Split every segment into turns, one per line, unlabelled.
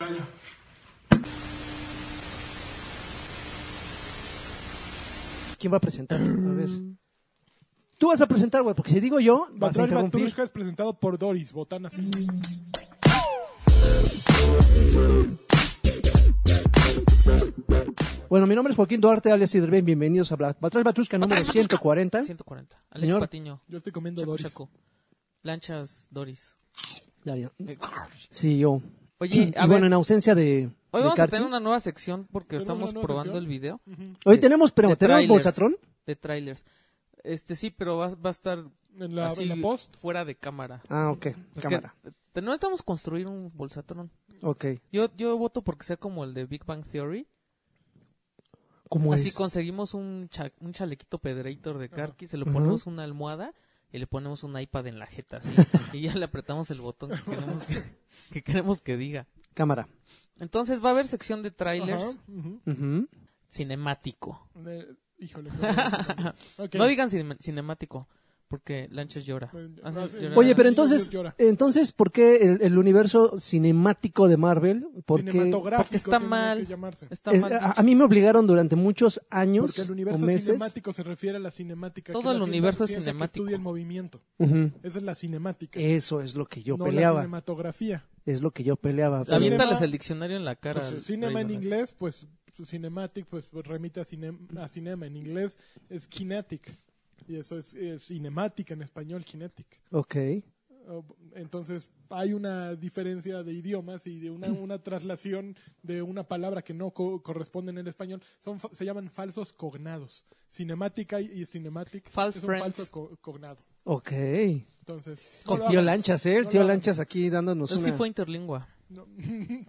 año.
¿Quién va a presentar? A ver.
Mm.
Tú vas a presentar, güey, porque si digo yo, vas a
Batrán
interrumpir.
Batrushka es presentado por Doris, Botana Silva.
Bueno, mi nombre es Joaquín Duarte, alias Sidrben. Bienvenidos a Black Batrás Batrusca número
Batrás Batrusca.
140.
140. Alex
Señor.
Patiño.
Yo estoy comiendo
Chaco,
Doris.
Chaco. Lanchas Doris.
Daria- Sí, yo.
Oye,
Y
a ver,
bueno, en ausencia de.
hoy
de
vamos a
Karki.
tener una nueva sección porque
¿Tenemos
estamos
una nueva
probando
sección?
el video
Ujú.
Hoy
de-
tenemos, pero
de
tenemos
trailers.
Bolsatrón.
de trailers. Este sí, pero va, va a estar
En la,
así
en la post.
fuera de cámara.
Ah, ok. Cámara.
Te- No necesitamos construir un bolsatron.
Ok.
Yo, yo voto porque sea como el de Big Bang Theory.
¿Cómo
Así
es?
conseguimos un, cha- un chalequito Pederator de Karki, se lo ponemos una almohada y le ponemos un iPad en la jeta así. y ya le apretamos el botón que queremos que, que queremos que diga.
Cámara.
Entonces va a haber sección de trailers
Ajá, ujú.
Ujú.
cinemático.
Eh, Híjole. no, no, no. Ok.
No digan cine- cinemático, porque Lanchas llora.
No,
Hace
sí.
llorar.
Oye, pero
Llora,
entonces,
llora.
entonces, ¿por qué el, el universo cinemático de Marvel? Porque
Cinematográfico
porque está
tiene
mal.
que llamarse.
Está
es- ah,
mal
a,
dicho.
a mí me obligaron durante muchos años
Porque el
o
universo
meses.
cinemático se refiere a la cinemática.
Todo
que
el
la
universo es
ciencia que
cinemático.
estudia el movimiento.
Ujú.
Esa es la cinemática.
Eso es lo que Eh, yo
no la
peleaba.
cinematografía.
Es lo que yo peleaba.
Está bien.
pero-
Aviéntales el diccionario en la cara.
Pues,
al-
eh, cinema en
Raymond.
inglés, pues su cinematic, pues, pues, remite a, cine- a cinema. En inglés es kinetic. Y eso es, eh, cinemática en español, kinetic.
Ok.
Oh, Entonces hay una diferencia de idiomas y de una, una traslación de una palabra que no co- corresponde en el español. Son, fa- se llaman falsos cognados. Cinemática y, y cinematic
False
es un
friends.
falso co- cognado.
Ok.
Entonces, no
Con
lo
tío
hagas.
Lanchas, ¿eh? El
No
tío
lo hagas.
Lanchas aquí dándonos
Él Pues sí
una...
fue interlingua.
No,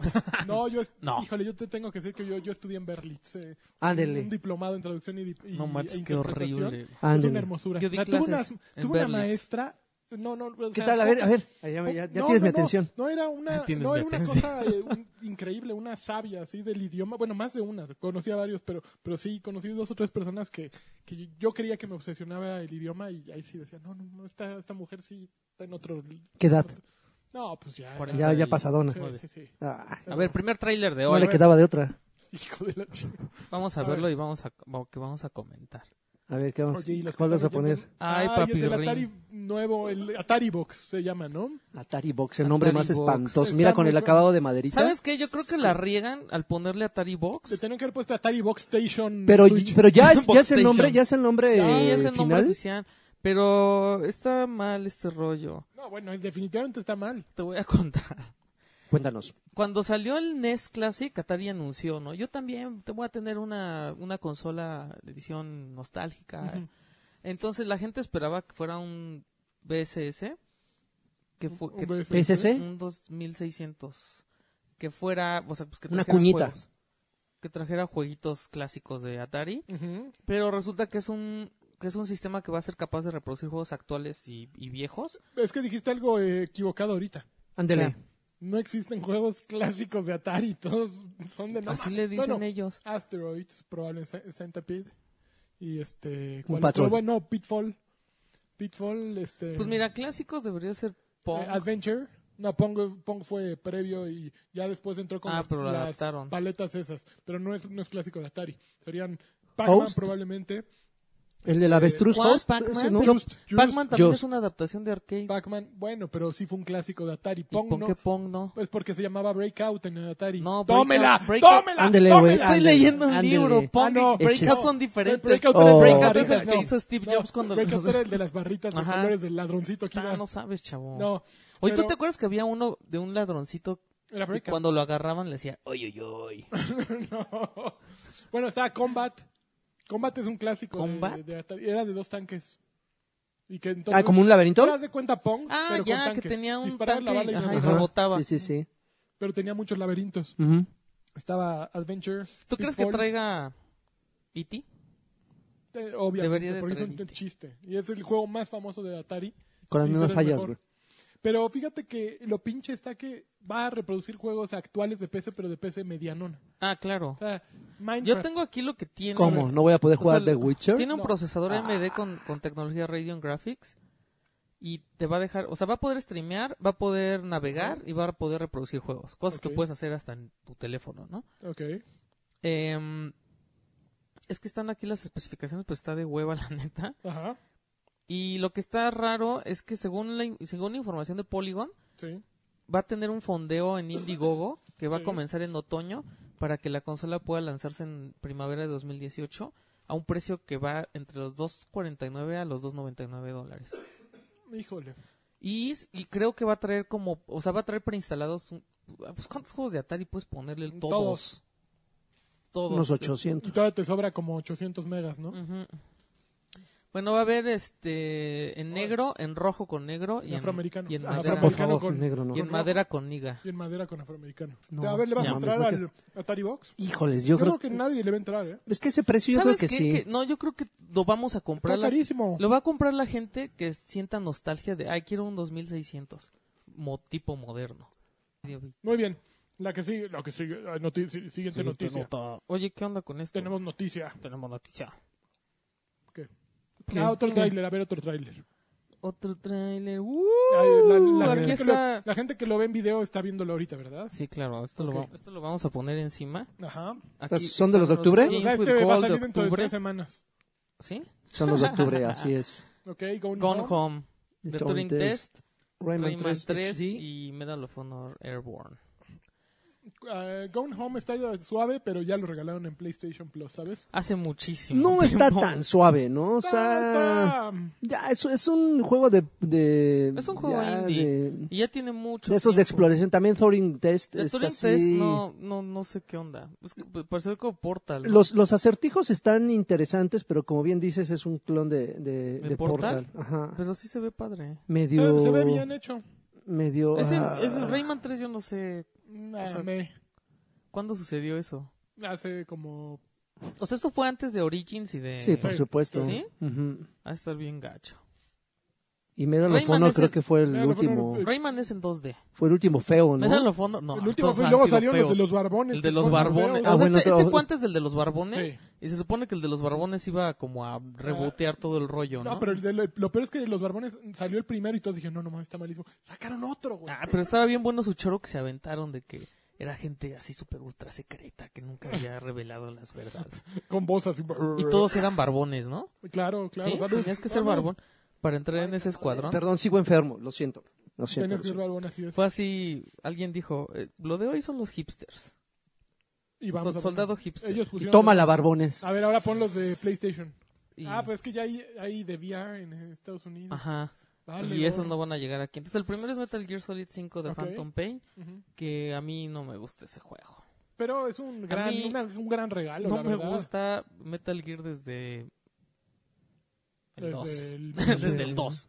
No, yo, es-
No.
híjole, yo te tengo que decir que yo, yo estudié en Berlitz. eh,
Ándele.
Un diplomado en traducción y, dip- y-
No manches,
e
qué
interpretación.
horrible.
Es una
Ándele.
hermosura.
Yo di
O sea, tuve una,
clases en
tuve una
Berlitz.
maestra. No, no, o
¿Qué
sea,
tal? A ver, a
poca-
ver. Ay, Ya, ya- ya
No,
tienes
no,
mi
no.
atención.
No, era una,
Tienes
no,
mi
era una
atención.
cosa eh, un- increíble, una sabia así del idioma. Bueno, más de una, conocí a varios, pero, pero sí, conocí dos o tres personas que, que yo- yo creía que me obsesionaba el idioma y ahí sí decía, no, no, no, esta, esta mujer sí está en otro.
¿Qué edad?
No, pues ya. era-
Ya, ya pasadona.
sí,
Nueve.
sí, sí.
Ah,
A ver, primer tráiler de
no
hoy.
le quedaba de otra.
Hijo de la chingada.
Vamos a,
A
verlo y vamos a, va- que vamos a comentar.
A ver, ¿qué vamos,
Oye, ¿y los que
¿cuál vas a
están
poner?
oyendo? Ay,
Ay, papi
es del
Ring.
Atari nuevo, el Atari Box se llama, ¿no?
Atari Box, el nombre
Atari
más
Box.
espantoso.
Está
Mira, con
muy
el
feo.
acabado de ¿eh? maderita.
¿Sabes qué? Yo creo que la riegan al ponerle Atari Box.
Le tenían que haber puesto Atari Box Station.
Pero,
Switch.
pero ya, es, ya es el
Boxstation.
nombre, ya es el nombre
Sí,
eh,
es el nombre pues.
final.
oficial. Pero está mal este rollo.
No, bueno, es- definitivamente está mal.
Te voy a contar.
Cuéntanos.
Cuando salió el NES Classic, Atari anunció, ¿no? Yo también te voy a tener una, una consola de edición nostálgica. Entonces la gente esperaba que fuera un BSS. Que fue, que-
VSS.
¿PSC?
un 2600 que fuera, o sea, pues que
Una
trajera
cuñita.
juegos, que trajera jueguitos clásicos de Atari,
Ujú.
pero resulta que es un que es un sistema que va a ser capaz de reproducir juegos actuales y, y viejos.
Es que dijiste algo eh, equivocado ahorita.
Ándele.
No existen juegos clásicos de Atari, todos son de no
Así
ma-
le dicen
bueno,
ellos.
Asteroids, probablemente Centipede y este
Un
¿cuál
patrón.
otro? bueno, Pitfall. Pitfall este
Pues mira, clásicos debería ser Pong.
eh, Adventure. No, Pong, Pong fue previo y ya después entró con
Ah,
las,
pero lo
las
adaptaron.
paletas esas, pero no es no es clásico de Atari. Serían Pac-Man
Host.
probablemente.
El del avestruz
¿Cuál?
Host.
¿Pac-Man?
ese, ¿no?
Yo-
Just- Just-
Pac-Man también
Just.
es una adaptación de arcade.
Pac-Man, bueno, pero sí fue un clásico de Atari.
¿Y
Pong
por
no.
qué Pong no?
Pues porque se llamaba Breakout en el Atari.
No,
tómela,
Breakout- Breakout-
tómela,
Ándele, güey.
tómela.
Estoy
Ándele,
leyendo un
ándele.
libro. Pong
Ah, no.
y Breakout
Eches.
son diferentes. Oh.
Breakout
era el
Breakout
de
es el
barritas,
que
no.
hizo Steve
No,
Jobs cuando...
Breakout era el de las barritas de
Ajá.
colores del ladroncito que
Ah,
iba.
no sabes, chavo.
No,
Oye,
pero-
¿tú te acuerdas que había uno de un ladroncito
era
y
Breakout.
cuando lo agarraban le decía, oye, oye, oye.
No. Bueno, estaba Combat. Combat es un clásico de-
¿Combat?
De, Atari. Era de dos tanques. Y que entonces
Ah, ¿como un laberinto?
Era de cuenta Pong,
Ah,
pero con
ya, que
tanques.
tenía un
Disparabas la
tanque y,
bala y
ajá, y
no-
Ajá.
rebotaba.
Sí, sí, sí.
Pero tenía muchos laberintos.
Ujú.
Estaba Adventure.
¿Tú crees que
Pitfall.
traiga E E.T.?
Eh, obviamente,
Debería de
porque es un
traer-
chiste. Y es el juego más famoso de Atari.
Con las
Sí,
mismas
será el
fallas,
mejor.
güey.
Pero fíjate que lo pinche está que va a reproducir juegos actuales de PC, pero de PC medianona.
Ah, claro.
O sea, Minecraft.
Yo tengo aquí lo que tiene.
¿Cómo? ¿No voy a poder
O
jugar
sea,
The Witcher?
Tiene un
No.
procesador AMD con, con tecnología Radeon Graphics y te va a dejar, o sea, va a poder streamear, va a poder navegar y va a poder reproducir juegos, cosas
Ok.
que puedes hacer hasta en tu teléfono, ¿no?
Ok.
Em, es que están aquí las especificaciones, pero está de hueva la neta.
Ajá.
Y lo que está raro es que según la, in- según la información de Polygon,
Sí.
va a tener un fondeo en Indiegogo que va
Sí.
a comenzar en otoño para que la consola pueda lanzarse en primavera de 2018 a un precio que va entre los 2.49 a los 2.99 dólares.
Híjole.
Y, s- y creo que va a traer como, o sea, va a traer preinstalados, un- pues ¿cuántos juegos de Atari puedes ponerle?
Todos.
Todos. Todos.
Unos
Y
800.
todavía te sobra como 800 megas,
Mm.
¿no?
Ujú. Bueno, va a haber este en negro, en rojo con negro
Y
y, en-
afroamericano.
y en,
Ah,
madera,
por
afroamericano.
favor,
con-
negro no.
y en
rojo.
madera con niga.
Y en madera con afroamericano.
No,
O sea, a ver, ¿le vas
ya,
a entrar
mames, no
al Atari Box?
Híjoles,
Yo,
yo, creo,
que nadie le va a entrar, ¿eh?
Es que ese precio yo creo
¿Sabes
que
qué?
sí.
Que- no, yo creo que lo vamos a comprar.
Está
las-
carísimo.
lo va a comprar la gente que sienta nostalgia de, ay, quiero un 2600, mo- tipo moderno.
Muy bien. La que sigue, la que sigue, la noti- si- siguiente noticia.
Oye, ¿qué onda con esto?
Tenemos noticia.
Tenemos noticia.
Ah, otro
¿Qué?
tráiler, a ver otro tráiler.
Otro tráiler. ¡Uh!
Ay, la, la
aquí
gente que lo-
está.
la gente que lo ve en video está viéndolo ahorita, ¿verdad?
Sí, claro, esto, lo,
Ok.
va- esto lo vamos a poner encima.
Ajá.
sea,
Aquí
¿son de los de
están
octubre?
O
Games
sea,
with
este va a
Gold de
salir dentro de
octubre.
tres semanas.
¿Sí?
Son los de octubre, así es.
Ok, Gone,
Gone
Home.
Home, The Turing Test,
Rayman,
Rayman 3,
3 HD.
y Medal of Honor Airborne.
Ah, Gone Home está suave, pero ya lo regalaron en PlayStation Plus, ¿sabes?
Hace muchísimo
No está
tiempo.
tan suave, ¿no? O sea,
Está- está-
ya es, es un juego de, de-
Es un juego
ya
indie.
de,
Y ya tiene mucho
de esos de
tiempo.
exploración. También Thorin Test
El
es
Turing
así.
Test no, no, no sé qué onda. Es que parece como Portal. ¿no?
Los, los acertijos están interesantes, pero como bien dices, es un clon de, de,
¿De
de Portal.
Portal?
Ajá.
Pero sí se ve padre.
Medio.
Se ve bien hecho.
Medio.
Ese,
ah,
ese Rayman 3 yo no sé
Nah,
O sea-
me-
cuándo sucedió eso.
Hace como...
O sea, esto fue antes de Origins y de...
Sí, por
Sí.
supuesto.
¿Sí?
Ujú.
Ha de estar bien gacho.
Y Medal of
Rayman
Honor
es
creo
el-
que fue el
Medal of Honor,
último.
eh,
Rayman es en 2D.
Fue el último feo, ¿no?
Medal of Honor, no.
el último
todos
fue,
han
luego
sido
salieron los de
feos.
los barbones.
El de
que
los
fueron
barbones.
feos.
Ah,
O sea,
bueno,
este,
todo-
este fue antes del de los barbones.
Sí.
Y se supone que el de los barbones iba como a rebotear todo el rollo, ¿no?
No, pero el de lo, lo peor es que de los barbones salió el primero y todos dijeron, no, no, mames, está malísimo. Sacaron otro, güey.
Ah, pero estaba bien bueno su choro que se aventaron de que era gente así súper ultra secreta que nunca había revelado las verdades.
Con voz así.
Ah. Y todos eran barbones, ¿no?
Claro, claro.
sí,
salud.
tenías que ser
Salud.
barbón para entrar en ese escuadrón.
Perdón, sigo enfermo, lo siento. Lo siento.
Tenías
lo
que ser
siento.
barbón así es.
Fue así, alguien dijo, eh, lo de hoy son los hipsters.
Y vamos
Sol-
a-
soldado hipster.
Ellos
Y
pusieron...
toma la barbones.
A ver, ahora pon los de PlayStation.
Y-
Ah, pues es que ya hay, hay de VR en Estados Unidos.
Ajá.
Vale,
y esos
gorro.
no van a llegar aquí. Entonces el primero es Metal Gear Solid 5 de
Ok.
Phantom Pain,
Ujú.
que a mí no me gusta ese juego.
Pero es un gran,
mí
una- un gran regalo.
no
la
me
verdad.
gusta Metal Gear desde
Desde
el 2.
el-
Desde el 2.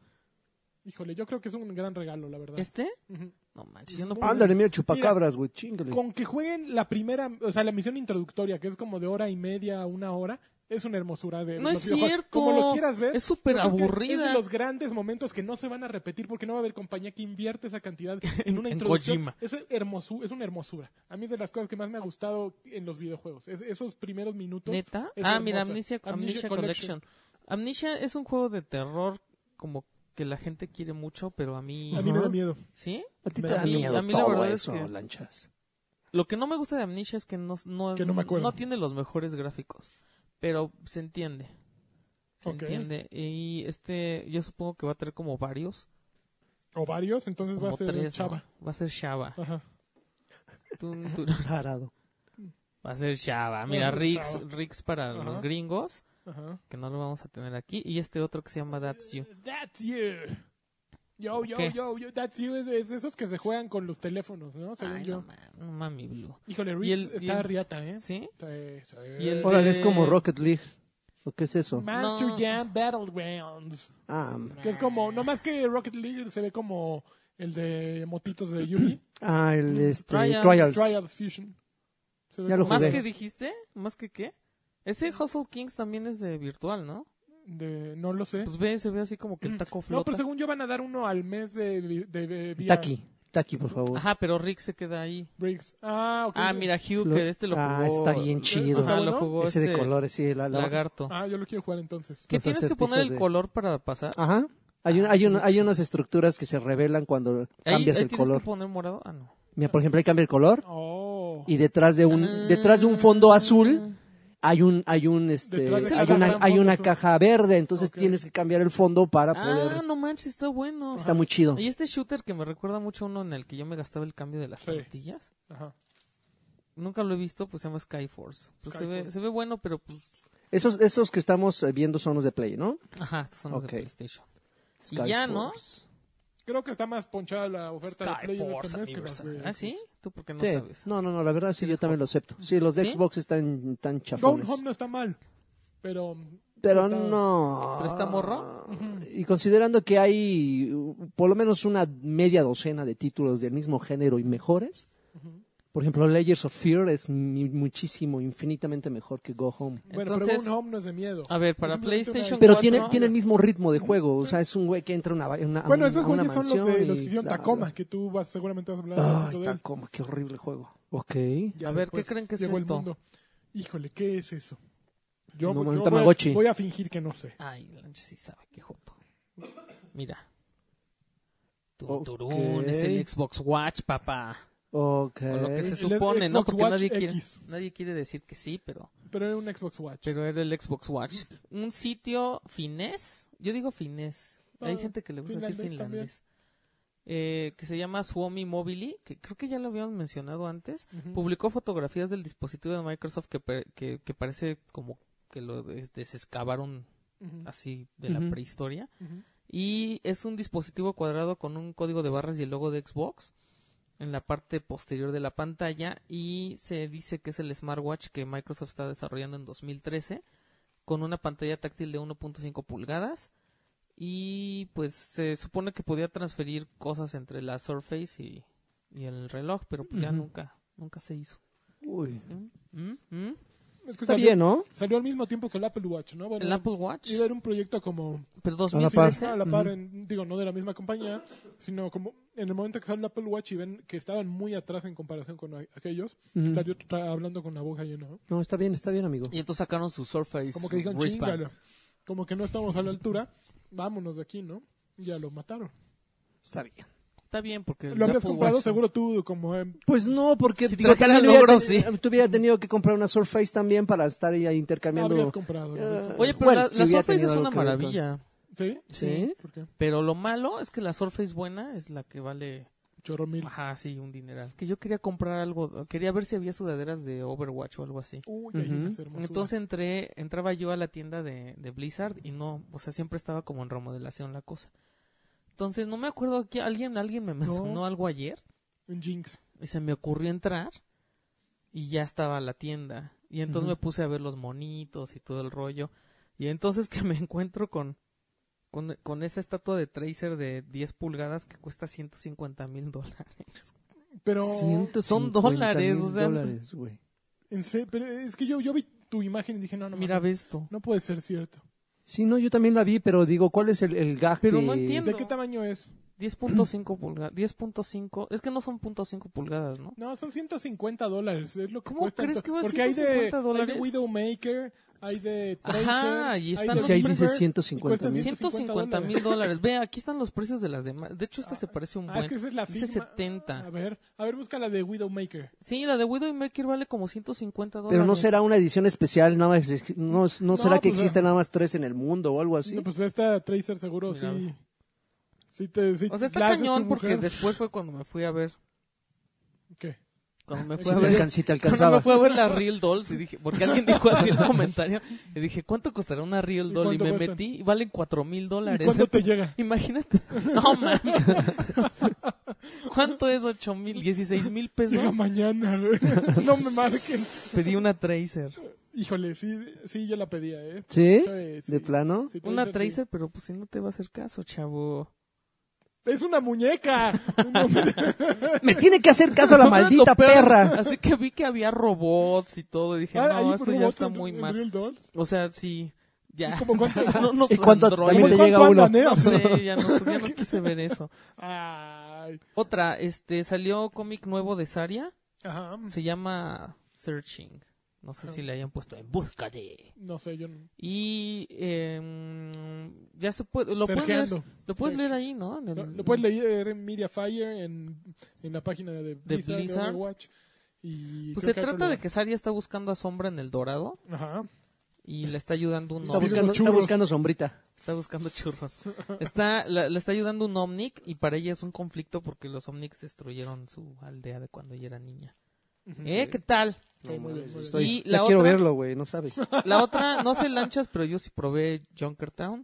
Híjole, yo creo que es un gran regalo, la verdad.
¿Este?
Ujú.
No manches, yo no puedo.
Ándale, mira, chupacabras, güey, chingale.
Con que jueguen la primera, o sea, la misión introductoria, que es como de hora y media a una hora, es una hermosura de.
No
los
es
videojuegos.
cierto.
Como lo quieras ver.
Es súper
creo que Es
aburrida.
de los grandes momentos que no se van a repetir porque no va a haber compañía que invierte esa cantidad en una
En
introducción.
Kojima.
Es, hermosu- es una hermosura. A mí es de las cosas que más me ha gustado en los videojuegos. Es- esos primeros minutos.
¿Neta?
es
ah, mira,
hermosa.
Amnesia,
Amnesia
Amnesia
Collection.
Collection. Amnesia es un juego de terror como que la gente quiere mucho, pero a mí...
A mí me
Ajá.
da miedo.
¿sí.
A ti te
me-
da
a mí-
miedo
a mí la
todo
verdad es
eso,
que-
lanchas.
Lo que no me gusta de Amnesia es que no, no,
Que no me acuerdo.
tiene los mejores gráficos, pero se entiende. Se
Ok.
entiende. Y este, yo supongo que va a tener como varios.
O varios, entonces
Como
va a ser
tres, ¿no?
Chava.
Va a ser Shava.
Ajá.
Tun, tun.
Tarado.
Va a ser Shava.
Va
Mira,
a ser
Rix,
Shava.
Rix para
Ajá.
los gringos,
Ajá.
que no lo vamos a tener aquí. Y este otro que se llama That's You.
That's you. Yo, yo,
¿Qué?
yo, yo, that's you es, es esos que se juegan con los teléfonos, ¿no? Según
Ay,
yo.
no, ma- no mami, Blue.
Híjole,
Y
Reeves
el- y
está
el-
riata, ¿eh?
¿Sí?
Sí, sí.
Y el-
Órale, es
Eh,
como Rocket League. ¿O qué es eso?
Master
No.
Jam Battlegrounds.
Ah, m-
Que es como, no más que Rocket League se ve como el de motitos de Yuri.
ah, el este,
Trials.
Trials.
Trials Fusion. Se ve
Ya lo
como
¿Más
jugué.
que dijiste? ¿Más que qué? Ese Hustle Kings también es de virtual, ¿no?
de- no lo sé.
Pues ve, se ve así como que el taco flota.
no, pero según yo van a dar uno al mes de, de, de- de-
Taki, Taki, por favor.
Ajá, pero Rick se queda ahí.
Briggs. Ah, ok.
Ah, mira, Hugh,
Flo-
que este lo jugó.
Ah, está bien chido.
Ajá,
bueno?
lo jugó
Ese de
este
colores, sí, la, la-
Lagarto.
Ah, yo lo quiero jugar entonces.
que
Los
tienes que poner el
acertijos de-
color para pasar.
Ajá. Hay, un- hay, un- hay unas estructuras que se revelan cuando
Ahí, ahí
cambias el
tienes
color.
que poner morado. Ah, no.
Mira, por ejemplo, ahí cambia el color
Oh.
y detrás de
Ah.
un detrás de un fondo azul hay un hay un este
Detrás
de
hay
cada
una
gran
hay
fondo
una
azul.
caja verde, entonces
Ok.
tienes que cambiar el fondo para
Ah,
poder
no manches, está bueno.
está muy chido.
Y este shooter que me recuerda mucho a uno en el que yo me gastaba el cambio de las
Sí.
tortillas.
Ajá.
Nunca lo he visto, pues se llama Skyforce. Pues se, ve,
Skyforce.
se ve bueno, pero pues.
Esos esos que estamos eh, viendo son los de Play, ¿no?
Ajá, estos son los
Ok.
de PlayStation. Y ya, ¿no?
Skyforce.
Creo que está más ponchada la oferta de Play en
Skyforce
este mes que las de
Anniversary. ¿Ah, sí? ¿Tú por qué no
Sí.
sabes?
No, no, no, la verdad sí yo
¿Tienes
también
Xbox?
lo acepto. Sí, los de
¿Sí?
Xbox están tan
Gone
chafones.
Home no está mal, pero...
Pero
está-
no.
¿Pero está morro?
Y considerando que hay uh, por lo menos una media docena de títulos del mismo género y mejores. Por ejemplo, Layers of Fear es mi- muchísimo, infinitamente mejor que Go Home.
Bueno,
Entonces-
pero Gone Home no es de miedo.
A ver, para
Es simplemente
PlayStation
una-
Pero
Cuatro.
tiene, tiene el mismo ritmo de juego. O sea, es un güey que entra a una, va- una- a
Bueno,
un-
esos
a una
güeyes son los, de,
mansión
los que
y
hicieron
bla, bla.
Tacoma, que tú vas, seguramente vas a hablar un
Ay,
poquito de él.
Tacoma, qué horrible juego. Ok.
Ya
A ver,
después
¿qué creen que es
llegó
esto?
El mundo. Híjole, ¿qué es eso? Yo,
No,
yo
un
voy,
Tamagotchi.
a, voy a fingir que no sé.
Ay, Lanche sí sabe qué joto. Mira.
Ok.
Turun, es el Xbox Watch, papá.
Ok.
O lo que se
El
supone, ¿no?
Xbox
Porque
Watch
nadie quiere,
X.
nadie quiere decir que sí, pero,
Pero era un Xbox Watch.
pero era el Xbox Watch. Un sitio finés, yo digo finés. Hay
Ah,
gente que le gusta decir
finlandés también.
finlandés. Eh, que se llama Suomi Mobili, que creo que ya lo habíamos mencionado antes.
Ujú.
Publicó fotografías del dispositivo de Microsoft que, pe- que, que parece como que lo des- desexcavaron
Ujú.
así de la
Ujú.
prehistoria.
Ujú.
Y es un dispositivo cuadrado con un código de barras y el logo de Xbox en la parte posterior de la pantalla y se dice que es el smartwatch que Microsoft está desarrollando en 2013 con una pantalla táctil de 1.5 pulgadas y pues se supone que podía transferir cosas entre la Surface y, y el reloj, pero pues ya
Ujú.
nunca, nunca se hizo.
Uy.
¿Mm? ¿Mm?
Es que
Está
salió-
bien, ¿no?
Salió al mismo tiempo que el Apple Watch, ¿no? Bueno,
El Apple Watch,
Iba a ser un proyecto como...
pero
A la par.
2013,
a la par,
Ujú.
en- digo, no de la misma compañía, sino como en el momento que sale el Apple Watch y ven que estaban muy atrás en comparación con a- aquellos,
Ujú.
estaría tra- hablando con la boca llena, ¿no?
No, está bien, está bien, amigo.
y entonces sacaron su Surface
Como que dijeron,
Wristband.
chingala. Como que no estamos a la altura, vámonos de aquí, ¿no? Ya lo mataron.
Está bien.
Está bien porque el
Lo habías
Apple
comprado
Watch-
seguro tú, como... eh,
Pues no, porque
Si
digo,
trajera
también hubiera
logros,
teni-
sí.
tú hubiera tenido que comprar una Surface también para estar ahí intercambiando.
habrías comprado. lo habrías
Eh,
comprado.
Oye, pero
Bueno,
la,
si
la
hubiera
Surface
tenido
es
algo
una
que ver con-
maravilla.
¿Sí?
Sí.
¿Por qué?
Pero lo malo es que la Surface buena es la que vale.
Chorro mil.
Ajá, sí, un dineral. Que yo quería comprar algo. Quería ver si había sudaderas de Overwatch o algo así.
Uy, hay
Ujú.
unas hermosuras.
Entonces entré, entraba yo a la tienda de, de Blizzard y no, o sea, siempre estaba como en remodelación la cosa. Entonces no me acuerdo que alguien, alguien me mencionó algo ayer
Un Jinx.
y se me ocurrió entrar y ya estaba la tienda. Y entonces
Ujú.
me puse a ver los monitos y todo el rollo. Y entonces que me encuentro con, con, con esa estatua de Tracer de 10 pulgadas que cuesta 150 mil dólares.
Pero,
150
Son dólares,
mil
o sea,
dólares, güey.
en se- pero es que yo, yo vi tu imagen y dije, no, no,
Mira,
mames,
ve esto.
no puede ser cierto.
Sí, no, yo también la vi, pero digo, ¿cuál es el, el gag
Pero
de-
no entiendo.
¿De qué tamaño es?
10.5 pulgadas. 10.5. Es que no son .5 pulgadas, ¿no?
No, son 150 dólares. Es lo que
¿Cómo
cuesta.
crees
entonces-
que va a
Porque hay de,
150
hay de
dólares?
Widowmaker, hay de Tracer.
Ajá, y están
de
los- Si ahí
Reaper,
dice
y
150
cuestan
mil.
150 mil dólares. Ve, aquí están los precios de las demás. De hecho, esta se parece un
Ah, es que
buen.
esa es la
Dice
firma. ah.
70.
A ver, a ver, busca la de Widowmaker.
Sí, la de Widowmaker vale como 150 dólares.
Pero no será una edición especial, nada más, es- no, no será que
pues,
existen nada más tres en el mundo o algo así.
No, pues esta Tracer seguro
Mira.
sí. Sí te, sí
O sea, está
la haces
cañón
tu
porque
mujer.
después fue cuando me fui a ver.
¿Qué?
Cuando me
si,
fui
te
a ver.
alcan- si te
Cuando
alcanzaba.
me fui a ver la Real Dolls y dije, porque alguien dijo así el comentario, y dije, ¿cuánto costará una Real
¿Y
Doll? Y
cuánto
me
cuestan?
metí y valen cuatro mil
¿Y
dólares.
cuándo te llega?
Imagínate. No mames. ¿Cuánto es ocho mil? Dieciséis mil
Llega
pesos.
mañana, güey. No me marquen.
Pedí una Tracer.
Híjole, sí, sí, yo la pedía, ¿eh?
¿Sí?
Sí, sí.
¿De plano?
Sí,
Una
sí.
Tracer, pero pues si no te va a hacer caso, chavo.
Es una muñeca. No me-
Me tiene que hacer caso la
No,
maldita
lo peor-
perra.
Así que vi que había robots y todo. Y dije,
Ah, ahí fue
no, esto
un
ya
bots
está
en-
muy
en
mal.
Real Dolls.
O sea, sí, ya.
¿Cómo cuántos?
No nos
¿Y cuánto
androides.
también te
¿Cómo
llega
cuánto
uno?
andan, eh?
No sé, ya no, ya no quise ver eso.
Ay.
Otra, este, salió cómic nuevo de Saria,
Ajá.
se llama Searching. No sé si le hayan puesto en busca de.
No sé, yo no.
Y eh, ya se puede. Lo puedes, leer,
Cerjeando.
lo puedes
Sí.
leer ahí, ¿no? En el-
Lo, lo puedes leer en Mediafire, en, en la página de Blizzard, de
Blizzard.
Overwatch. Y creo
Pues se
hay otro
trata de
lugar.
que Saria está buscando a Sombra en el Dorado
Ajá.
y le está ayudando un
Está
Pide
buscando,
busca-
Omnic.
unos
está
churros.
buscando sombrita.
Está buscando churros. Está, la- le está ayudando un Omnic y para ella es un conflicto porque los Omnics destruyeron su aldea de cuando ella era niña. ¿Eh? ¿Qué tal?
Sí, muy bien, muy bien.
Estoy-
Y
ya
la
quiero
otra-
verlo, güey, no sabes.
La otra, no sé lanchas, pero yo sí probé Junkertown.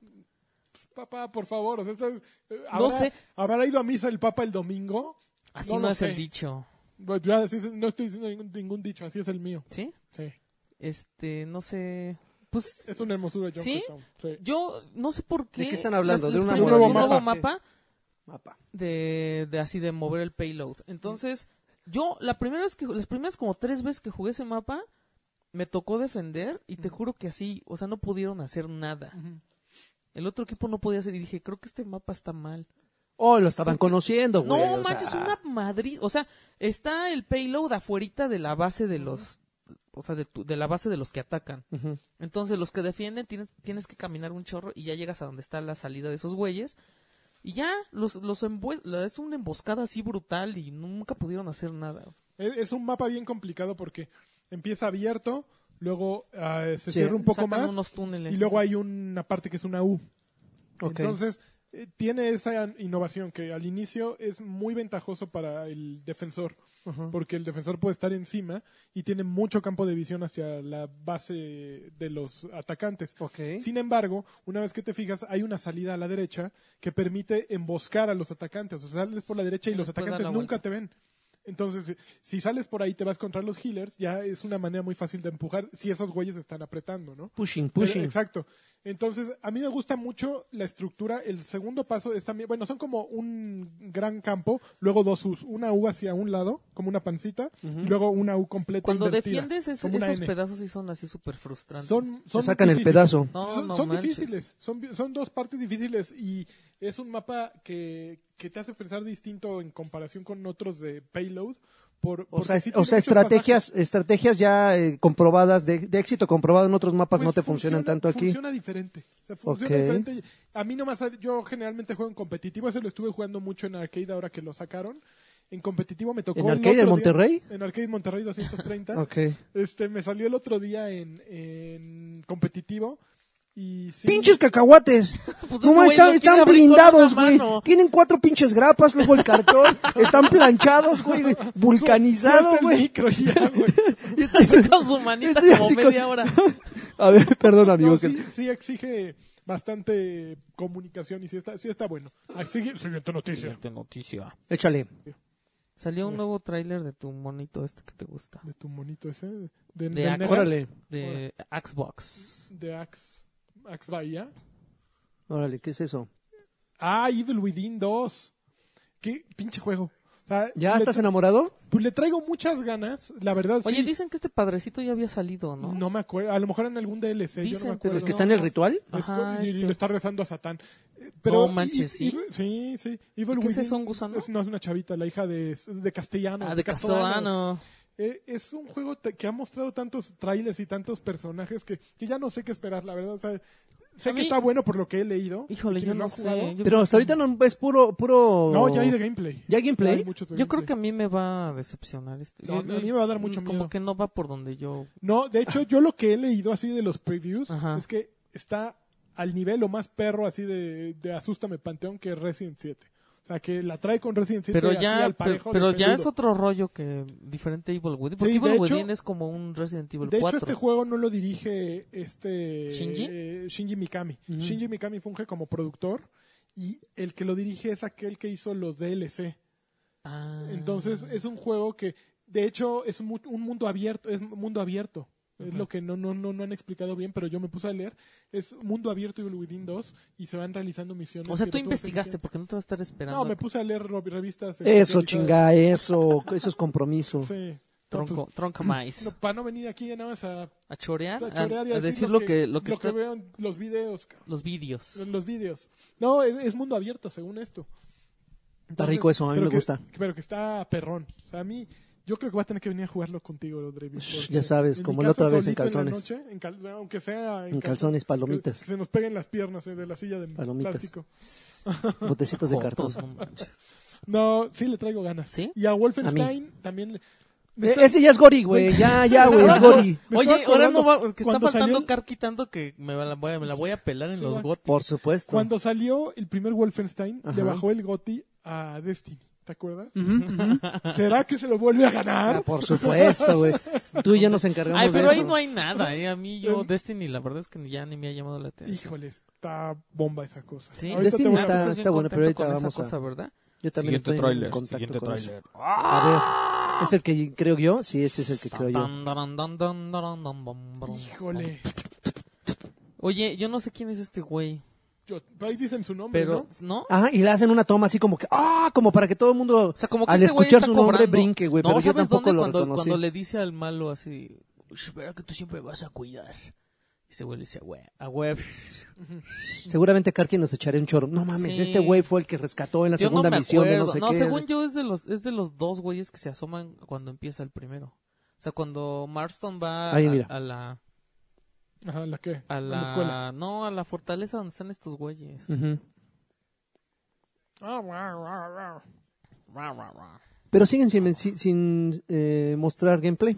Papá, por favor. o sea, estás- eh, ¿habrá,
No sé.
¿Habrá ido a misa el Papa el domingo? Pues,
Así
No
no,
lo
es
sé.
el dicho.
Bueno, yo así es- no estoy diciendo ningún, ningún dicho, así es el mío.
¿Sí?
Sí.
Este, no sé. Pues
Es una hermosura, John
¿Sí?
Crackdown, sí.
yo no sé por qué.
¿De qué están hablando?
les-
¿De
les
una
pregunté un
modalidad?
nuevo
Mapa.
mapa de, de así de mover el payload. Entonces, yo la primera vez que las primeras como tres veces que jugué ese mapa me tocó defender y te juro que así, o sea, no pudieron hacer nada.
Ujú.
El otro equipo no podía hacer y dije, creo que este mapa está mal.
Oh, lo estaban conociendo, güey.
No
o
manches,
sea, ah.
una madriz. O sea, está el payload afuerita de la base de los. O sea, de, tu- de la base de los que atacan.
Ujú.
Entonces, los que defienden tienes, tienes que caminar un chorro y ya llegas a donde está la salida de esos güeyes. Y ya, los, los embue- la- es una emboscada así brutal y nunca pudieron hacer nada.
E, Es, es un mapa bien complicado porque empieza abierto, luego ah, se
Sí,
cierra un poco
Sacan
más
unos túneles.
y luego hay una parte que es una U.
Ok.
Entonces, eh, tiene esa innovación que al inicio es muy ventajoso para el defensor, porque el defensor puede estar encima y tiene mucho campo de visión hacia la base de los atacantes.
Ok.
Sin embargo, una vez que te fijas, hay una salida a la derecha que permite emboscar a los atacantes. O sea, sales por la derecha y
Y
los
les puedes dar
atacantes
la
nunca
vuelta.
te ven. Entonces, si- si sales por ahí, te vas contra los healers, ya es una manera muy fácil de empujar si esos güeyes están apretando, ¿no?
Pushing, pushing.
Exacto. Entonces, a mí me gusta mucho la estructura. El segundo paso es también, bueno, son como un gran campo, luego dos U's, una U hacia un lado, como una pancita, y luego una U completa.
Cuando
invertida,
defiendes, es-
como una
esos
N.
pedazos sí son así súper frustrantes.
Son,
Te
son
sacan el
difíciles.
pedazo.
No,
son
no
son
manches.
difíciles, son, vi- son dos partes difíciles y es un mapa que, que te hace pensar distinto en comparación con otros de payload. Por,
O
porque
sea,
sí
o
tiene
sea,
muchos pasajes.
estrategias, estrategias ya eh, comprobadas, de, de éxito comprobado en otros mapas,
Pues
no te funcionan
funciona-
tanto aquí.
Funciona diferente. O sea, funciona
Ok.
diferente. A mí nomás, yo generalmente juego en competitivo, eso lo estuve jugando mucho en arcade ahora que lo sacaron. En competitivo me tocó.
¿En
el
arcade en
otro día-
Monterrey?
en arcade Monterrey 230.
Ok.
Este, me salió el otro día en, en competitivo. Y sí,
¡Pinches cacahuates!
Pues
¿Cómo
güey,
están,
lo
están
quiere abrir con
blindados,
una
güey?
mano.
Tienen cuatro pinches grapas, luego el cartón. están planchados, güey. güey, Vulcanizado,
suelta el
güey.
micro ya, güey.
Y está así con su manita
Estoy
como
así con-
media hora.
A ver, perdón,
No,
amigo. que-
sí, sí exige bastante comunicación y sí está, sí está bueno. Exige- siguiente noticia.
Échale.
Salió un nuevo tráiler de tu monito este que te gusta.
De tu monito ese. De, de,
De
Negas,
Axe.
Órale.
De Xbox.
De Axe. Axe Bahía.
Órale, ¿qué es eso?
Ah, Evil Within 2. Qué pinche juego. O sea,
¿Ya
le,
estás enamorado?
pues le traigo muchas ganas, la verdad.
Oye,
sí.
dicen que este padrecito ya había salido, ¿no?
¿no? me acuerdo. A lo mejor en algún DLC. yo no
Dicen,
me acuerdo.
pero
¿El que
no.
está en el ritual?
Es co-
Ajá,
y, y
este.
le está rezando a Satán. Eh, Pero
No manches,
y- y-
¿sí?
y- Sí, sí. Evil
¿Qué es
Within
eso, un gusano?
Es, no, es una chavita, la hija de, de Castellano.
Ah, de Castellano.
Eh, es un juego te- que ha mostrado tantos trailers y tantos personajes que, que ya no sé qué esperar, la verdad. O sea, sé
A
que
mí-
está bueno por lo que he leído.
Híjole,
y quienes
yo
lo
no
han jugado.
sé. Yo,
Pero hasta ahorita no es puro, puro...
No, ya hay de gameplay.
¿Ya gameplay?
Ya hay muchos de
yo creo
gameplay.
que a mí me va a decepcionar este.
No, a mí me va a dar mucho miedo.
Como que no va por donde yo.
No, de hecho, yo lo que he leído así de los previews
Ajá.
es que está al nivel o más perro así de, de Asústame Panteón que Resident 7. O sea, que la trae con Resident 7
Pero
así
ya,
al
pero,
parejo
pero
de
ya
peludo.
es otro rollo que diferente a Evil Within. Porque
Sí, de
Evil
hecho-
Within es como un Resident Evil
De
4.
hecho, este juego no lo dirige este
¿Shinji?
eh, Shinji Mikami.
Ujú.
Shinji Mikami funge como productor y el que lo dirige es aquel que hizo los DLC.
Ah.
Entonces, es un juego que, de hecho, es mu- un mundo abierto, es mundo abierto. Es lo que no, no, no, no han explicado bien, pero yo me puse a leer. Es Mundo Abierto y Within 2 y se van realizando misiones.
O sea,
que
tú
tú vas
investigaste
eligiendo.
porque no te vas a estar esperando.
No, me puse a leer ro- revistas. eh,
Eso,
actualizadas.
chinga, eso. Eso es compromiso.
Sí.
Tronco, tronca maíz.
para no venir aquí nada más a, a
a chorear, a,
chorear y
a
a
decir lo que, lo que, está-
veo en los videos, cabrón,
los vídeos.
en los videos. No, es, es mundo abierto, según esto.
Está rico eso, a mí
pero
me
que-
gusta.
Pero que está perrón. O sea, a mí Yo creo que vas a tener que venir a jugarlo contigo, Drevi. porque
Ya sabes,
en mi
como la
casa
otra vez en
solito la
calzones.
noche, en cal- aunque sea
En calzones, palomitas.
Que, que se nos peguen las piernas eh, de la silla de
Palomitas.
plástico.
Botecitos de cartón.
Jotos, no manches.
No, sí le traigo ganas.
¿Sí?
Y a Wolfenstein también le... me
Eh,
está-
ese ya es Gori, güey. Ya, ya, güey, es Gori.
me
Oye,
estaba
ahora no
acordando
va, que está
cuando
faltando
salió-
Car quitando que me la voy, a- me la voy a pelar en
Sí,
los
va.
gotes.
Por supuesto.
Cuando salió el primer Wolfenstein, le
Ajá.
bajó el goti a Destiny. ¿Te acuerdas?
Ujú, ujú.
¿Será que se lo vuelve a ganar?
Ah, por supuesto, güey. Tú y yo nos encargamos
Ay, pero
de
ahí
eso.
no hay nada, eh. A mí yo,
Eh,
Destiny, la verdad es que ya ni me ha llamado la atención.
Híjole, está bomba esa cosa.
Sí,
Ahorita
Destiny
te voy a-
está-
Estás bien
bueno, pero ahorita
contento con esa
vamos a-
cosa, ¿verdad?
Yo también estoy en contacto con eso. A ver, ¿es el que creo yo? Sí, ese es el que creo yo.
Tan, taran, tan, tan, taran, tan, bam, bam, bam.
Híjole.
Oye, yo no sé quién es este güey,
Yo- pero ahí dicen su nombre,
pero
¿no?
¿no?
Ajá, y le hacen una toma así como que, ah, como para que todo el mundo
O sea, como que
al
este güey
escuchar
está
su nombre
cobrando.
brinque, güey,
No,
pero yo
¿sabes
tampoco
dónde?
lo
cuando,
reconocí.
cuando le dice al malo así, espera que tú siempre vas a cuidar. Y ese güey le dice, güey, a güey.
Seguramente Karki nos echará un choro. No mames,
Sí.
este güey fue el que rescató en la
Yo
segunda
me
misión de no
acuerdo.
sé qué.
según yo es de los es de los dos güeyes que se asoman cuando empieza el primero. O sea, cuando Marston va
Ahí,
a,
mira.
a la
Ajá, ¿la qué?
a
En
la,
la escuela.
no, a la fortaleza donde están estos güeyes.
Ujú.
Oh,
Ah, guau, guau, guau.
Ra, ra, ra.
Pero siguen sin, sin- sin, eh, mostrar gameplay.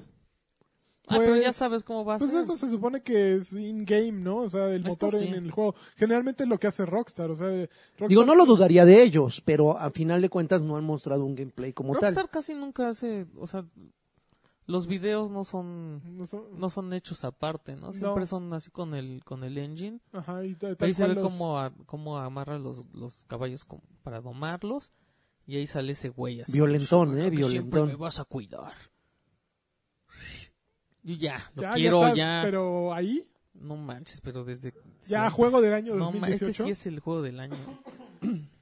Ah, pero
Pues-
ya sabes cómo va a
Pues
ser.
eso se supone que es in-game, ¿no? O sea, el
Esto
motor
sí.
en el juego. Generalmente es lo que hace Rockstar, o sea... Rockstar-
Digo, no lo dudaría de ellos, pero a final de cuentas no han mostrado un gameplay como
Rockstar
tal.
casi nunca hace, o sea, los videos no son
No son-
no son hechos aparte, ¿no? Siempre
No.
son así con el con el engine.
Ajá, y ta- tal
Ahí se
cual
ve
los-
cómo a- cómo amarra los, los caballos con- para domarlos y ahí sale ese güey así.
Violentón,
"Bueno,
eh,
que Siempre
violentón.
me vas a cuidar. Yo ya, lo
Ya, ya
quiero ya.
estás, Pero ahí,
No manches, pero desde
ya
siempre.
juego del año
No, ma-
2018.
este sí es el juego del año.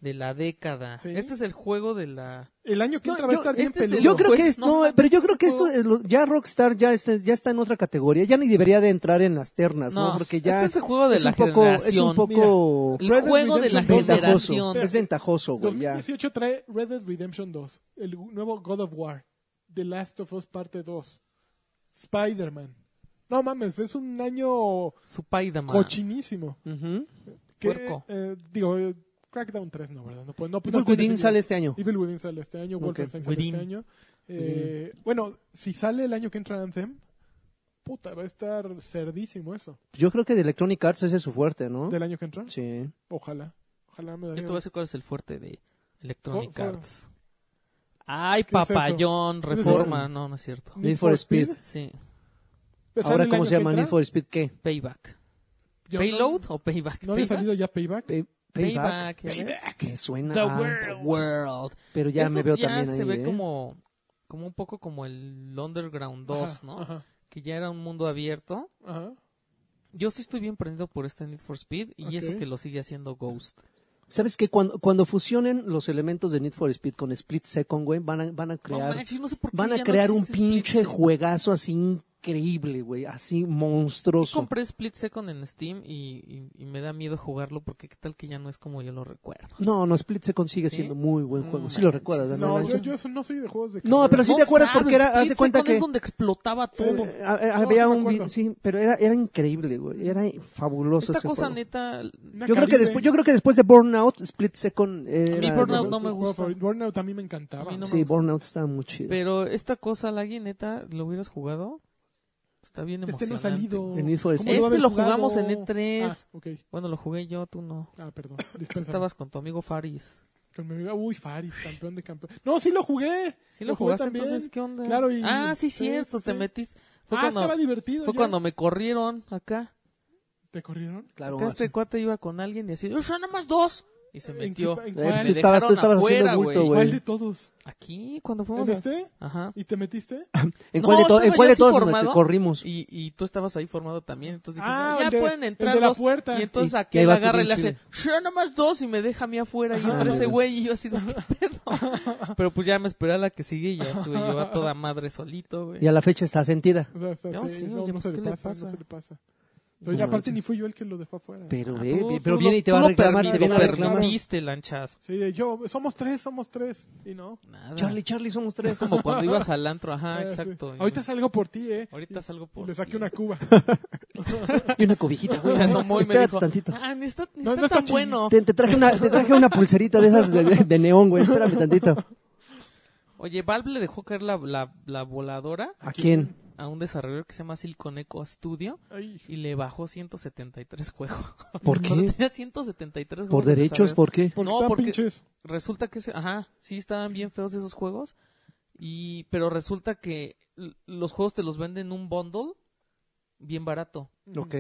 De la década.
¿Sí?
Este es el juego de la.
El año que
No,
entra va a
yo-
estar bien
este es el-
peludo.
Yo creo
Pues,
que es,
no
no, pero yo creo que esto
mames,
es lo- ya Rockstar ya está, ya está en otra categoría, ya ni debería de entrar en las ternas, ¿no?
No,
Porque ya
este es el juego de
es
la
un poco, es
generación.
un poco
El
Red Dead
juego de la
Redemption dos.
ventajoso,
generación.
Espérate.
es ventajoso, güey, ya.
2018 trae Red Dead Redemption 2, el nuevo God of War, The Last of Us Parte 2, Spider-Man. No mames, es un año
Spider-Man.
cochinísimo.
Ujú.
Que,
Puerco.
eh, digo, eh, Crackdown 3 no, ¿verdad? No, pues, no,
Evil
no estoy
Within
decidido.
sale este año.
Evil Within sale este año,
Ok.
Wolfenstein sale
Within.
este año. Eh, Bueno, si sale el año que entra Anthem, puta, va a estar cerdísimo eso.
Yo creo que de Electronic Arts ese es su fuerte, ¿no?
Del año que entra,
Sí.
ojalá. Ojalá me
Yo
daría.
te voy a decir cuál es el fuerte de Electronic
Fue- fue-
Arts. Ay,
es
papayón,
es eso?
reforma. No, no es cierto.
Need for Speed.
Sí,
¿Sale
Ahora,
el
¿cómo
año
se
que
llama?
entra?
Need for Speed, ¿qué?
Payback.
Yo no-
¿Payload o Payback?
¿No había
payback.
salido ya Payback?
Pay-
Payback, ¿ya ves?
Que Ah, suena.
The
a-
World.
Pero ya
Esto
me veo
ya
también ahí.
se ve
¿eh?
como, como un poco como el Underground 2,
Ajá,
¿no?
Ajá,
Que ya era un mundo abierto.
ajá.
Yo sí estoy bien prendido por este Need for Speed y eso
Ok.
que lo sigue haciendo Ghost.
¿Sabes qué? Cuando, cuando fusionen los elementos de Need for Speed con Split Second, güey, van a, van a
No
crear,
manches, no sé por qué
van
ya
a
no
crear un
existe Split
pinche
Second.
juegazo así increíble, güey. Así
Yo
monstruoso.
compré Split Second en Steam y, y- y me da miedo jugarlo porque qué tal que ya no es como yo lo recuerdo.
No, no, Split Second sigue
¿Sí?
siendo muy buen
No
juego. Sí lo
manches,
recuerdas,
sí,
¿verdad?
No, yo,
Manches.
yo eso no soy de juegos de
No, pero sí
No
te acuerdas
sabes,
porque era, haz de
Split
cuenta
Second
que
es donde explotaba todo.
eh, a- eh,
No, sí
había
me
un vi-
acuerdo.
sí, pero era era increíble, güey. Era fabuloso
Esta
ese
cosa
juego.
neta,
Una
Yo creo que
Caribe.
después yo creo que después de Burnout, Split Second
mí
era
Burnout
Tu
no me
juego
gusta.
favorito. Burnout a mí me encantaba.
A mí no me
Sí,
gusta.
Burnout estaba muy chido.
pero esta cosa, la neta, lo hubieras jugado. Está bien
este no ha
emocionante.
salido.
En Need for
¿Cómo
Speed.
va a haber
Este lo
jugado?
jugamos en E3.
Ah, ok.
Bueno, lo jugué yo, tú no.
Ah, perdón.
Tú
Dispensa.
estabas con tu amigo Faris.
Con mi amiga. Uy, Faris, campeón de campeón. No, sí lo jugué.
¿Sí lo,
Lo jugué
jugaste
también.
entonces? ¿Qué onda?
Claro, y-
Ah, sí,
sí,
cierto,
sí,
te
sí.
metiste. Fue,
Ah, estaba
cuando,
divertido.
fue
ya.
cuando me corrieron acá.
¿Te corrieron?
Claro.
Acá este cuate iba con alguien y así, ¡Uy, nada más dos! Y se
¿En
metió.
qué- en
Eh,
cuál?
pues,
Me
tú estabas-
dejaron
tú estabas haciendo
afuera,
bulto,
güey.
¿Cuál
güey.
de todos?
Aquí, cuando fuimos.
¿En
a-
este?
Ajá.
¿Y te metiste?
¿En
No,
cuál de, to-
estaba
en
yo
cuál de
así
todos nos
formado.
te corrimos?
Y, y tú estabas ahí formado también. Entonces dije,
Ah,
"No, ya
el de-
pueden entrar
el de la
dos".
puerta.
Y entonces
Y- y
aquí
ahí
él
vas tú
agarra y
bien
le hace,
chido.
¡Shh, nada más dos! Y me deja a mí afuera. Y entra ese güey y yo así de, "¿Qué pedo?". Pero pues ya me esperé a la que sigue y ya estuve yo a toda madre solito, güey.
Y a la fecha está sentida.
O sea, o sea,
No,
sí,
sí,
no,
oye,
no
pues,
se
¿qué
le
le
pasa,
pasa?
no se le pasa. Pero
No
aparte
manches.
ni fui yo el que lo dejó afuera.
Pero,
Ah,
ve,
tú-
ve,
tú
pero
lo-
viene y te
tú
va a
lo
reclamar y te
permi-
viene a
lo
reclamar.
permitiste, lanchas.
Sí, de yo, somos tres, somos tres. Y no.
Nada.
Charlie, Charlie, somos tres.
Es como cuando ibas al antro, ajá,
Ah, sí.
exacto. Y-
Ahorita salgo por ti, ¿eh?
ahorita salgo
Y
por.
le saqué
ti.
una cuba.
Y una cobijita, güey.
Se asomó y me
Espérate
dijo,
tantito.
ah, ni está, ni
No,
está
no está
tan
chingui-
bueno.
Te, te traje una, te traje una pulserita de esas de, de- de neón, güey. Espérame tantito.
Oye, Valve le dejó caer la, la, la voladora
¿A quién?
a un desarrollador que se llama Silicon Echo Studio
Ay,
y le bajó 173 juegos.
¿Por
O sea,
qué?
tenía 173
¿Por
juegos de
derechos?
desarrollo.
¿Por qué?
porque
No,
están
porque-
pinches.
Resulta que, se- ajá, sí estaban bien feos esos juegos. y Pero resulta que l- los juegos te los venden en un bundle bien barato.
Ok.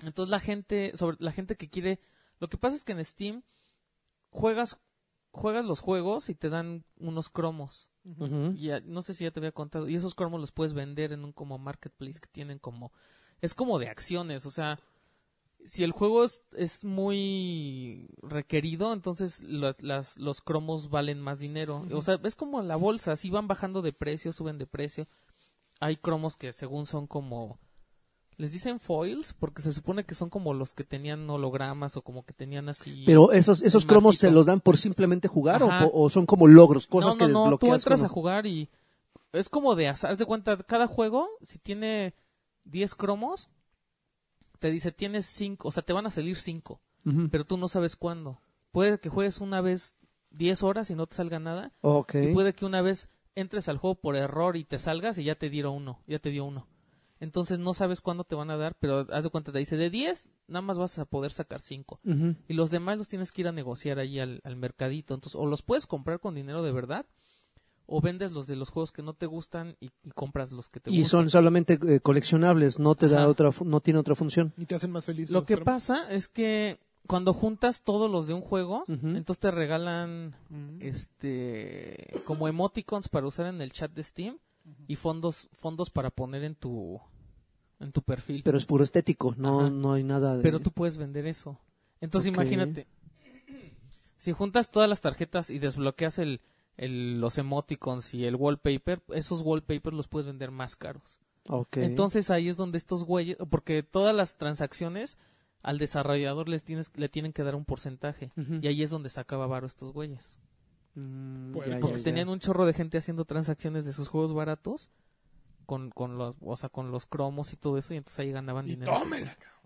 Entonces la gente, sobre la gente que quiere, lo que pasa es que en Steam juegas juegas los juegos y te dan unos cromos.
Ujú.
Y ya- no sé si ya te había contado, y esos cromos los puedes vender en un como marketplace que tienen como es como de acciones, o sea, si el juego es, es muy requerido, entonces las, las- los cromos valen más dinero. O sea, es como la bolsa, si van bajando de precio, suben de precio. Hay cromos que según son como... Les dicen foils porque se supone que son como los que tenían hologramas o como que tenían así...
Pero esos, esos
Un
cromos
marquito.
se los dan por simplemente jugar o,
Ajá.
po- o son como logros, cosas
no, no,
que
no,
desbloqueas.
tú entras
con-
a jugar y es como de azar, haz de cuenta, cada juego, si tiene 10 cromos, te dice tienes 5, o sea, te van a salir 5,
Ujú.
pero tú no sabes cuándo. Puede que juegues una vez 10 horas y no te salga nada,
Ok.
y puede que una vez entres al juego por error y te salgas y ya te dieron uno, ya te dio uno. Entonces no sabes cuándo te van a dar, pero haz de cuenta, te dice de 10, nada más vas a poder sacar 5.
Ujú.
Y los demás los tienes que ir a negociar allí al, al mercadito. Entonces, o los puedes comprar con dinero de verdad, o vendes los de los juegos que no te gustan y, y compras los que te
Y
gustan.
son solamente eh, coleccionables, no te da
Ajá.
otra, fu- no tiene otra función.
Y te hacen más feliz.
Lo
los
que
cromos.
pasa es que cuando juntas todos los de un juego,
Ujú.
entonces te regalan
Ujú.
este como emoticons para usar en el chat de Steam y fondos fondos para poner en tu en tu perfil.
Pero es puro estético, no,
Ajá.
no hay nada de...
Pero tú puedes vender eso. Entonces
Ok.
imagínate, si juntas todas las tarjetas y desbloqueas el, el- los emoticons y el wallpaper, esos wallpapers los puedes vender más caros.
Ok.
Entonces ahí es donde estos güeyes, porque todas las transacciones al desarrollador les tienes, le tienen que dar un porcentaje.
Ujú.
Y ahí es donde sacaba varo estos güeyes.
Mm,
Pues,
ya,
porque
ya, ya.
Tenían un chorro de gente haciendo transacciones de sus juegos baratos con, con los, o sea, con los cromos y todo eso, y entonces ahí ganaban
Y
dinero.
tómela, cabrón.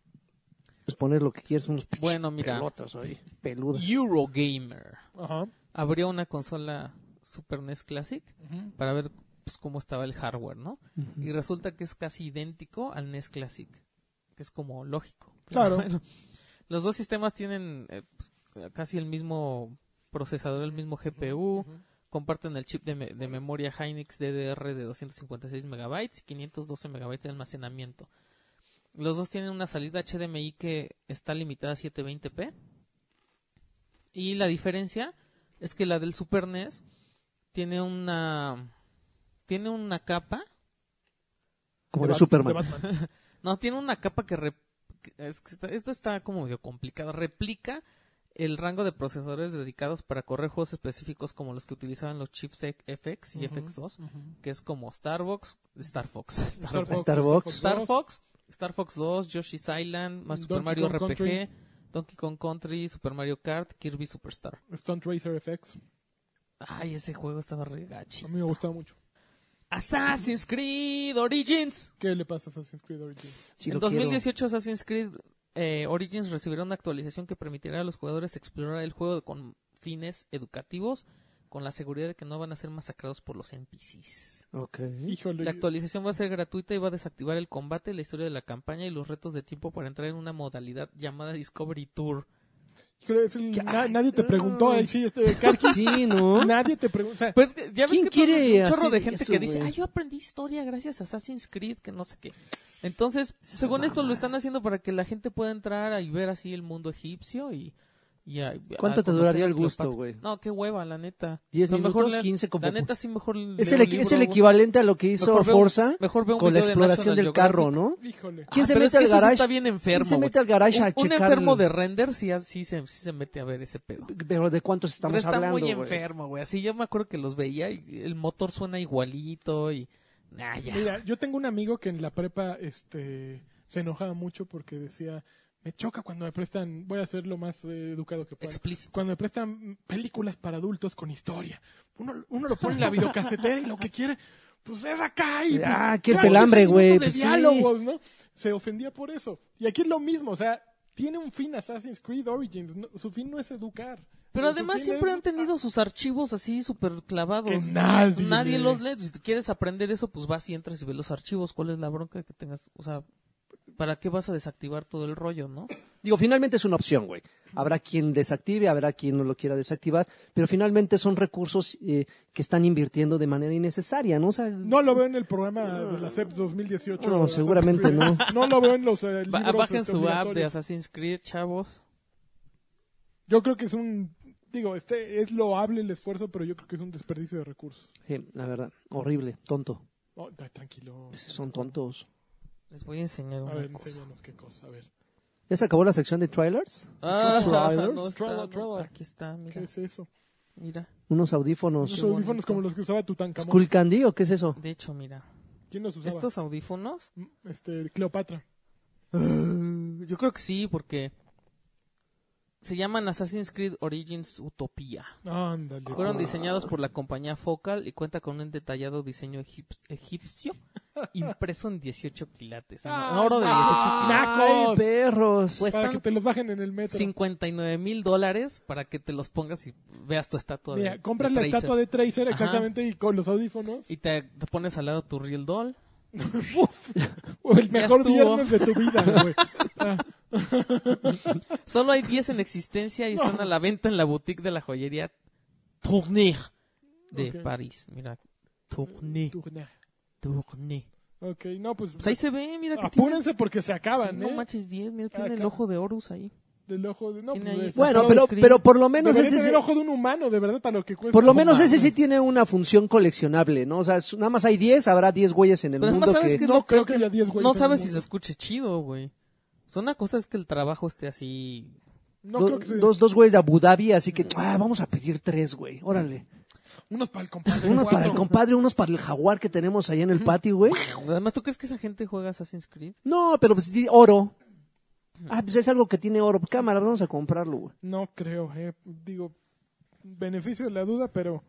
Pues poner lo que quieras, unos pinches
Bueno, mira.
pelotas ahí, peludas.
Eurogamer.
Ajá.
abrió una consola Super NES Classic
Ujú.
para ver pues, cómo estaba el hardware, ¿no?
Ujú.
Y resulta que es casi idéntico al NES Classic, que es como lógico. Pero
Claro.
bueno, los dos sistemas tienen eh, pues, casi el mismo procesador, el mismo GPU,
Ujú.
comparten el chip de, me- de memoria Hynix DDR de 256 megabytes y 512 megabytes de almacenamiento. Los dos tienen una salida HDMI que está limitada a 720p. Y la diferencia es que la del Super NES tiene una tiene una capa,
Como
De
de,
Bat-
Superman.
de Batman.
no, tiene una capa que, rep- que- es que está- esto está como medio complicado, replica el rango de procesadores dedicados para correr juegos específicos como los que utilizaban los chips e- FX y
Ujú.
FX2,
Ujú.
que es como Starbucks, Star Fox, Star,
Star Fox.
Starbucks.
Star Fox, Star Fox 2, Yoshi's Island, más Super
Donkey
Mario
Kong
RPG,
Country.
Donkey Kong Country, Super Mario Kart, Kirby Superstar.
Stunt Racer FX.
Ay, ese juego estaba re gachi.
A mí me gustaba mucho.
Assassin's Creed Origins.
¿Qué le pasa a Assassin's Creed Origins?
Sí,
en
lo quiero.
2018 Assassin's Creed eh, Origins recibirá una actualización que permitirá a los jugadores explorar el juego con fines educativos, con la seguridad de que no van a ser masacrados por los NPCs.
Ok.
Híjole.
La actualización va a ser gratuita y va a desactivar el combate, la historia de la campaña y los retos de tiempo para entrar en una modalidad llamada Discovery Tour.
híjole, es el-
¿Qué?
na- nadie te preguntó.
Ay.
eh, sí, este, Karki,
Sí, ¿no?
Nadie te preguntó. O sea,
Pues que- ya ves
¿Quién
que todo-
quiere
un chorro
hacer
de gente
eso,
que dice,
güey?
"Ah, yo aprendí historia gracias a Assassin's Creed", que no sé qué. Entonces, según esto lo están haciendo para que la gente pueda entrar a- y ver así el mundo egipcio y, y a-
¿Cuánto
a
te
conocer
duraría
a
el gusto,
Cleopatra.
güey?
No, qué hueva, la neta.
¿Diez
A lo mejor
minutos?
le-
¿Quince como?
La neta sí mejor
Es el,
leo un
equi- es
libro,
el
güey.
equivalente a lo que hizo
Mejor veo un-
Forza
mejor veo un
con la
video de
exploración
National
del
Geographic.
carro, ¿no?
híjole.
¿Quién
Ah,
se
pero
mete
es que
al
eso sí
garage?
está bien enfermo.
¿Quién se
güey.
mete al garage
un,
a
un
checar?
enfermo
el-
de render sí, sí se, sí se mete a ver ese pedo.
Pero ¿de cuántos estamos
Pero está
hablando,
muy
güey?
enfermo, güey. Así yo me acuerdo que los veía y el motor suena igualito y... Nah, ya.
Mira, yo tengo un amigo que en la prepa este, se enojaba mucho porque decía, me choca cuando me prestan, voy a ser lo más eh, educado que pueda.
Explícito.
Cuando me prestan películas para adultos con historia. Uno, uno lo pone en la videocasetera y lo que quiere, pues es acá y pues,
Ah, qué
claro,
pelambre,
ese
güey,
minuto De
pues sí.
diálogos, ¿no? Se ofendía por eso. Y aquí es lo mismo, o sea, tiene un fin Assassin's Creed Origins. no- su fin no es educar.
Pero
Su
además
fin
siempre
es-
han tenido sus archivos así súper clavados.
ah. Que nadie lee.
los lee. Si tú quieres aprender eso, pues vas y entras y ves los archivos. ¿Cuál es la bronca que tengas? O sea, ¿para qué vas a desactivar todo el rollo, no?
Digo, finalmente es una opción, güey. Habrá quien desactive, habrá quien no lo quiera desactivar, pero finalmente son recursos eh, que están invirtiendo de manera innecesaria, ¿no? O sea,
No lo veo en el programa de la E CEP 2018.
No,
Assassin's
seguramente
Creed.
no.
No lo veo en los eh, libros.
Ba- ah, Bajen
este,
su app de
obligatorios.
Assassin's Creed, chavos.
Yo creo que es un, digo, este es loable el esfuerzo, pero yo creo que es un desperdicio de recursos.
eh, la verdad, horrible, tonto.
Oh, da- tranquilo.
Pues son tontos.
Les voy a enseñar
A
una
ver,
cosa.
enséñanos qué cosa. A ver,
¿Ya se acabó la sección de trailers?
Ah,
Son trailers.
no está,
Trailer,
no,
trailer.
Aquí está,
¿qué
mira.
es eso?
Mira.
Unos
Unos
audífonos.
audífonos
bonito.
como los que usaba Tutankamón.
¿Skull Candy o qué es eso?
De hecho, mira.
¿Quién los usaba?
Estos audífonos.
Mm, Este, Cleopatra.
Ah, Yo creo que sí, porque se llaman Assassin's Creed Origins Utopía.
Ándale.
Fueron
pues.
diseñados por la compañía Focal y cuenta con un detallado diseño egip- egipcio impreso en 18 quilates. En
Ah,
oro de
no.
18 quilates.
¡Nacos!
¡Ay, perros!
Para que
Cuestan
te los bajen en el metro.
59 mil dólares para que te los pongas y veas tu estatua. de-
Mira, compras
de
la
Tracer.
estatua de Tracer
Ajá.
exactamente y con los audífonos.
Y te, te pones al lado tu Real Doll.
Uf, el mejor
estuvo.
viernes de tu vida, güey. Ah,
Solo hay 10 en existencia y están a la venta en la boutique de la joyería Tourneur de
Ok.
París. Mira, Tourneur,
Turner.
Tourneur.
Ok, no, pues,
Pues ahí se ve, mira que tiene...
apúrense porque se acaban,
Sí,
¿eh?
No manches 10, mira, tiene el
Acá.
ojo de Horus ahí.
Del ojo de... No,
Tiene
pues,
ahí-
es-
Bueno,
Assassin's
pero,
Creed.
pero por lo menos
Debería
ese
tener
sí,
el ojo de un humano, de verdad, para lo que cuesta.
por lo
No
menos ese
Pues mames.
sí tiene una función coleccionable, ¿no? O sea, es- nada más hay 10, habrá 10 güeyes en el
Pero además
mundo
Pues sabes
que...
que
No creo que haya 10 güeyes.
no
en el
sabes si se
mundo.
escuche chido, güey. O sea, una cosa es que el trabajo esté así.
No
do-
creo que se...
dos, dos güeyes de Abu Dhabi, así que ah, vamos a pedir tres, güey. Órale.
Unos para el compadre.
Unos para el
cuatro.
compadre, unos para el jaguar que tenemos ahí en el patio, güey.
Además, ¿tú crees que esa gente juega Assassin's Creed?
No, pero pues di- oro. Ah, pues es algo que tiene oro. Cámara, vamos a comprarlo, güey.
No creo, eh. Digo, beneficio de la duda, pero...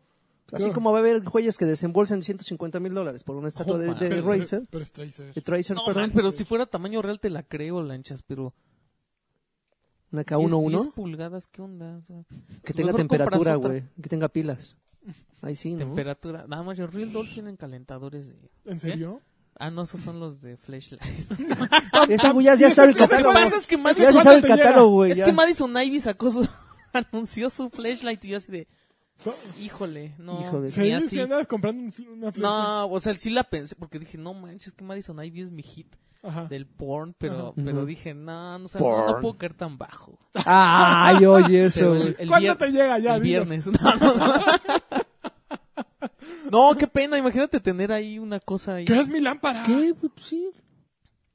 Pues Así
Claro.
como va a haber güeyes que desembolsan 150 mil dólares por una estatua de,
Jopa.
de
pero,
Razer, ¿Eh?
pero- pero es Tracer.
de Tracer,
Oh, No,
perdón,
man, pero si fuera tamaño real te la creo, lanchas, pero.
una
10, 10
K11,
pulgadas, ¿qué onda? O sea,
que tenga
mejor
temperatura,
compras otra.
güey, que tenga pilas. Ahí sí, ¿no?
Temperatura. Nada más, en Real Doll tienen calentadores de.
¿En serio?
Ah, no, esos son los de Flashlight.
Ese güey ya, ya sabe el
Lo que
catálogo.
pasa
es que
Ya
Madison-
sabe el
¿cuánto te
catálogo,
llega?
güey.
es
ya.
que Madison Ivy sacó su. anunció su Flashlight y yo así de.
So-
Híjole, no.
Híjole.
ni
¿Sí?
así.
¿Sí andabas comprando un fl- una flashlight?
No, o sea, sí la pensé porque dije, no manches, que Madison Ivy es mi hit
Ajá.
del porn, pero,
Ajá.
pero
Ujú.
dije, no, no, sé, no, no
Porn.
puedo caer tan bajo.
Ay, oye eso,
Pero
güey.
el
¿Cuándo
vier-
te llega ya?
el
dinos?
viernes. No, no, no. No, qué pena, imagínate tener ahí una cosa ahí.
¿Qué es mi lámpara?
¿Qué? Pues Sí.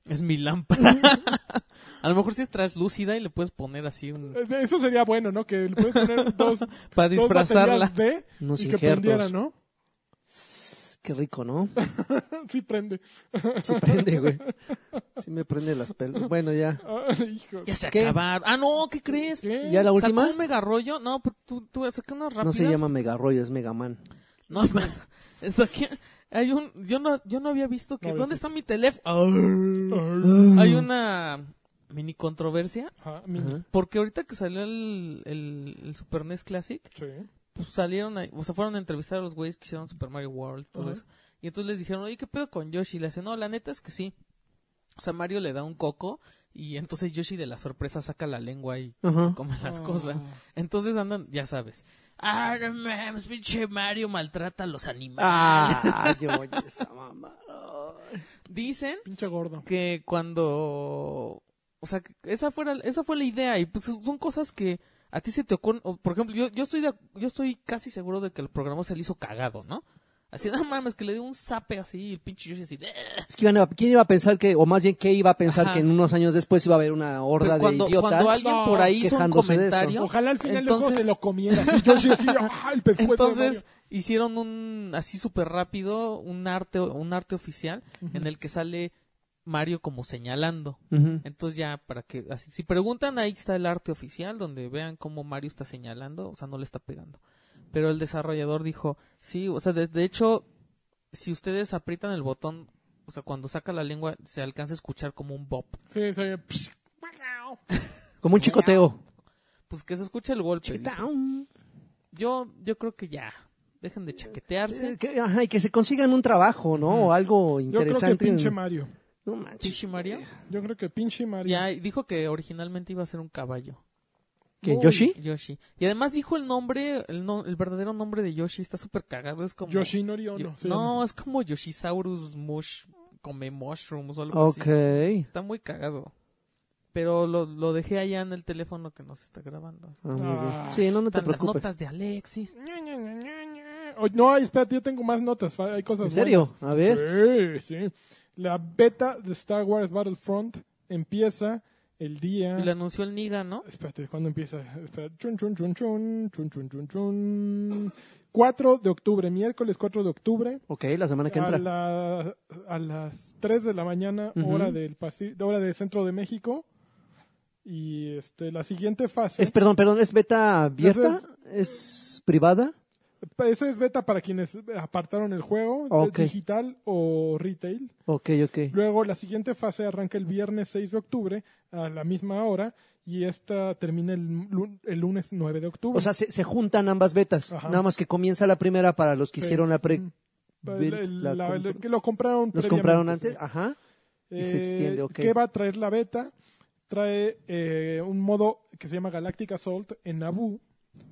Es mi lámpara. A lo mejor si es translúcida y le puedes poner así un...
Eh, Eso sería bueno, ¿no? Que le puedes poner dos,
para
dos
disfrazarla.
baterías de
Unos
y que
injertos.
prendiera, ¿no?
Qué rico, ¿no?
Sí prende.
Sí prende, güey. Sí me prende las pelas. Bueno, ya.
Ah, hijo.
Ya se
¿Qué?
acabaron. Ah, no, ¿qué crees?
¿Qué?
¿Ya la
Sacó
última?
un mega rollo. No, pero tú, tú saqué unas
No
rápidas.
se llama Mega Rollo, es Mega Man.
No, ma- está aquí- hay un, yo no, yo no había visto que,
No había
¿dónde está mi teléfono? Hay una mini controversia,
Ajá, mini.
Ajá.
porque ahorita que salió el, el, el Super NES Classic,
Sí.
pues salieron, ahí- o sea, fueron a entrevistar a los güeyes que hicieron Super Mario World, todo
Ajá.
eso. Y entonces les dijeron, oye, ¿qué pedo con Yoshi? Y le dicen, no, la neta es que sí. O sea, Mario le da un coco y entonces Yoshi de la sorpresa saca la lengua y
Ajá.
se come
Ah.
las cosas. Entonces andan, ya sabes. Ah, no mames, pinche Mario maltrata a los animales.
Ah, yo oye esa mamá.
Dicen
Pinche gordo.
que cuando o sea que esa fuera esa fue la idea y pues son cosas que a ti se te ocurren o, por ejemplo yo yo estoy de ac- yo estoy casi seguro de que el programa se le hizo cagado no así no mames que le dio un zape así y el pinche Yoshi así "Eh". de-
Es que iban a- ¿quién iba a pensar que, o más bien, qué iba a pensar
Ajá.
que en unos años después iba a haber una
Pero
horda
cuando
de idiotas?
cuando alguien
No,
por ahí hizo un
quejándose de eso.
comentario
Ojalá al final del
Entonces-
juego se lo comiera. Sí, yo sí, sí, ah, el pescuezo de
entonces hicieron un así súper rápido un arte un arte oficial en el que sale Mario como señalando.
Ujú.
Entonces ya para que así si preguntan ahí está el arte oficial donde vean cómo Mario está señalando, o sea, no le está pegando. Pero el desarrollador dijo, "Sí, o sea, de, de hecho si ustedes aprietan el botón, o sea, cuando saca la lengua se alcanza a escuchar como un bop.
Sí, se oye, psh,
Como un chicoteo.
Pues que se escucha el golpe." dice.
Chiquitaun.
Yo yo creo que ya dejen de
Eh,
chaquetearse.
que- ajá, y que se consigan un trabajo, ¿no? O algo
Yo creo que
interesante.
pinche Mario.
No manches.
Pichi Mario.
Yo creo que pinche Mario.
Ya y dijo que originalmente iba a ser un caballo.
¿Qué,
Uy,
Yoshi?
Yoshi. Y además dijo el nombre, el, no- el verdadero nombre de Yoshi, está súper cagado, es como...
Yoshinori
Yo-
Ono. se
no,
llama.
es como Yoshisaurus Mush come mushrooms o algo
Ok.
así. Está muy cagado. Pero lo, lo dejé allá en el teléfono que nos está grabando.
Ah, muy
Ah,
bien. sí, no, no te
Están las
preocupes.
notas de Alexis.
Ña, Ña, Ña, Ña, Ña. Oh, No, ahí espérate, yo tengo más notas. fa- Hay cosas
¿En serio? A ver.
buenas. Sí, sí. La beta de Star Wars Battlefront empieza el día...
Y lo anunció el Niga, ¿no?
Espérate, ¿cuándo empieza? Espera. Chun, chun, chun, chun, chun, chun, chun, chun. 4 de octubre, miércoles 4 de octubre.
Ok, la semana que
A,
entra.
Ah, la- a las 3 de la mañana,
Ujú.
hora del Paci- de hora del centro de México. Y este, la siguiente fase.
Es, perdón, perdón, ¿es beta abierta?
Entonces-
¿Es privada?
Esa es beta para quienes apartaron el juego, de-
Ok.
digital o retail.
Ok, ok.
Luego la siguiente fase arranca el viernes 6 de octubre a la misma hora y esta termina el, lu- el lunes 9 de octubre.
O sea, se, se juntan ambas betas.
Ajá.
Nada más que comienza la primera para los que
Sí.
hicieron la pre.
Ujú.
ven-
El- el-
la
la-
comp-
el- que lo compraron
los
previamente.
compraron antes. Ajá. y se
Eh,
extiende, ok.
¿Qué va a traer la beta? Trae eh, un modo que se llama Galactic Assault en Naboo,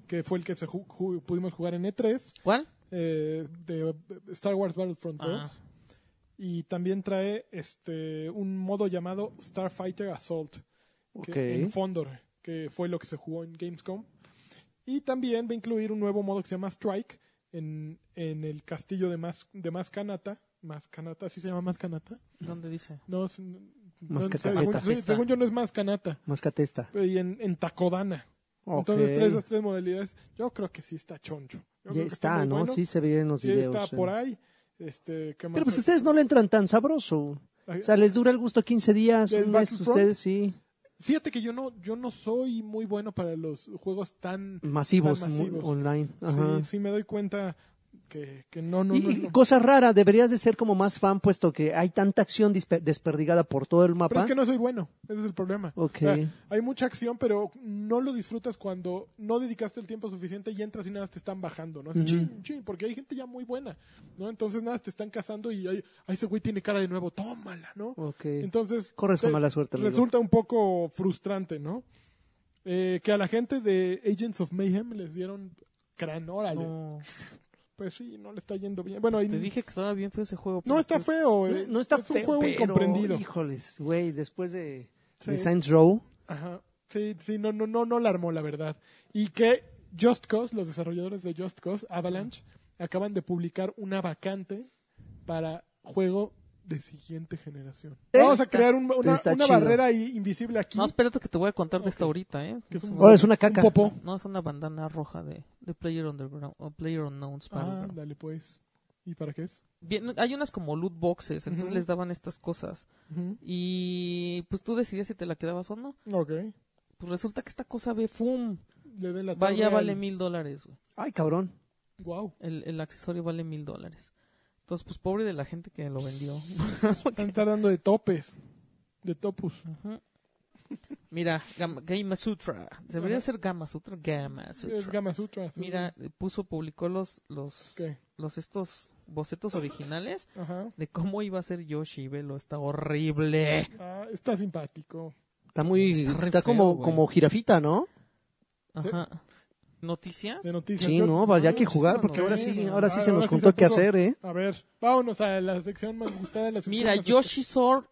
que fue el que se ju- ju- pudimos jugar en E E3,
¿Cuál?
eh, de Star Wars Battlefront
Ah.
2. Y también trae este un modo llamado Starfighter Assault que-
Ok.
en Fondor, que fue lo que se jugó en Gamescom. Y también va a incluir un nuevo modo que se llama Strike en, en el castillo de, Mas, de Mascanata. Mascanata, ¿sí se llama Mascanata?
¿Dónde dice?
No, es- no,
Mascanata.
según, sí, según yo no es Mascanata.
Más catesta.
Y en, en Tacodana.
Ok.
Entonces, tres, las tres modalidades. Yo creo que sí está choncho.
Ya
Yo creo que
está,
muy
¿no?
bueno.
Sí se veía en los
Sí,
videos.
está
sí.
por ahí. Este, ¿qué más?
Pero pues ustedes no le entran tan sabroso. O sea, les dura el gusto 15 días,
¿Del
un mes
Battlefront?
ustedes, sí.
Fíjate que yo no, yo no soy muy bueno para los juegos tan...
Masivos,
Tan
mu-
masivos.
online. Ajá.
Sí, sí me doy cuenta que, que no, no,
Y,
no es
y
lo-
cosa rara, deberías de ser como más fan, puesto que hay tanta acción dispe- desperdigada por todo el
Pero
mapa.
es que no soy bueno, ese es el problema.
Ok.
hay mucha acción, pero no lo disfrutas cuando no dedicaste el tiempo suficiente y entras y nada más te están bajando, ¿no? Así,
Ujú.
chin, chin, porque hay gente ya muy buena, ¿no? Entonces nada, más te están cazando y ahí, "Ay, ese güey tiene cara de nuevo, tómala, ¿no?
Ok.
Entonces...
Corres con
te-
mala suerte, amigo.
Resulta un poco frustrante, ¿no? Eh, que a la gente de Agents of Mayhem les dieron crán, órale.
No.
Pues sí, Ah, no le está yendo bien. Bueno, ahí-
Te dije que estaba bien feo ese juego.
no
pero
está
pues-
feo. eh.
No, no está
es un
feo,
juego
pero,
incomprendido.
híjoles, güey, después de,
Sí.
de Saints Row,
Ajá. Sí, sí, no, no, no, no la armó, la verdad. Y que Just Cause, los desarrolladores de Just Cause, Avalanche, acaban de publicar una vacante para juego de siguiente generación.
Pero
Vamos a
está-
crear un-
pero
una,
está
una
chido.
barrera ahí invisible aquí.
No, espérate que te voy a contar de esta ahorita, ¿eh?
que es un,
Ahora es una caca.
un popó.
No, es una bandana roja de, de Player Underground o Player Unknown's
Ah,
Battleground.
dale pues. ¿Y para qué es?
Bien, hay unas como loot boxes, entonces
Ujú.
les daban estas cosas.
Ujú.
Y pues tú decidías si te la quedabas o no.
Ok.
Pues resulta que esta cosa ve ¡fum!
Le den la
Vaya, vale mil dólares, güey.
ay cabrón,
Wow.
El, el accesorio vale mil dólares. Entonces, pues pobre de la gente que lo vendió.
Están tardando de topes. De topus.
Ujú. Mira, Gam- Gama Sutra. Debería ser Gama Sutra. Gama
Es
Sutra.
Gama Sutra. sí.
Mira, puso, publicó los, los,
¿Qué?
los estos bocetos originales
Ajá.
de cómo iba a ser Yoshi. Velo, está horrible.
Ah, está simpático.
está muy,
Está
está,
re feo,
como,
güey.
como jirafita, ¿no?
Ajá. ¿Noticias?
De noticias.
Sí,
Yo-
no, vaya que
muchísima
jugar, porque ahora
noticia.
sí, ahora sí se
Ahora
nos
sí
contó
se
qué
puso-
hacer, ¿eh?
A ver, vámonos a la sección más gustada de la sección.
Mira, Yoshisor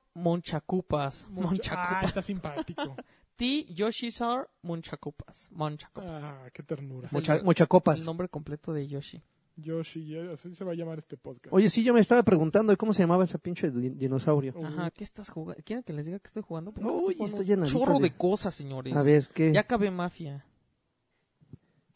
Monchacupas.
Ah,
Monchacupas.
está simpático.
Ti Yoshisor Monchacupas. Monchacupas.
Ah, qué ternura.
Sí.
Mocha-
el-
Ah.
mochacopas.
El nombre completo de Yoshi.
Yoshi, eh, así se va a llamar este podcast.
Oye, sí, yo me estaba preguntando cómo se llamaba ese pinche di- dinosaurio.
Uy.
Ajá, ¿qué estás jugando? ¿Quieren que les diga que estoy jugando? Porque
Uy,
estoy jugando
estoy llenadito
un chorro
de-
de cosas, señores.
A ver, ¿qué?
Ya acabé Mafia.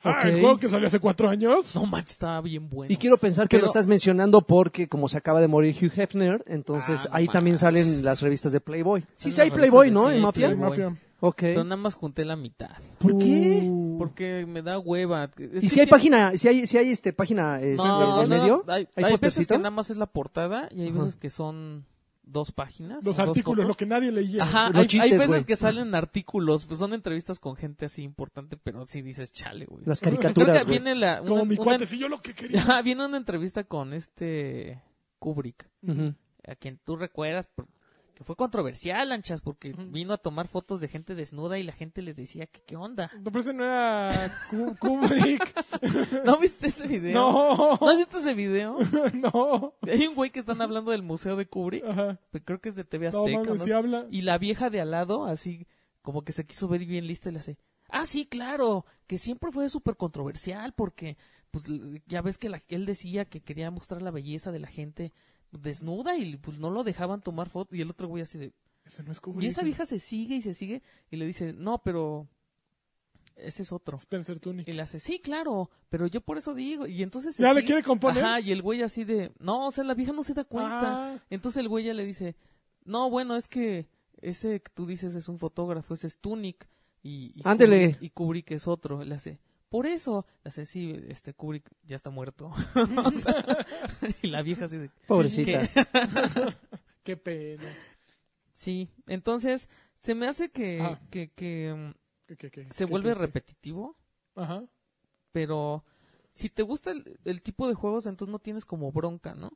Ah,
Ok.
el juego que salió hace cuatro años.
No manches, estaba bien bueno.
Y quiero pensar que
Pero-
lo estás mencionando porque como se acaba de morir Hugh Hefner, entonces
Ah, no
ahí también
manches.
salen las revistas de Playboy. Sí,
Salen
sí hay
las
Playboy,
revistas
¿no?
de-
En
sí,
Mafia.
Playboy.
Mafia.
Ok.
Pero nada más junté la mitad.
¿Por qué?
Uh,
Porque me da hueva. Es
¿Y
que
si hay
tiene-
página, si hay, si hay este página este,
No,
en
no,
medio?
Hay,
¿Hay
hay veces
postercito?
que nada más es la portada y hay
Ajá.
veces que son dos páginas. o
los
dos
artículos,
fotos.
lo que nadie leía.
Ajá,
los
hay, hay
chistes,
veces
güey.
que salen artículos, pues son entrevistas con gente así importante, pero sí dices chale, güey.
Las
Creo
caricaturas,
que
güey.
viene la. Una,
Como mi
una-
cuate, si yo lo que quería.
Ajá, viene una entrevista con este Kubrick,
Ujú.
a quien tú recuerdas, por- que fue controversial, Anchas, porque vino a tomar fotos de gente desnuda y la gente le decía que qué onda.
No, pero ese no era Ku- Kubrick.
¿No viste ese video?
no,
¿No has visto ese video?
no.
Hay un güey que están hablando del museo de Kubrick,
Ajá.
pues creo que es de TV
No,
Azteca.
mames,
¿no?
si habla.
Y la vieja de al lado, así como que se quiso ver bien lista y le hace, ah, sí, claro, que siempre fue súper controversial porque, pues, l- ya ves que la- él decía que quería mostrar la belleza de la gente desnuda y pues no lo dejaban tomar fotos y el otro güey así de...
Ese no es Kubrick.
Y esa vieja se sigue y se sigue y le dice, no, pero ese es otro.
Spencer Tunick.
Y le hace, sí, claro, pero yo por eso digo. Y entonces...
¿Ya
así-
le quiere componer?
Ajá, y el güey así de, no, o sea, la vieja no se da cuenta.
Ah,
Entonces el güey ya le dice, no, bueno, es que ese que tú dices es un fotógrafo, ese es Tunic. Y, y
Ándele.
Kubrick, y Kubrick es otro. Le hace, por eso. Le hace, sí, este Kubrick ya está muerto. O sea, y la vieja así de,
Pobrecita.
"¿Qué?".
qué pena.
Sí, entonces se me hace que,
Ah.
que, que, mm,
¿Qué, qué, qué, qué,
se vuelve
qué, qué?
repetitivo,
Ajá.
pero si te gusta el, el tipo de juegos, entonces no tienes como bronca, ¿no?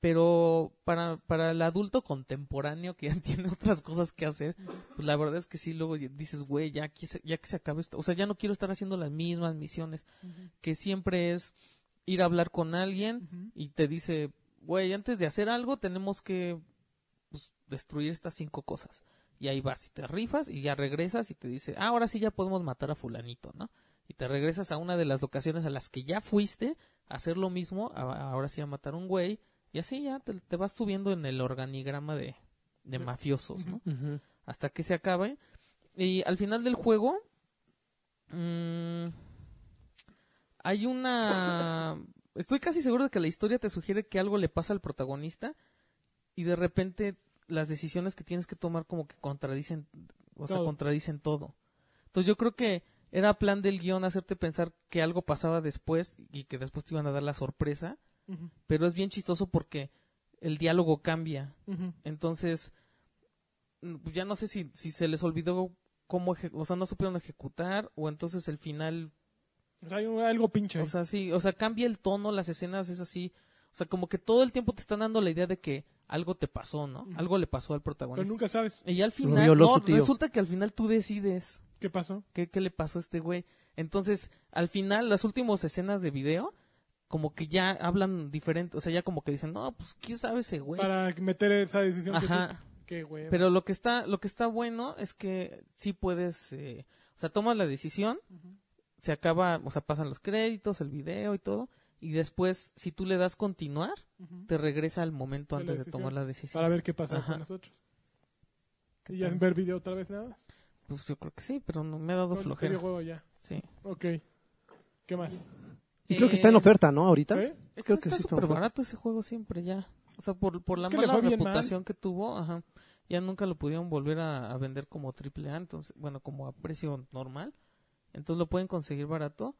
Pero para, para el adulto contemporáneo que ya tiene otras cosas que hacer, pues la verdad es que sí, luego dices, güey, ya, que se- ya que se acabe esto, o sea, ya no quiero estar haciendo las mismas misiones, que siempre es ir a hablar con alguien
Ujú.
y te dice, güey, antes de hacer algo tenemos que pues, destruir estas cinco cosas. Y ahí vas y te rifas y ya regresas y te dice, ah, ahora sí ya podemos matar a fulanito, ¿no? Y te regresas a una de las locaciones a las que ya fuiste a hacer lo mismo, a- ahora sí a matar a un güey. Y así ya te, te vas subiendo en el organigrama de, de
Ujú.
mafiosos, ¿no?
Ujú.
hasta que se acabe. Y al final del juego mm, hay una... Estoy casi seguro de que la historia te sugiere que algo le pasa al protagonista y de repente las decisiones que tienes que tomar como que contradicen, o sea,
Todo.
contradicen todo. Entonces yo creo que era plan del guión hacerte pensar que algo pasaba después y que después te iban a dar la sorpresa,
Ujú,
pero es bien chistoso porque el diálogo cambia.
ujú.
Entonces, mm, pues ya no sé si, si se les olvidó cómo, eje- o sea, no supieron ejecutar, o entonces el final,
O sea, hay un- algo pinche.
o sea, sí, o sea, cambia el tono, las escenas es así, o sea, como que todo el tiempo te están dando la idea de que algo te pasó, ¿no?
Ujú.
Algo le pasó al
pero
protagonista.
nunca sabes
Y al
Lo
final,
violó
no,
su tío.
resulta que al final tú decides
qué pasó.
qué, qué le pasó a este güey. Entonces, al final, las últimas escenas de video, como que ya hablan diferente, o sea, ya como que dicen, no, pues, ¿quién sabe ese güey?
Para meter esa decisión que
Ajá.
tú- Qué güey.
Pero lo que está, lo que está bueno es que sí puedes, eh, o sea, tomas la decisión, se acaba, o sea, pasan los créditos, el video y todo, y después, si tú le das continuar,
Ujú.
te regresa al momento
De la
antes de
decisión.
tomar la decisión.
Para ver qué pasó
Ajá.
con nosotros.
¿Qué
Y ya
tal?
ver video otra vez nada más.
Pues yo creo que sí, pero no me ha dado
No,
flojera.
video juego ya.
Sí.
Ok. ¿Qué más?
Y creo que está en
Eh,
oferta, ¿no? Ahorita.
¿Eh?
Este
Creo que
está
sí está
súper
oferta.
barato ese juego siempre ya. O sea, por, por la
que le
mala
fue bien mal.
reputación que tuvo, ajá, ya nunca lo pudieron volver a, a vender como triple A, entonces, bueno, como a precio normal. Entonces lo pueden conseguir barato.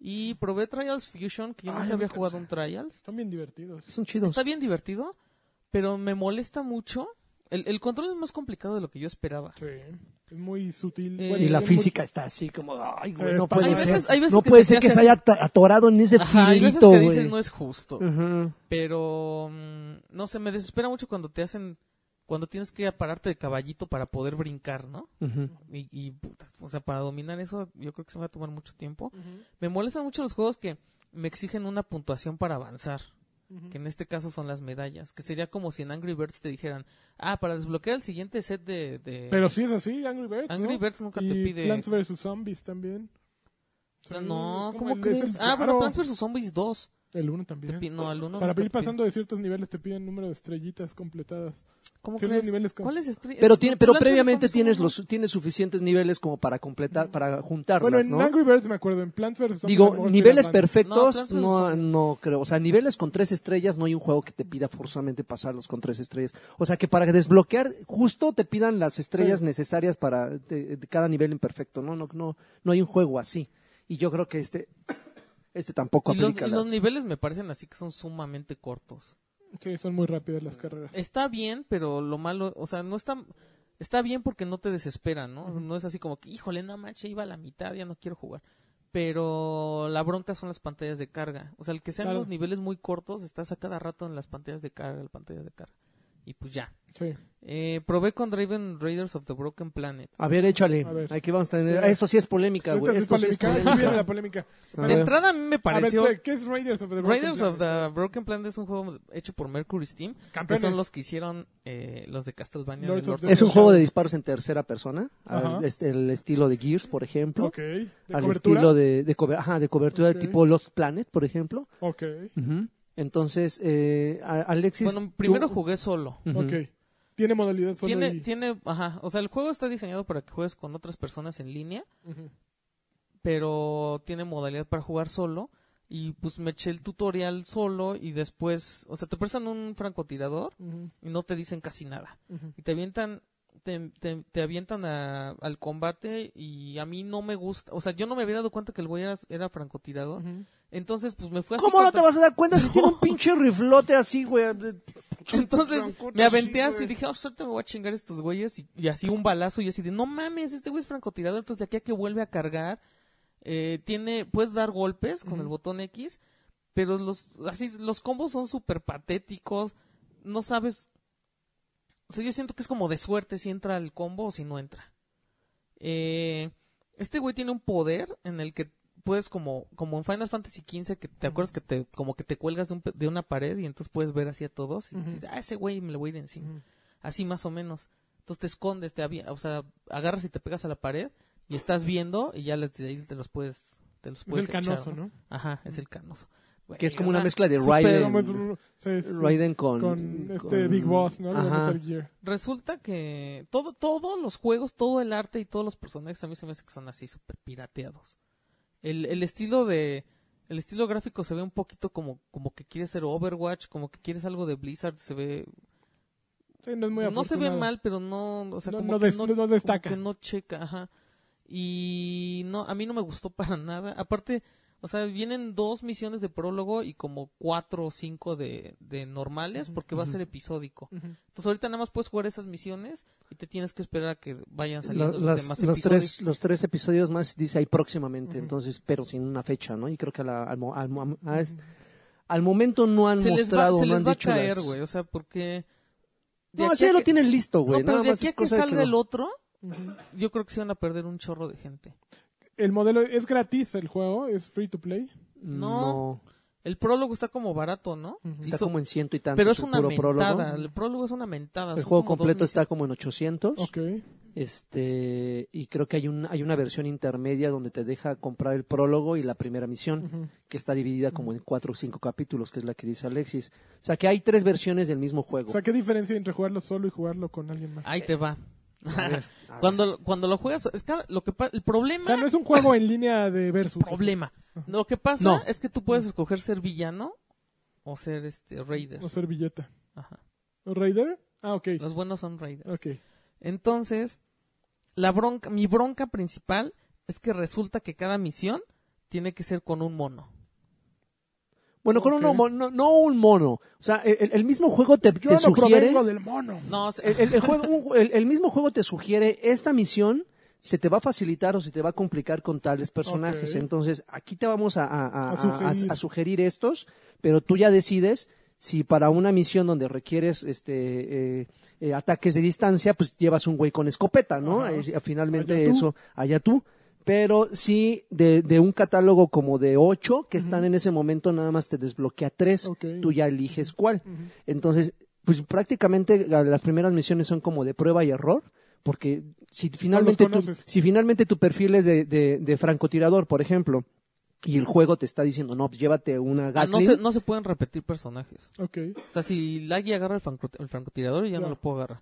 Y probé Trials Fusion, que yo
Ay,
nunca
me
había
cansé.
jugado un Trials.
Son bien divertidos.
Son chidos.
Está bien divertido, pero me molesta mucho. El, el control es más complicado de lo que yo esperaba.
Sí. Es muy sutil.
Eh,
Y la
tiene
física está así como, ay, güey,
Sí,
no
es
puede
padre.
ser.
Hay veces-
hay veces
no
que
puede
se
ser
te
que se
hace-
haya ta- atorado en ese
Ajá, hay veces
filerito,
que
güey.
dices no es justo.
Ujú.
Pero mm, no sé, me desespera mucho cuando te hacen, cuando tienes que pararte de caballito para poder brincar, ¿no?
Ujú.
Y, y, puta, o sea, para dominar eso, yo creo que se me va a tomar mucho tiempo.
muy- Ujú,
Me molestan mucho los juegos que me exigen una puntuación para avanzar,
ujú.
que en este caso son las medallas, que sería como si en Angry Birds te dijeran, ah, para desbloquear el siguiente set de, de
Pero sí es así, Angry Birds.
Angry
¿no?
Birds nunca
y
te pide.
Plants vs Zombies también. Sí,
no,
es como
¿cómo
el- es
crees?
el
Ah,
claro.
pero Plants vs Zombies 2.
El 1
Te
también.
pi- no, al uno
Para
no te
ir
pide.
pasando de ciertos niveles te piden número de estrellitas completadas.
¿Cómo
ciertos
crees?
niveles con-
¿Cuáles estre-
Pero,
eh,
tiene,
los
pero
lazos
previamente
son-
tienes, los, tienes suficientes niveles como para completar, para
Bueno,
juntarlas,
en
¿no?
Angry Birds me acuerdo, en Plants vs. Zombies a lo
Digo,
mejor sí
niveles
eran más.
perfectos
No,
no,
Transformers
no, creo. O sea, niveles con tres estrellas no hay un juego que te pida forzosamente pasarlos con tres estrellas. O sea, que para desbloquear justo te pidan las estrellas
Sí.
necesarias para de- de cada nivel imperfecto. No, no, no, no hay un juego así. Y yo creo que este, este tampoco
Y los,
aplica.
y los
las-
niveles me parecen así que son sumamente cortos.
Sí, son muy rápidas las carreras.
Está bien, pero lo malo, o sea, no está... Está bien porque no te desespera, ¿no? No es así como que, híjole, no manches, iba a la mitad, ya no quiero jugar. Pero la bronca son las pantallas de carga. O sea, el que sean
Claro.
los niveles muy cortos, estás a cada rato en las pantallas de carga, las pantallas de carga. Y pues ya.
Sí.
Eh, probé con Raven Raiders of the Broken Planet.
A ver, échale.
A ver.
Aquí vamos a tener. Esto sí es polémica,
Esta
güey.
sí es
Esto sí es
polémica.
polémica.
Ahí viene la polémica.
A
De
ver.
entrada a mí me pareció...
A ver, ¿qué es Raiders of the Broken
Raiders of
Planet?
the Broken Planet es un juego hecho por Mercury Steam, que
Campeones.
son los que hicieron eh, los de Castlevania.
Lords
de
of
Lords
the
of
Es un
the
juego de disparos en tercera persona,
Ajá.
al est- el estilo de Gears, por ejemplo,
Ok. ¿De
al
cobertura?
estilo de, de, cobe- ajá, de cobertura
Ok.
de tipo Lost Planet, por ejemplo.
Ok.
Ujú. Entonces, eh, a- Alexis...
Bueno, primero
tú-
jugué solo.
Ujú.
Ok. Tiene modalidad solo
Tiene,
y-
tiene, ajá, o sea, el juego está diseñado para que juegues con otras personas en línea,
Ujú.
pero tiene modalidad para jugar solo. Y pues me eché el tutorial solo y después, o sea, te prestan un francotirador
Ujú,
y no te dicen casi nada.
ujú.
y te avientan te, te- te avientan a- al combate y a mí no me gusta o sea yo no me había dado cuenta que el güey era, era francotirador
Ujú.
entonces pues me fue así
¿Cómo no te
contra-
vas a dar cuenta si tiene un pinche riflote así, güey? De-
entonces
Francote
me aventé
así,
así y dije oh, suerte me voy a chingar estos güeyes y, y así un balazo y así de no mames este güey es francotirador entonces de aquí a que vuelve a cargar eh, tiene puedes dar golpes con el botón X pero los así los combos son súper patéticos no sabes o sea yo siento que es como de suerte si entra el combo o si no entra eh, este güey tiene un poder en el que puedes como como en Final Fantasy XV que te acuerdas que te como que te cuelgas de, un pe- de una pared y entonces puedes ver así a todos y
Ujú.
dices ah ese güey me lo voy a ir encima
Ujú.
así más o menos entonces te escondes te avi- o sea agarras y te pegas a la pared y estás viendo y ya les- de ahí te los puedes te los
Es
puedes
el canoso,
echar,
¿no?
Ajá, es el canoso. Güey,
Que es como
o
una
sea,
mezcla de
súper-
Raiden,
Como es Ru- sí, sí.
Raiden con...
Con este
con-
Big Boss, ¿no? Algo de
Ajá.
Metal Gear.
Resulta que todo, todos los juegos, todo el arte y todos los personajes a mí se me hace que son así súper pirateados. El, el estilo de... El estilo gráfico se ve un poquito como, como que quieres ser Overwatch, como que quieres algo de Blizzard, se ve...
Sí, no es muy
No se ve
afortunado.
mal, pero no... O sea,
No-
como
no
que
des- no destaca.
como que no checa, ajá. Y no, a mí no me gustó para nada. Aparte, o sea, vienen dos misiones de prólogo y como cuatro o cinco de, de normales, porque va a ser episódico.
Ujú.
Entonces ahorita nada más puedes jugar esas misiones y te tienes que esperar a que vayan
La-
saliendo los
las-
demás
los,
episodios.
tres, los tres episodios más dice ahí próximamente,
Ujú.
entonces, pero sin una fecha, ¿no? Y creo que a la- al, mo- al mo- a es- al momento no han
se les va,
mostrado,
se
no
les
han
va a
dicho
caer,
las-
güey, o sea, porque... de
No,
aquí
así
a
ya lo
que-
tienen listo,
no,
güey.
pero
nada
de
más
aquí
es
a que
cosa de que
salga
lo-
el otro, yo creo que se van a perder un chorro de gente.
El modelo es gratis el juego, es free to play.
No. El prólogo está como barato, ¿no?
Ujú.
Mm, Está
Hizo-
como en ciento y tanto.
Pero es una
puro
mentada,
prólogo.
el prólogo es una mentada.
El
son
juego
como dos
completo está
misiones.
como en 800.
Ok.
Este, y creo que hay, un, hay una versión intermedia donde te deja comprar el prólogo y la primera misión,
Ujú.
que está dividida como en cuatro o cinco capítulos, que es la que dice Alexis. O sea que hay tres versiones del mismo juego.
O sea, ¿qué diferencia hay entre jugarlo solo y jugarlo con alguien más?
Ahí te va.
A ver.
cuando, cuando lo juegas, es que lo que pa- el problema,
O sea, no es un juego en línea de versus.
problema. Lo que pasa
No.
es que tú puedes escoger ser villano o ser este raider.
Pues,
O servilleta.
Ajá.
¿Raider? Ah, ok.
Los buenos son raiders.
Ok.
Entonces, la bronca, mi bronca principal es que resulta que cada misión tiene que ser con un mono.
Bueno, con
Ok.
un mono, no, no un mono. O sea, el, el mismo juego te,
Yo
te
no
sugiere.
provengo del mono.
No, o sea,
El, el- el juego- un- el- el mismo juego te sugiere esta misión se te va a facilitar o se te va a complicar con tales personajes.
Ok.
Entonces, aquí te vamos a, a- a- a-
A
a- a
sugerir.
sugerir. estos, pero tú ya decides si para una misión donde requieres este eh, eh, ataques de distancia, pues llevas un güey con escopeta, ¿no?
Ajá.
Eh, finalmente
Allá tú.
eso, allá tú. Pero sí, de, de un catálogo como de ocho que están en ese momento, nada más te desbloquea tres.
Ok.
Tú ya eliges cuál. Entonces, pues prácticamente la- las primeras misiones son como de prueba y error, porque si finalmente, tu,
conoces.
si finalmente tu perfil es de, de- de francotirador, por ejemplo, Y el juego te está diciendo, no, pues llévate una
Ah,
Gatling.
no, se, no se pueden repetir personajes.
Ok.
O sea, si Laggy agarra el, franco- el francotirador, ya no
Claro.
lo puedo agarrar.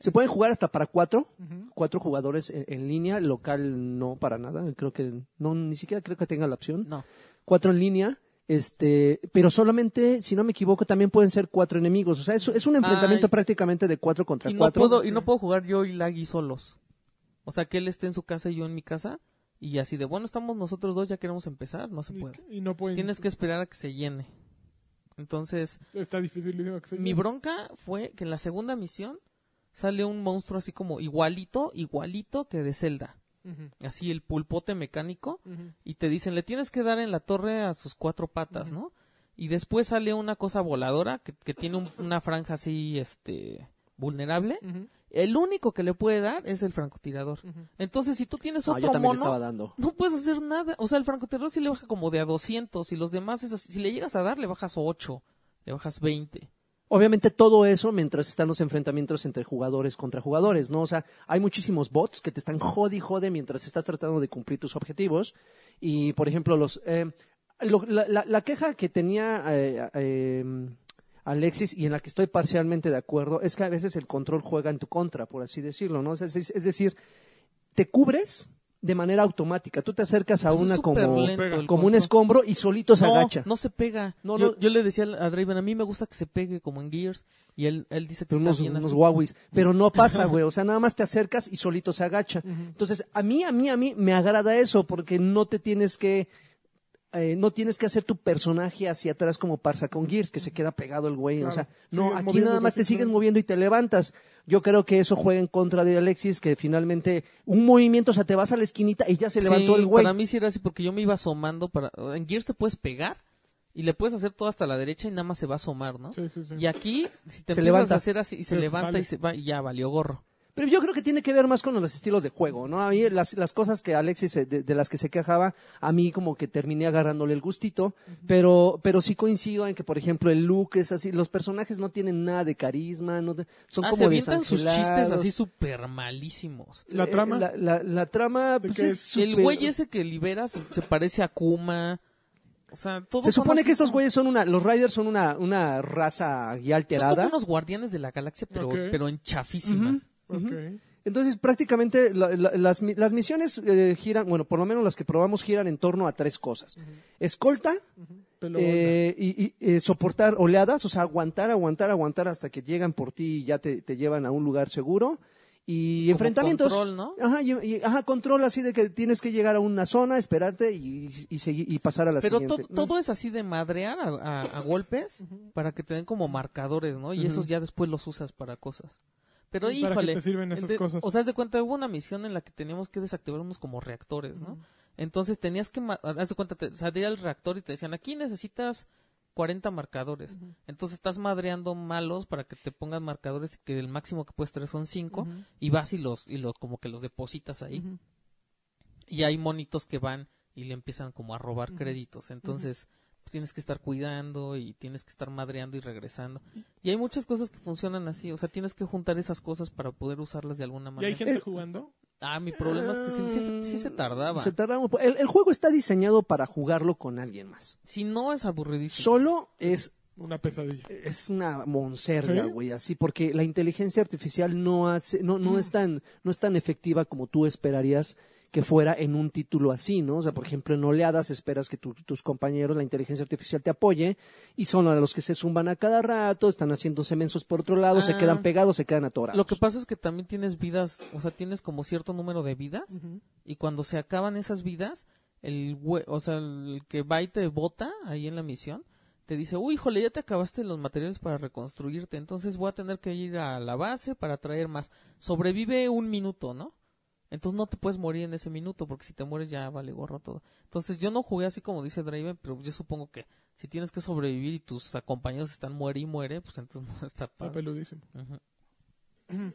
Se pueden jugar hasta para cuatro,
Ujú.
cuatro jugadores en, en línea, local no para nada, creo que no, ni siquiera creo que tenga la opción.
No.
Cuatro en línea, este, pero solamente, si no me equivoco, también pueden ser cuatro enemigos. O sea, es, es un enfrentamiento
Ay.
prácticamente de cuatro contra
Y no,
cuatro.
puedo, y no puedo jugar yo y Laggy solos. O sea, que él esté en su casa y yo en mi casa. Y así de, bueno, estamos nosotros dos, ya queremos empezar. No se puede.
Y, y no pueden.
Tienes que esperar a que se llene. Entonces,
Está dificilísimo que se
Mi bronca fue que en la segunda misión sale un monstruo así como igualito, igualito que de Zelda.
Ujú,
Así el pulpote mecánico.
ujú.
Y te dicen, le tienes que dar en la torre a sus cuatro patas, ¿no? Y después sale una cosa voladora que, que tiene un- una franja así, este, vulnerable.
Ujú,
El único que le puede dar es el francotirador.
ujú.
Entonces, si tú tienes
No,
otro
Ah, yo también le
mono,
estaba dando.
no puedes hacer nada. O sea, el francotirador sí le baja como de a 200 y los demás, es así. si le llegas a dar, le bajas 8, le bajas 20.
Obviamente todo eso mientras están los enfrentamientos entre jugadores contra jugadores, ¿no? O sea, hay muchísimos bots que te están jode y jode mientras estás tratando de cumplir tus objetivos. Y, por ejemplo, los eh, lo- la, la- la queja que tenía eh, eh, Alexis y en la que estoy parcialmente de acuerdo es que a veces el control juega en tu contra, por así decirlo, ¿no? O sea, Es, es decir, te cubres de manera automática. Tú te acercas a
Pues Es
una
súper
como,
lento el
como un
control.
escombro y solito se
no,
agacha.
No se pega.
No,
yo,
no.
yo le decía a Draven, a mí me gusta que se pegue como en Gears. Y él, él dice que
Pero
está
unos,
bien
unos
así.
Huawei's. Pero no pasa, güey. O sea, nada más te acercas y solito se agacha. Entonces, a mí, a mí, a mí me agrada eso porque no te tienes que. eh, no tienes que hacer tu personaje hacia atrás como pasa con Gears, que se queda pegado el güey.
Claro.
O sea, no,
Sigues
aquí
moviéndote
nada más te sigues
simplemente.
moviendo y te levantas. Yo creo que eso juega en contra de Alexis, que finalmente un movimiento, o sea, te vas a la esquinita y ya se levantó
Sí,
el güey.
Para mí sí era así porque yo me iba asomando. para En Gears te puedes pegar y le puedes hacer todo hasta la derecha y nada más se va a asomar, ¿no?
Sí, sí, sí.
Y aquí, si te
Se
empiezas
levanta.
a hacer así y se
Pero se
levanta
sale.
y, se va, y ya valió gorro.
Pero yo creo que tiene que ver más con los estilos de juego, ¿no? A mí las, las cosas que Alexis, eh, de, de las que se quejaba, a mí como que terminé agarrándole el gustito, pero, pero sí coincido en que, por ejemplo, el look es así, los personajes no tienen nada de carisma, no te- son
Ah, se
como
avientan sus chistes
desangelados.
así súper malísimos.
¿La
Eh,
trama?
La, la- la trama,
¿De
pues,
qué
es
es?
súper-
El güey ese que libera se, se parece a Kuma. O sea, todos
Se
son
supone
así
que estos
como-
güeyes son una, los Riders son una, una raza ya
Son como
alterada.
unos guardianes de la galaxia, pero,
Ok.
pero en chafísima.
Ujú.
Ok.
Entonces, prácticamente la- la- las, mi- las misiones eh, giran, bueno, por lo menos las que probamos giran en torno a tres cosas. Escolta,
Pelo
eh, y, y, eh, soportar oleadas, o sea, aguantar, aguantar, aguantar hasta que llegan por ti y ya te, te llevan a un lugar seguro. Y
Como
enfrentamientos.
control, ¿no?
Ajá, y, y- ajá, control así de que tienes que llegar a una zona, esperarte y, y, seguir- y pasar a la
Pero to-
siguiente.
todo es así de madrear a, a- a golpes para que te den como marcadores, ¿no? Y esos ya después los usas para cosas. Pero
¿Para qué
híjole.
te sirven esas
ente-
cosas?
O sea, haz de cuenta, hubo una misión en la que teníamos que desactivar unos como reactores, ¿no? Entonces tenías que. ma- Haz de cuenta, te salía el reactor y te decían, aquí necesitas 40 marcadores. Entonces estás madreando malos para que te pongan marcadores y que el máximo que puedes traer son 5 y vas y los, y los como que los depositas ahí.
Ujú.
Y hay monitos que van y le empiezan como a robar créditos. Entonces pues, tienes que estar cuidando y tienes que estar madreando y regresando. Y hay muchas cosas que funcionan así. O sea, tienes que juntar esas cosas para poder usarlas de alguna
¿Y hay
manera.
gente Ah, jugando?
Ah, mi problema es que sí, sí se- sí se tardaba.
Se tardaba un po- el, el juego está diseñado para jugarlo con alguien más.
Si no, es aburridísimo.
Solo es
Una pesadilla.
es una monserga,
¿Sí?
güey, así, porque la inteligencia artificial no hace, no,
Mm.
no es tan, no es tan efectiva como tú esperarías que fuera en un título así, ¿no? O sea, por ejemplo, en oleadas esperas que tu- tus compañeros, la inteligencia artificial te apoye, y son a los que se zumban a cada rato, están haciéndose mensos por otro lado, se
Ah.
quedan pegados, se quedan atorados.
Lo que pasa es que también tienes vidas, o sea, tienes como cierto número de vidas y cuando se acaban esas vidas, el güe- o sea, el que va y te bota ahí en la misión, te dice, "Uy, híjole, ya te acabaste los materiales para reconstruirte, entonces voy a tener que ir a la base para traer más." Sobrevive un minuto, ¿no? Entonces no te puedes morir en ese minuto porque si te mueres ya vale gorro todo. Entonces yo no jugué así como dice Draven, pero yo supongo que si tienes que sobrevivir y tus compañeros están muere y muere, pues entonces no
Está
está padre.
peludísimo.
Ujú.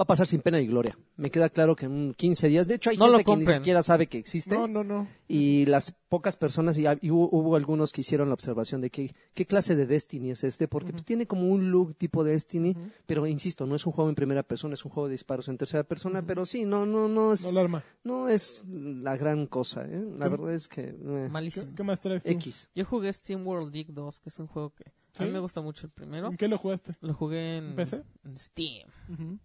va a pasar sin pena ni gloria. Me queda claro que en un 15 días, de hecho hay
No lo
gente que ni
compren.
siquiera sabe que
¿Este?
existe
No, no, no.
y las pocas personas, y, hab- y hubo, hubo algunos que hicieron la observación de que, qué clase de Destiny es este, porque pues, tiene como un look tipo Destiny, pero insisto, no es un juego en primera persona, es un juego de disparos en tercera persona, pero sí, no, no, no es,
No la arma.
no es la gran cosa, ¿eh? la
¿Qué-
verdad es que... eh,
¿Qué,
Malísimo.
qué más traes tú?
X.
Yo jugué Steam World Dig 2, que es un juego que a mí
¿Sí?
me gusta mucho el primero.
¿En qué lo jugaste?
Lo jugué en,
¿En PC?
en Steam.
Ujú.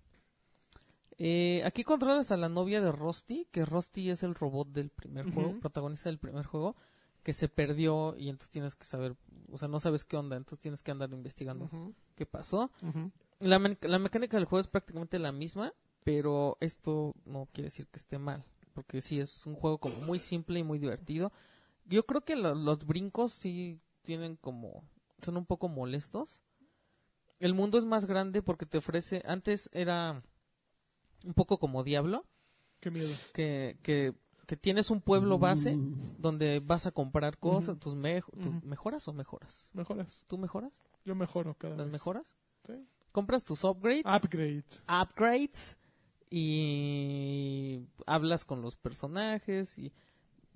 Eh, aquí controlas a la novia de Rusty, que Rusty es el robot del primer juego,
Ujú.
protagonista del primer juego, que se perdió y entonces tienes que saber, o sea, no sabes qué onda, entonces tienes que andar investigando qué pasó.
Ujú.
La, men- la mecánica del juego es prácticamente la misma, pero esto no quiere decir que esté mal, porque sí, es un juego como muy simple y muy divertido. Yo creo que lo- los brincos sí tienen como, son un poco molestos. El mundo es más grande porque te ofrece, antes era un poco como Diablo,
Qué miedo.
que, que, que tienes un pueblo base
Mm.
donde vas a comprar cosas, tus, mej- tus
Ujú.
mejoras o mejoras.
Mejoras.
¿Tú mejoras?
Yo mejoro cada
¿Las
vez.
mejoras?
Pues, Sí. Ah,
Compras tus upgrades
Upgrade.
upgrades y hablas con los personajes y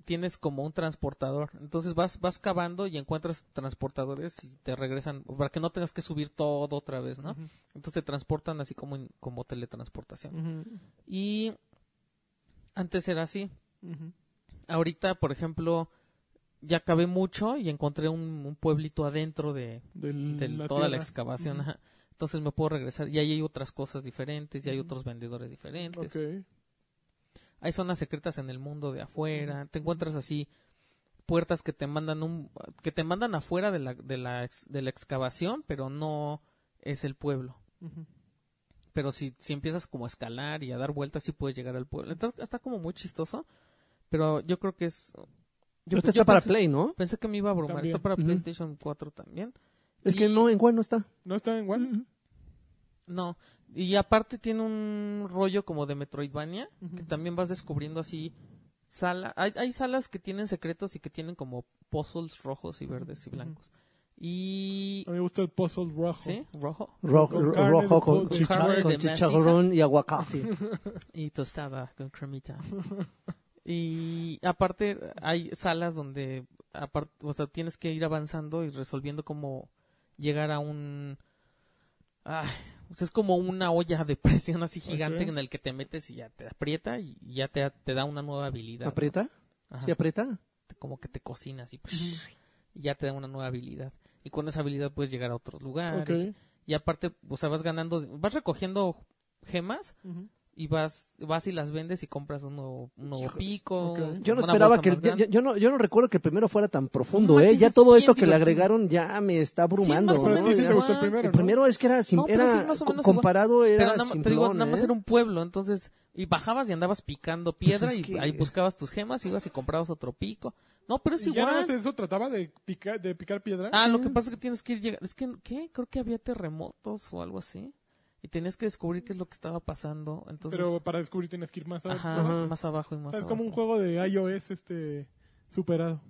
tienes como un transportador. Entonces vas vas cavando y encuentras transportadores y te regresan para que no tengas que subir todo otra vez, ¿no?
Ujú.
Entonces te transportan así como en- como teletransportación.
Ujú.
Y antes era así.
Ujú.
Ahorita, por ejemplo, ya cavé mucho y encontré un, un pueblito adentro de,
Del-
de toda la
tierra.
excavación.
Ujú.
ajá. Entonces me puedo regresar y ahí hay otras cosas diferentes, y hay otros vendedores diferentes.
Ok.
Hay zonas secretas en el mundo de afuera. Te encuentras así puertas que te mandan un que te mandan afuera de la de la ex- de la excavación, pero no es el pueblo.
Ujú.
Pero si si empiezas como a escalar y a dar vueltas sí puedes llegar al pueblo. Entonces está como muy chistoso, pero yo creo que es
Yo,
pues, yo
este está para
pensé-
Play, ¿no?
Pensé que me iba a bromar.
También.
Está para
Ujú.
PlayStation 4 también.
Es que
Y-
no, en cuál no está.
¿No está en igual?
No. Y aparte tiene un rollo como de Metroidvania, que
Ujú.
también vas descubriendo así sala. Hay, hay salas que tienen secretos y que tienen como puzzles rojos y verdes y blancos. Y...
A mí me gusta el puzzle rojo.
¿Sí? Rojo.
Ro-
Con
ro-
carne
rojo con,
de pollo.
chicha-
Con carne
con
de
chicharrón y aguacate.
Y tostada con cremita. y aparte hay salas donde apart- o sea, tienes que ir avanzando y resolviendo cómo llegar a un... Ay, pues es como una olla de presión así gigante
Ok.
en el que te metes y ya te aprieta y ya te, te da una nueva habilidad. ¿no?
¿Aprieta?
Ajá.
¿Sí aprieta?
te- como que te cocina así y ya te da una nueva habilidad y con esa habilidad puedes llegar a otros lugares
Ok.
y aparte o sea vas ganando vas recogiendo gemas
Ujú.
y vas vas y las vendes y compras un nuevo, un nuevo pico
ok.
Yo no
una
esperaba
bolsa
que...
más
el- Yo,
grande.
yo no, yo no recuerdo que el primero fuera tan profundo,
No
¿eh?
manches,
Ya
es
todo
bien
esto que le
divertido.
agregaron ya me está abrumando.
más o
Pero
¿no?
a ti sí te
Ya-
gustó el
igual.
primero,
El
¿no?
primero es que era sim-
No, pero
era
sí es más o
co-
menos igual.
comparado era
pero nada,
simplón,
te digo, nada más
¿eh?
era un pueblo entonces y bajabas y andabas picando piedra
es
y
que-
ahí buscabas tus gemas ibas y comprabas otro pico no pero es
¿Y ya nada
Pues igual
más eso trataba de picar, de picar piedra?
Ah, lo que pasa es que tienes que ir llegando. Es que, ¿qué? Creo que había terremotos o algo así. Y tenías que descubrir qué es lo que estaba pasando. Entonces,
Pero para descubrir tienes que ir más abajo.
ajá,
Ajá.
más abajo y
O
más
sea, es
abajo.
como un juego de iOS este superado.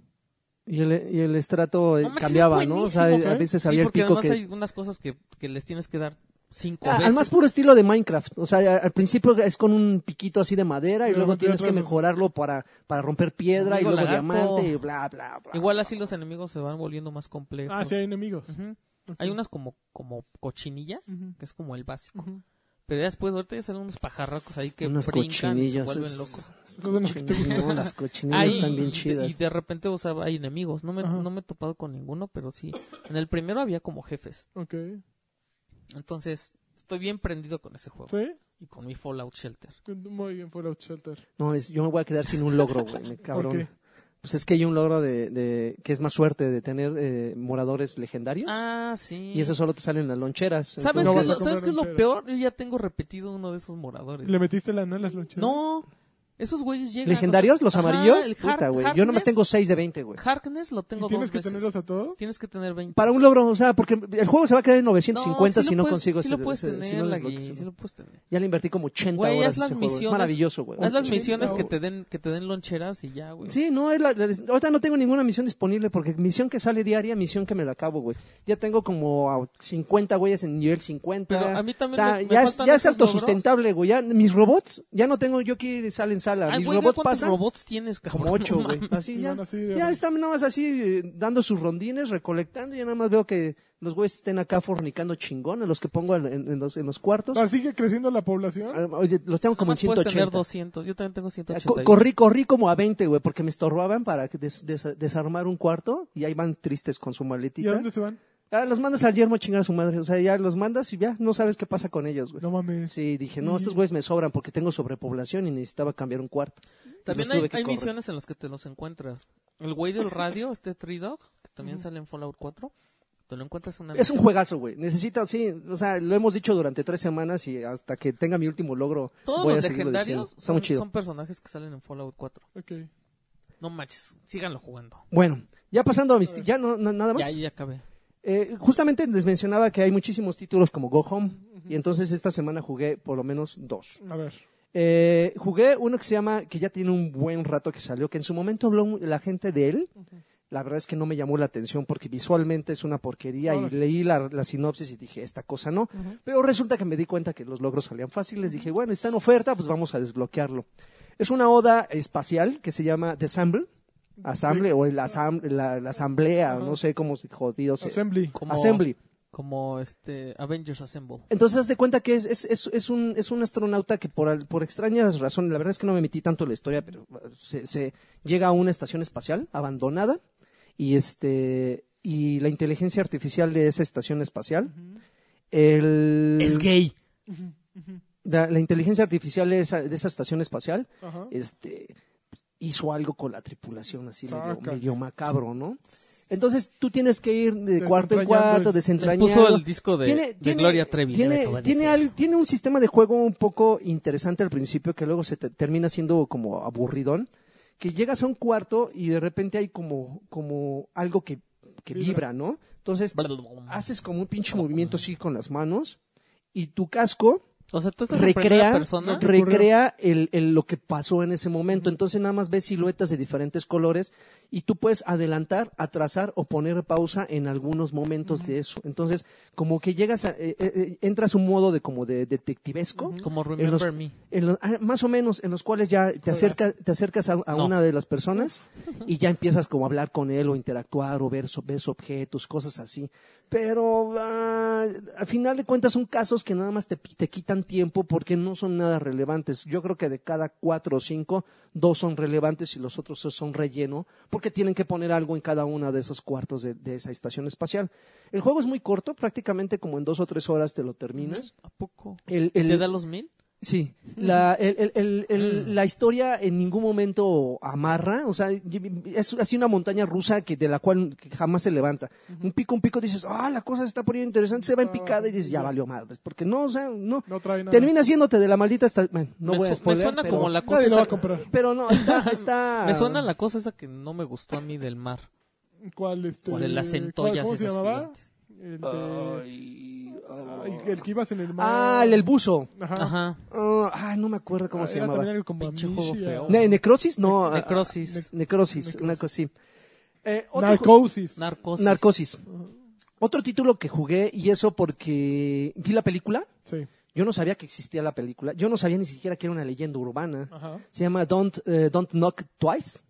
Y el, y el estrato eh,
No manches,
cambiaba,
es
¿no? O sea,
buenísimo,
a
¿eh?
veces
Sí,
había el
porque
pico
además
que...
hay unas cosas que, que les tienes que dar cinco
Ah,
veces.
al más puro estilo de Minecraft. O sea, al principio es con un piquito así de madera y
Luego
luego
te
tienes que
atrasas.
mejorarlo para, para romper piedra y
Amigo
luego
lagarto.
diamante y bla, bla, bla.
Igual así los enemigos se van volviendo más complejos.
Ah, sí, hay enemigos.
Ujú. Hay unas como, como cochinillas,
Ujú.
que es como el básico.
Ujú.
Pero ya después, ahorita ya salen unos pajarracos ahí que
Unos
brincan y se
cochinillos.
vuelven
es-
locos.
Entonces, ¿no? ¿Qué te gusta?
No, las cochinillas
Ay,
están bien
y, de- y
chidas.
de repente, o sea, hay enemigos. No me,
Ajá.
no me he topado con ninguno, pero sí. En el primero había como jefes.
Ok.
Entonces, estoy bien prendido con ese juego.
¿Sí?
Y con mi Fallout Shelter.
Muy bien, Fallout Shelter.
No, es- yo me voy a quedar sin un logro, güey, me cabrón.
qué?
Pues es que hay un logro de, de- que es más suerte de tener eh, moradores legendarios.
Ah, sí.
Y eso solo te salen las loncheras.
¿Sabes,
No
qué,
vas
es
a
lo-
comprar
¿sabes qué es lo
lonchera.
peor? Yo ya tengo repetido uno de esos moradores.
¿Le metiste la a las loncheras?
No, Esos güeyes llegan.
¿Legendarios? ¿Los
Ajá,
amarillos?
el Har-
Puta, güey. Yo nomás
Harkness-
tengo 6 de 20, güey.
Harkness lo tengo
¿Y tienes
dos
que
veces.
tenerlos a todos?
Tienes que tener 20.
Para un logro, o sea, porque el juego se va a quedar en 950
sí
si no
lo puedes-
consigo
sí
ese-
lo puedes
ese- si no
tener,
desbloqueo
Lagui,
ese
sí
juego.
lo puedes tener.
Ya le invertí como 80
Güey,
horas
haz
a
las
ese juego. Es
misiones-
maravilloso, güey.
Haz las
80
misiones que
euros.
te den que te den loncheras y ya, güey.
Sí, no, es la- la- ahorita no tengo ninguna misión disponible porque misión que sale diaria, misión que me la acabo, güey. Ya tengo como a 50 güeyes en nivel 50.
Pero a mí también
O sea,
me- me
ya, es,
faltan
ya es
esos logros.
autosustentable, güey. Ya, mis robots, ya no tengo yo que ir sal en sala.
Ay,
mis
güey, ve
robots
¿cuántos
pasan
robots tienes, cabrón?
como ocho,
No
güey.
mames.
Así
Y
ya.
van así, ya.
ya están nomás así eh, dando sus rondines, recolectando. Ya nada más veo que los güeyes estén acá fornicando chingón en los que pongo en, en- en los, en los cuartos.
Ah, ¿Sigue creciendo la población?
Ah, Oye, los tengo como en
Nomás puedes tener
180.
200. Yo también tengo
Ya,
180.
co- corrí, corrí como a 20, güey, porque me estorbaban para que des- des- desarmar un cuarto y ahí van tristes con su
¿Y a
maletita.
dónde se van?
Ah, los mandas al yermo a chingar a su madre. O sea, ya los mandas y ya no sabes qué pasa con ellos,
Pues,
güey.
No mames.
Sí, dije, no, estos güeyes me sobran porque tengo sobrepoblación y necesitaba cambiar un cuarto. Y
También
los tuve
hay,
que
hay
correr.
misiones en las que te los encuentras. El güey del radio, este Tridog, que también sale en Fallout 4, te lo encuentras en una
Es un
misión.
juegazo, güey. Necesita, sí, o sea, lo hemos dicho durante tres semanas y hasta que tenga mi último logro.
Todos
voy a
los
seguirlo diciendo.
legendarios
Está muy
son,
chido.
son personajes que salen en Fallout 4.
Ok.
No manches, síganlo jugando.
Bueno, ya pasando a mis... Ya no, no- nada más.
Ya, ya acabé.
Eh, justamente les mencionaba que hay muchísimos títulos como Go Home y entonces esta semana jugué por lo menos dos.
A ver.
Eh, jugué uno que se llama, que ya tiene un buen rato que salió, que en su momento habló mu- la gente de él. La verdad es que no me llamó la atención porque visualmente es una porquería y
Órale.
leí la, la sinopsis y dije, esta cosa no. Pero resulta que me di cuenta que los logros salían fáciles. Dije, bueno, está en oferta, pues vamos a desbloquearlo. Es una oda espacial que se llama The Assemble, Assemble o el asam- la, la asamblea,
Ajá.
no sé cómo se jodido
Pues, eh,
se-
Assembly.
Como,
Assembly.
Como este Avengers Assemble.
Entonces, haz de cuenta que es, es, es, es un, es un astronauta que por, al- por extrañas razones, la verdad es que no me metí tanto en la historia, pero uh, se, se llega a una estación espacial abandonada y, este, y la inteligencia artificial de esa estación espacial. el-
gay.
La, la inteligencia artificial de esa, de esa estación espacial
Ajá.
este, hizo algo con la tripulación así medio,
Saca.
medio macabro, ¿no? Entonces tú tienes que ir de cuarto en
Desentrañando
cuarto,
el-
Les
desentrañando.
puso el disco de, de Gloria Trevi.
Tiene,
debes obedecer.
tiene, al- tiene un sistema de juego un poco interesante al principio que luego se te- termina siendo como aburridón. Que llegas a un cuarto y de repente hay como, como algo que, que
Vibra.
vibra, ¿no? Entonces haces como un pinche movimiento así con las manos y tu casco
O sea, tú estás en primera
recrea,
persona.
recrea el, el- lo que pasó en ese momento. Entonces nada más ves siluetas de diferentes colores y tú puedes adelantar, atrasar o poner pausa en algunos momentos de eso. Entonces como que llegas, a, eh, eh, eh, entras un modo de como de detectivesco.
Como
En los-
Remember Me.
en los- ah, más o menos, en los cuales ya te, acerca- te acercas a, a
No.
una de las personas y ya empiezas como a hablar con él o interactuar o ver, so- ves objetos, cosas así. Pero ah, al final de cuentas son casos que nada más te, pi- te quitan tiempo porque no son nada relevantes. Yo creo que de cada cuatro o cinco, dos son relevantes y los otros son relleno porque tienen que poner algo en cada uno de esos cuartos de, de esa estación espacial. El juego es muy corto, prácticamente como en dos o tres horas te lo terminas.
¿A poco?
El- el-
Mm. ¿Te da los mil?
Sí, la, el- el- el- el-
Ah.
la historia en ningún momento amarra, o sea, es así una montaña rusa que de la cual jamás se levanta. Un pico, un pico, dices, ah, la cosa se está poniendo interesante, se va en
Ah,
picada y dices, ya valió madres, porque no, o sea, no.
No trae nada.
Termina haciéndote de la maldita esta... Bueno, no
me,
voy a
su-
spoilear,
me suena
pero,
como la cosa
Nadie lo va a
esa...
comprar.
pero no, está... está-
Me suena la cosa esa que no me gustó a mí del mar.
¿Cuál este?
O de las
cuál-
centollas
¿Cómo se
esas
llamaba?
gigantes.
El, de-
Ay,
Ay, el que ibas en el mar.
Ah, el, del buzo.
Ajá.
Ajá.
Ah, ay, no me acuerdo cómo
Ah,
se
era
llamaba.
también algo como
Pinche juego
amnesia.
feo.
Ne- ¿Necrosis? No. ah,
Necrosis.
Necrosis, una cosa así. Eh, otro ju-
Narcosis.
Narcosis.
Narcosis. Otro título que jugué, y eso porque vi la película.
sí.
Yo no sabía que existía la película. Yo no sabía ni siquiera que era una leyenda urbana.
Ajá.
Se llama Don't, eh, Don't Knock Twice,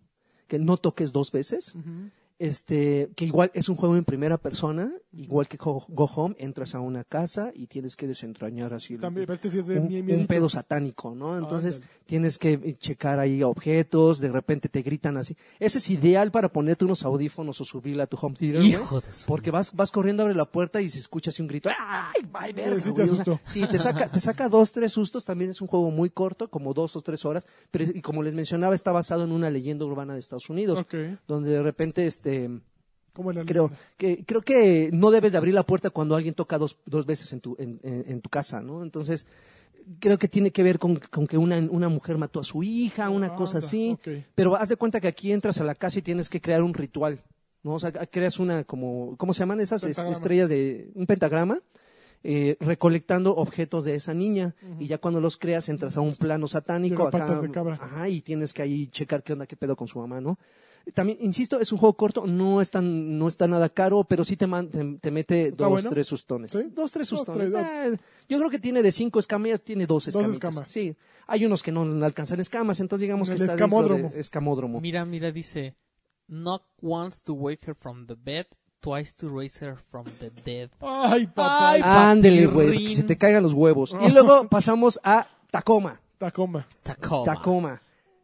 que no toques dos veces.
Ujú.
Este, que igual es un juego en primera persona, igual que Go, Go Home, entras a una casa y tienes que desentrañar así el-
También, pero este sí es de
un,
mie-
un
miedito.
pedo satánico, ¿no? Entonces
ándale.
tienes que checar ahí objetos, de repente te gritan así. Ese es ideal para ponerte unos audífonos o subirla a tu home theater. ¿no?
Hijo de su-
Porque vas, vas corriendo, abre la puerta y se escucha así un grito. ¡Ay, ay, verga,
Sí, te
güey! O sea,
asustó.
sí, te saca, te saca dos, tres sustos. También es un juego muy corto, como dos o tres horas. Pero, y como les mencionaba, está basado en una leyenda urbana de Estados Unidos.
Ok.
Donde de repente, este,
Como la
creo, que, creo que no debes de abrir la puerta cuando alguien toca dos, dos veces en tu, en, en- en tu casa, ¿no? Entonces, creo que tiene que ver con, con que una, una mujer mató a su hija, una
Ah,
cosa
anda,
así.
ok.
Pero haz de cuenta que aquí entras a la casa y tienes que crear un ritual, ¿no? O sea, creas una como, ¿cómo se llaman esas es-
Pentagrama.
estrellas de un pentagrama? eh, recolectando objetos de esa niña y ya cuando los creas entras a un plano satánico
Llega patas de cabra.
Ajá, y tienes que ahí checar qué onda, qué pedo con su mamá, ¿no? También, insisto, es un juego corto, no es tan, no está nada caro, pero sí te, man- te, te mete
¿Está
dos,
bueno?
tres sustones.
¿Sí?
Dos, tres
Dos,
sustones.
tres,
Eh, yo creo que tiene de cinco escamas, tiene dos escamas.
escamas.
Sí, hay unos que no alcanzan escamas, entonces digamos que
El
está dentro de
escamódromo.
escamódromo.
Mira, mira, dice: Not once to wake her from the bed, twice to raise her from the dead.
Ay, papá.
Ay.
Ándele, güey,
papirrín.
que se te caigan los huevos. Y luego pasamos a Tacoma.
Tacoma.
Tacoma.
Tacoma.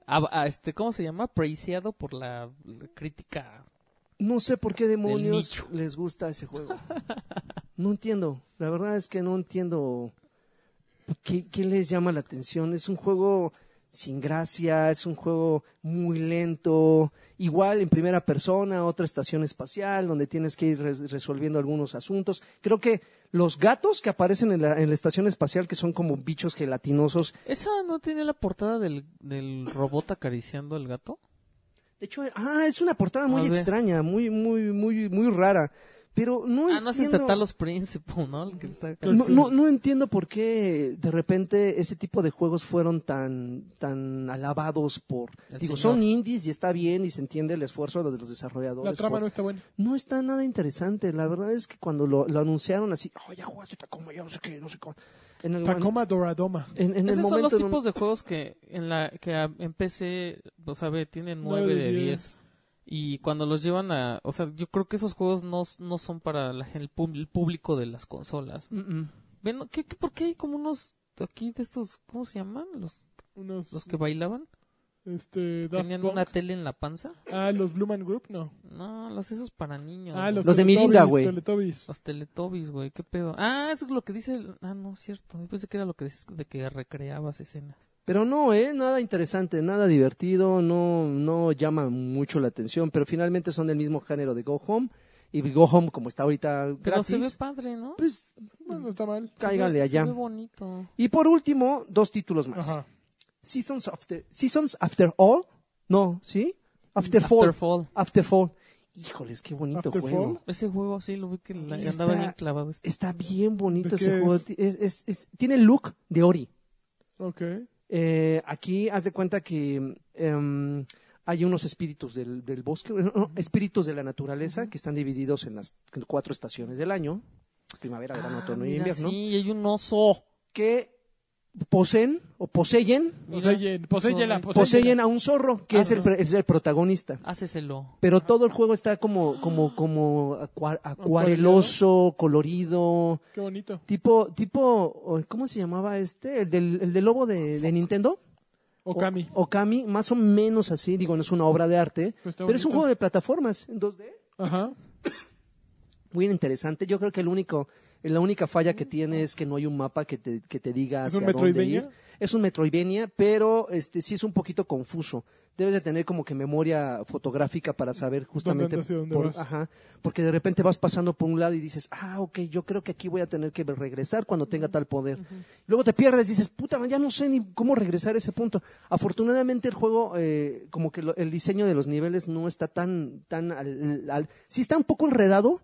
A- a este, ¿Cómo se llama? Preciado por la la crítica.
No sé por qué demonios
nicho.
les gusta ese juego. No entiendo. La verdad es que no entiendo qué, qué les llama la atención. Es un juego sin gracia, es un juego muy lento, igual en primera persona, otra estación espacial donde tienes que ir res- resolviendo algunos asuntos. Creo que los gatos que aparecen en la, en la estación espacial, que son como bichos gelatinosos,
¿Esa no tiene la portada del, del robot acariciando al gato?
de hecho, ah, es una portada
A
muy
ver.
extraña, muy, muy, muy, muy rara. Pero no
Ah, no es
entiendo-
este Talos Principle, ¿no? El que está acá.
No, no, no entiendo por qué de repente ese tipo de juegos fueron tan, tan alabados por...
El
digo,
señor.
son indies y está bien y se entiende el esfuerzo de los desarrolladores.
La trama
por-
no está buena.
no está nada interesante. La verdad es que cuando lo, lo anunciaron así, oh, ya jugaste Tacoma, ya no sé qué, no sé cómo. En el,
Tacoma Doradoma.
en- en el
Esos son
momento
los
en un-
tipos de juegos que en la que a- en PC, o sea, ve, tienen 9 de 10. Y cuando los llevan a... O sea, yo creo que esos juegos no, no son para la gen- el, pub- el público de Mm, las consolas.
Mm-mm.
Ven, ¿qué, qué, por qué hay como unos... Aquí de estos... ¿Cómo se llaman? Los,
Unos,
los que bailaban.
este, Daft
Tenían
Punk.
una tele en la panza.
Ah, los Blue Man Group, no.
No, los esos para niños.
Ah,
güey.
los,
Los de
Teletubbies,
Mirinda, güey.
Teletubbies.
Los Teletubbies, güey, qué pedo. Ah, eso es lo que dice. el- Ah, no, es cierto. Yo pensé que era lo que dices de que recreabas escenas.
Pero no, ¿eh? Nada interesante, nada divertido, no, no llama mucho la atención, pero finalmente son del mismo género de Go Home. Y Go Home, como está ahorita gratis,
Pero se ve padre, ¿no?
pues
Bueno, no está mal.
Se ve-
cáigale allá.
Se ve bonito.
Y por último, dos títulos más.
Ajá.
Seasons After, Seasons After All. No, ¿sí? After Fall.
After Fall.
After Fall. Híjoles, qué bonito
After
juego.
Fall.
Ese juego sí lo vi que la-
Está-
andaba bien clavado. este.
Está bien bonito
¿De
ese
qué
juego.
es?
Ti- es- es- es- tiene el look de Ori.
Ok.
Eh, aquí haz de cuenta que em, hay unos espíritus del, del bosque, no, no, espíritus de la naturaleza que están divididos en las cuatro estaciones del año. Primavera, verano,
Ah,
otoño y
mira,
invierno.
Sí, hay un oso.
Que poseen o poseyen,
Poseyen, poseyela,
poseyen a un zorro, que
Ah,
es el
sí.
pre- es el protagonista.
Háceselo.
Pero todo el juego está como, como, como acua- acuareloso, colorido,
Qué bonito.
tipo, tipo, ¿cómo se llamaba este? El del, el del lobo de, de Nintendo.
Okami.
O- Okami, más o menos así, digo, no es una obra de arte,
Pues está
pero es un
bonito.
juego de plataformas en 2D.
Ajá.
Muy interesante. Yo creo que el único, la única falla que tiene es que no hay un mapa que te, que te diga
¿Es
hacia
un
dónde
Metroidvania?
ir. Es un Metroidvania, pero este sí es un poquito confuso. Debes de tener como que memoria fotográfica para saber justamente
andas y dónde
por-
vas?
ajá, porque de repente vas pasando por un lado y dices, "Ah, ok, yo creo que aquí voy a tener que regresar cuando tenga tal poder." Luego te pierdes y dices, "Puta, ya no sé ni cómo regresar a ese punto." Afortunadamente el juego eh, como que lo- el diseño de los niveles no está tan tan al- al- sí está un poco enredado,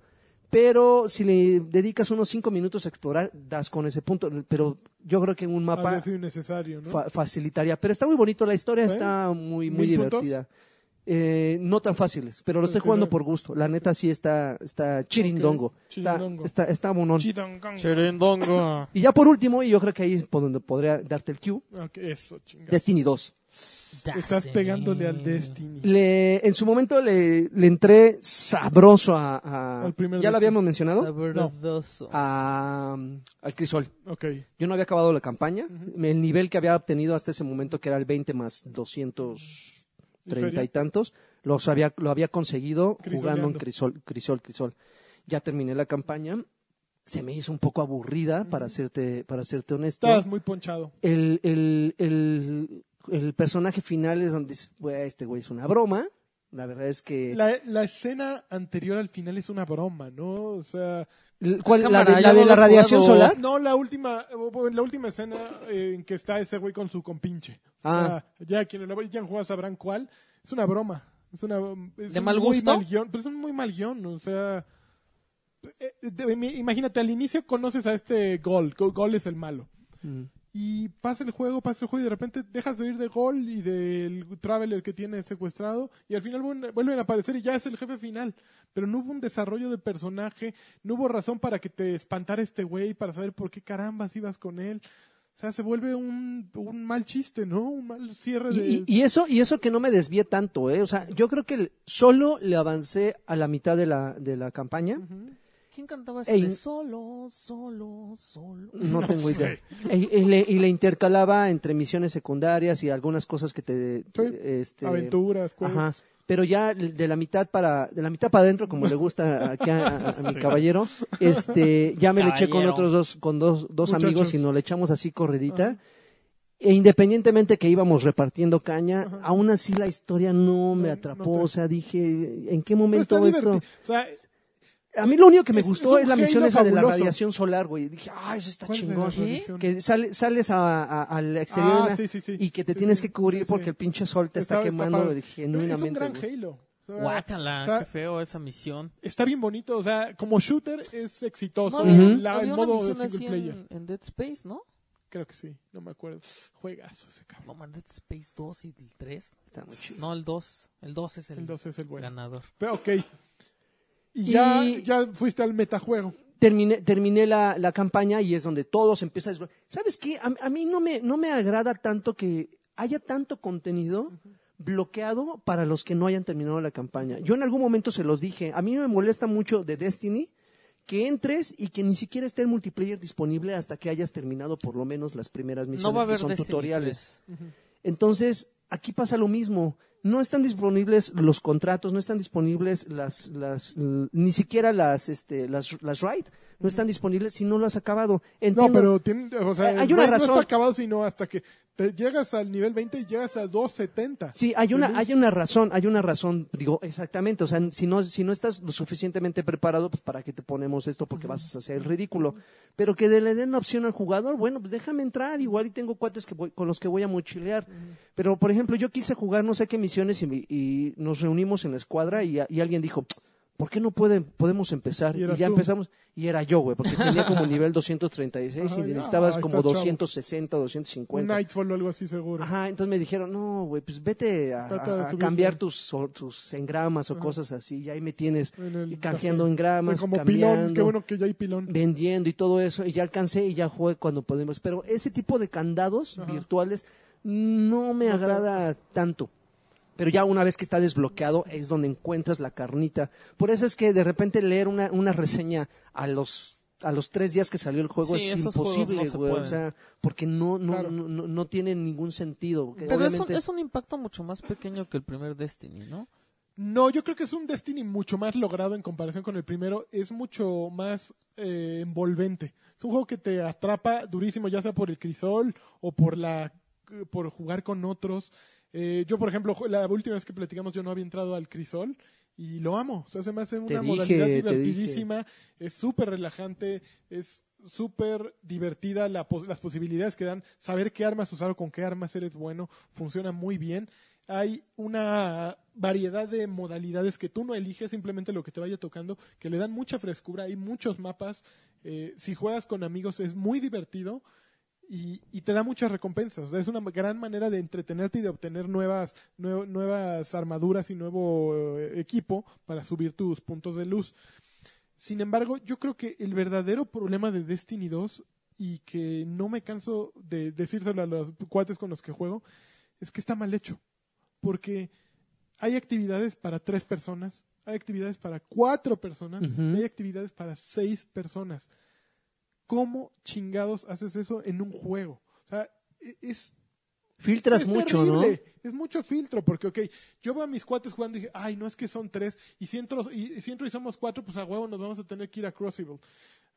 pero si le dedicas unos cinco minutos a explorar, das con ese punto. Pero yo creo que un mapa
Habría sido innecesario, Ah, ¿no?
fa- facilitaría. Pero está muy bonito, la historia
¿Sí?
está muy, muy
¿Mil puntos?
divertida. Eh, no tan fáciles, pero lo estoy
Pero sí,
jugando
no.
por gusto. La neta sí está, está chirindongo.
Ok, chirindongo.
Está, está, está monón.
Chidongongo.
Cherendongo.
y ya por último, y yo creo que ahí es por donde podría darte el cue,
Ok, eso, chingada.
Destiny 2.
Estás pegándole al Destiny.
Le, en su momento le, le entré sabroso a... a-
Al primer
ya lo
Destiny.
habíamos mencionado.
Sabroso.
Ah. a- mm, al Crisol.
Ok.
Yo no había acabado la campaña. El nivel que había obtenido hasta ese momento, que era el 20 más 230 y
Inferior.
tantos, los había, lo había conseguido jugando en
Crisoleando.
crisol, crisol, crisol. Ya terminé la campaña. Se me hizo un poco aburrida, para serte, para serte honesto.
Estabas muy ponchado.
El, el, el, el personaje final es donde dices, "Güey, este güey es una broma. La verdad es que...
La, la escena anterior al final es una broma, ¿no? O sea,
¿Cuál? ¿La
cámara,
de
ya
la, de
no
la
lo he
radiación
jugado.
solar?
No, la última, la última escena eh, en que está ese güey con su compinche.
Ah.
O sea, ya quienes lo hayan jugado sabrán cuál. Es una broma. Es una. es
¿De
un
mal
muy
gusto?
mal guión, pero es un muy mal guión. O sea. eh, eh, de- mi- imagínate, al inicio conoces a este Gol. Go- Gol es el malo.
Mm.
Y pasa el juego, pasa el juego y de repente dejas de oír de Gol y del Traveler que tiene secuestrado y al final vuelven, vuelven a aparecer y ya es el jefe final. Pero no hubo un desarrollo de personaje, no hubo razón para que te espantara este güey, para saber por qué carambas ibas con él. O sea, se vuelve un, un mal chiste, ¿no? Un mal cierre
Y,
de...
y- y eso, y eso que no me desvié tanto, ¿eh? O sea, yo creo que el- solo le avancé a la mitad de la, de la campaña.
Ujú.
¿Quién cantaba
Ey. Mm.
ese? Solo, solo, solo.
No,
No
tengo
sé.
idea. Y, y le, y le intercalaba entre misiones secundarias y algunas cosas que te... te- este,
Aventuras, cosas.
Ajá. Pero ya de la mitad para de la mitad para adentro, como le gusta aquí a, a- a mi caballero, este ya me le eché con
Caballero.
otros dos con dos, dos
Muchachos.
amigos y nos le echamos así corridita. E independientemente que íbamos repartiendo caña, aún así la historia no me
No,
atrapó,
no te-
o sea, dije, ¿en qué
Pero está
momento esto?
divertido. O sea,
A mí lo único que me
Es-
gustó
es un
es, la misión
Halo
esa de la
fabuloso.
radiación solar, güey. Dije, ah, eso está
¿cuál es la
chingón.
tradición?
Que sale- sales a- a- al exterior
Ah,
de una-
sí, sí, sí.
y que te
Sí,
tienes
sí,
que cubrir
sí, sí.
porque el pinche sol te está,
está- está
quemando
padre.
genuinamente.
Es un gran
güey.
Halo. O sea,
Guácala,
o sea,
qué feo esa misión.
Está bien bonito, o sea, como shooter es
No,
exitoso.
había-
la-
Ujú.
el
había una
modo
misión
single
así
player.
en, en Dead Space, ¿no?
Creo que sí, no me acuerdo. Juegazo ese
No,
cabrón.
man, Dead Space 2 y el 3.
Está muy chido.
No, el 2. El 2 es el,
El 2 es el bueno.
ganador.
Pero, ok. Y ya,
Y-
ya fuiste al metajuego.
terminé, terminé la, la campaña y es donde todo se empieza a desbloquear. ¿Sabes qué? A, a mí no me, no me agrada tanto que haya tanto contenido bloqueado para los que no hayan terminado la campaña. Yo en algún momento se los dije, a mí me molesta mucho de Destiny que entres y que ni siquiera esté el multiplayer disponible hasta que hayas terminado por lo menos las primeras
No
misiones
va a haber
que son
Destiny
tutoriales.
3.
Entonces, aquí pasa lo mismo. No están disponibles los contratos, no están disponibles las, las l- ni siquiera las, este, las, las right, no están disponibles si no lo has acabado.
No,
Entiendo.
pero tiene, o sea,
Eh, hay
el
una
raid No
razón.
está acabado, sino hasta que te llegas al nivel 20 y llegas a 270.
Sí, hay una, hay una razón, hay una razón, digo, exactamente. O sea, si no, si no estás lo suficientemente preparado, pues para qué te ponemos esto porque vas a hacer el ridículo. Pero que le den la opción al jugador, bueno, pues déjame entrar, igual y tengo cuates que voy- con los que voy a mochilear. Pero, por ejemplo, yo quise jugar no sé qué misiones y, me- y nos reunimos en la escuadra y, a- y alguien dijo, ¿por qué no pueden, podemos empezar?
Y
Y,
eras
ya
tú.
empezamos, y era yo, güey, porque tenía como nivel 236 y
Ay,
necesitabas
ah,
como
estás chavo.
260,
Un
250.
Nightfall o algo así seguro.
Ajá, entonces me dijeron, no, güey, pues vete a,
Trata de
a- a
subirle.
cambiar tus, o- tus engramas o
Ajá.
cosas así, y ahí me tienes
En el-
canjeando
Fue
engramas,
como pilón,
cambiando,
qué bueno que ya hay pilón.
vendiendo y todo eso, y ya alcancé y ya jugué cuando podemos. Pero ese tipo de candados
Ajá.
virtuales no me
No te-
agrada tanto. Pero ya una vez que está desbloqueado es donde encuentras la carnita. Por eso es que de repente leer una, una reseña a los a los tres días que salió el juego
Sí,
es
esos juegos
imposible,
no se
güey. o
pueden.
sea, porque no no,
Claro.
no, no- no tiene ningún sentido. porque
Pero es un,
obviamente-
es un impacto mucho más pequeño que el primer Destiny, ¿no?
No, yo creo que es un Destiny mucho más logrado en comparación con el primero. Es mucho más eh, envolvente. Es un juego que te atrapa durísimo, ya sea por el crisol o por la por jugar con otros. Eh, yo, por ejemplo, ju- la última vez que platicamos yo no había entrado al crisol y lo amo. O sea, se me hace
Te
una
dije,
modalidad
te
divertidísima. Es súper relajante, es súper divertida la pos- las posibilidades que dan. Saber qué armas usar o con qué armas eres bueno funciona muy bien hay una variedad de modalidades que tú no eliges, simplemente lo que te vaya tocando, que le dan mucha frescura, hay muchos mapas, eh, si juegas con amigos es muy divertido y, y te da muchas recompensas, o sea, es una gran manera de entretenerte y de obtener nuevas, nue- nuevas armaduras y nuevo eh, equipo para subir tus puntos de luz. Sin embargo, yo creo que el verdadero problema de Destiny 2 y que no me canso de decírselo a los cuates con los que juego, es que está mal hecho. Porque hay actividades para tres personas, hay actividades para cuatro personas,
Ujú.
hay actividades para seis personas. ¿Cómo chingados haces eso en un juego? O sea, e- es
filtras
es
mucho, ¿no?
terrible. Es mucho filtro, porque, ok, yo veo a mis cuates jugando y dije, ay, no es que son tres, y si entro y, si entro y somos cuatro, pues a huevo nos vamos a tener que ir a Crossable.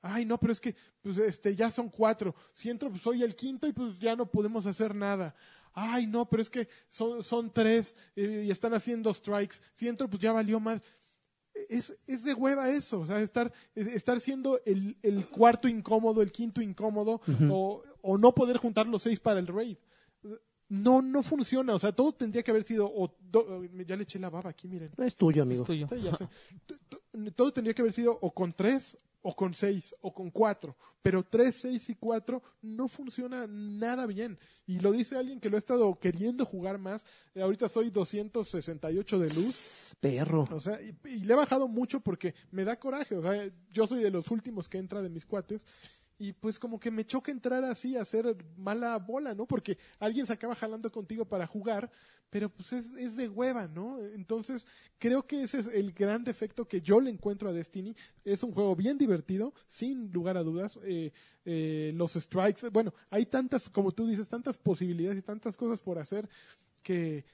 Ay, no, pero es que, pues, este, ya son cuatro. Si entro, pues soy el quinto y pues ya no podemos hacer nada. Ay, no, pero es que son, son tres eh, y están haciendo strikes. Si entro, pues ya valió más. es, es de hueva eso, o sea, estar, es- estar siendo el, el cuarto incómodo, el quinto incómodo, o, o no poder juntar los seis para el raid. No, no funciona, o sea, todo tendría que haber sido, o do- ya le eché la baba aquí, miren.
No es tuyo, amigo.
Es tuyo.
Sí, ya sé. T- t- Todo tendría que haber sido o con tres, o con seis, o con cuatro. Pero tres, seis y cuatro no funciona nada bien. Y lo dice alguien que lo ha estado queriendo jugar más. Eh, Ahorita soy 268 de luz.
Perro.
O sea, y, y le he bajado mucho porque me da coraje. O sea, yo soy de los últimos que entra de mis cuates. Y pues como que me choca entrar así a hacer mala bola, ¿no? Porque alguien se acaba jalando contigo para jugar, pero pues es, es de hueva, ¿no? Entonces creo que ese es el gran defecto que yo le encuentro a Destiny. Es un juego bien divertido, sin lugar a dudas. Eh, eh, los strikes, bueno, hay tantas, como tú dices, tantas posibilidades y tantas cosas por hacer que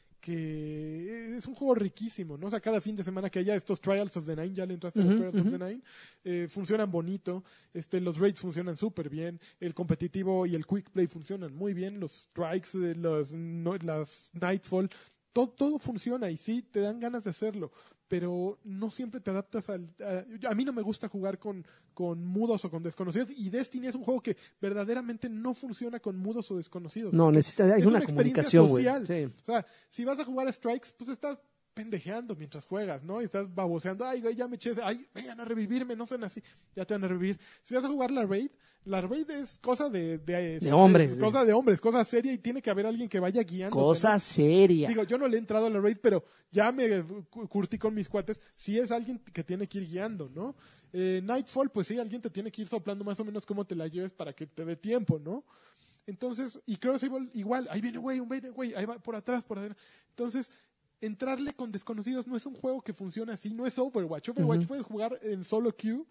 que es un juego riquísimo, ¿no? O sea, cada fin de semana que haya estos Trials of the Nine, ya le entraste a los
Ujú,
Trials of the Nine, eh, funcionan bonito, este, los raids funcionan súper bien, el competitivo y el quick play funcionan muy bien, los strikes, eh, los, no- las Nightfall, todo, todo funciona y sí, te dan ganas de hacerlo, pero no siempre te adaptas al... A, a mí no me gusta jugar con, con mudos o con desconocidos y Destiny es un juego que verdaderamente no funciona con mudos o desconocidos.
No, necesita, hay
Es
una,
una experiencia
comunicación, güey.
social.
Sí.
O sea, si vas a jugar a Strikes, pues estás pendejeando mientras juegas, ¿no? Y estás baboseando, ay, güey, ya me eché, ese- ay, vengan a revivirme, no sean así, ya te van a revivir. Si vas a jugar la raid, la raid es cosa de... De,
De hombres,
es
sí.
cosa de hombres, cosa seria y tiene que haber alguien que vaya guiando.
Cosa seria.
Digo, yo no le he entrado a la raid, pero ya me eh, cu- curtí con mis cuates. Si es alguien que tiene que ir guiando, ¿no? Eh, Nightfall, pues sí, alguien te tiene que ir soplando más o menos cómo te la lleves para que te dé tiempo, ¿no? Entonces, y Crucible igual, ahí viene güey, un viene güey, ahí va por atrás, por adelante. Entonces, entrarle con desconocidos no es un juego que funciona así, no es Overwatch. Overwatch puedes jugar en solo queue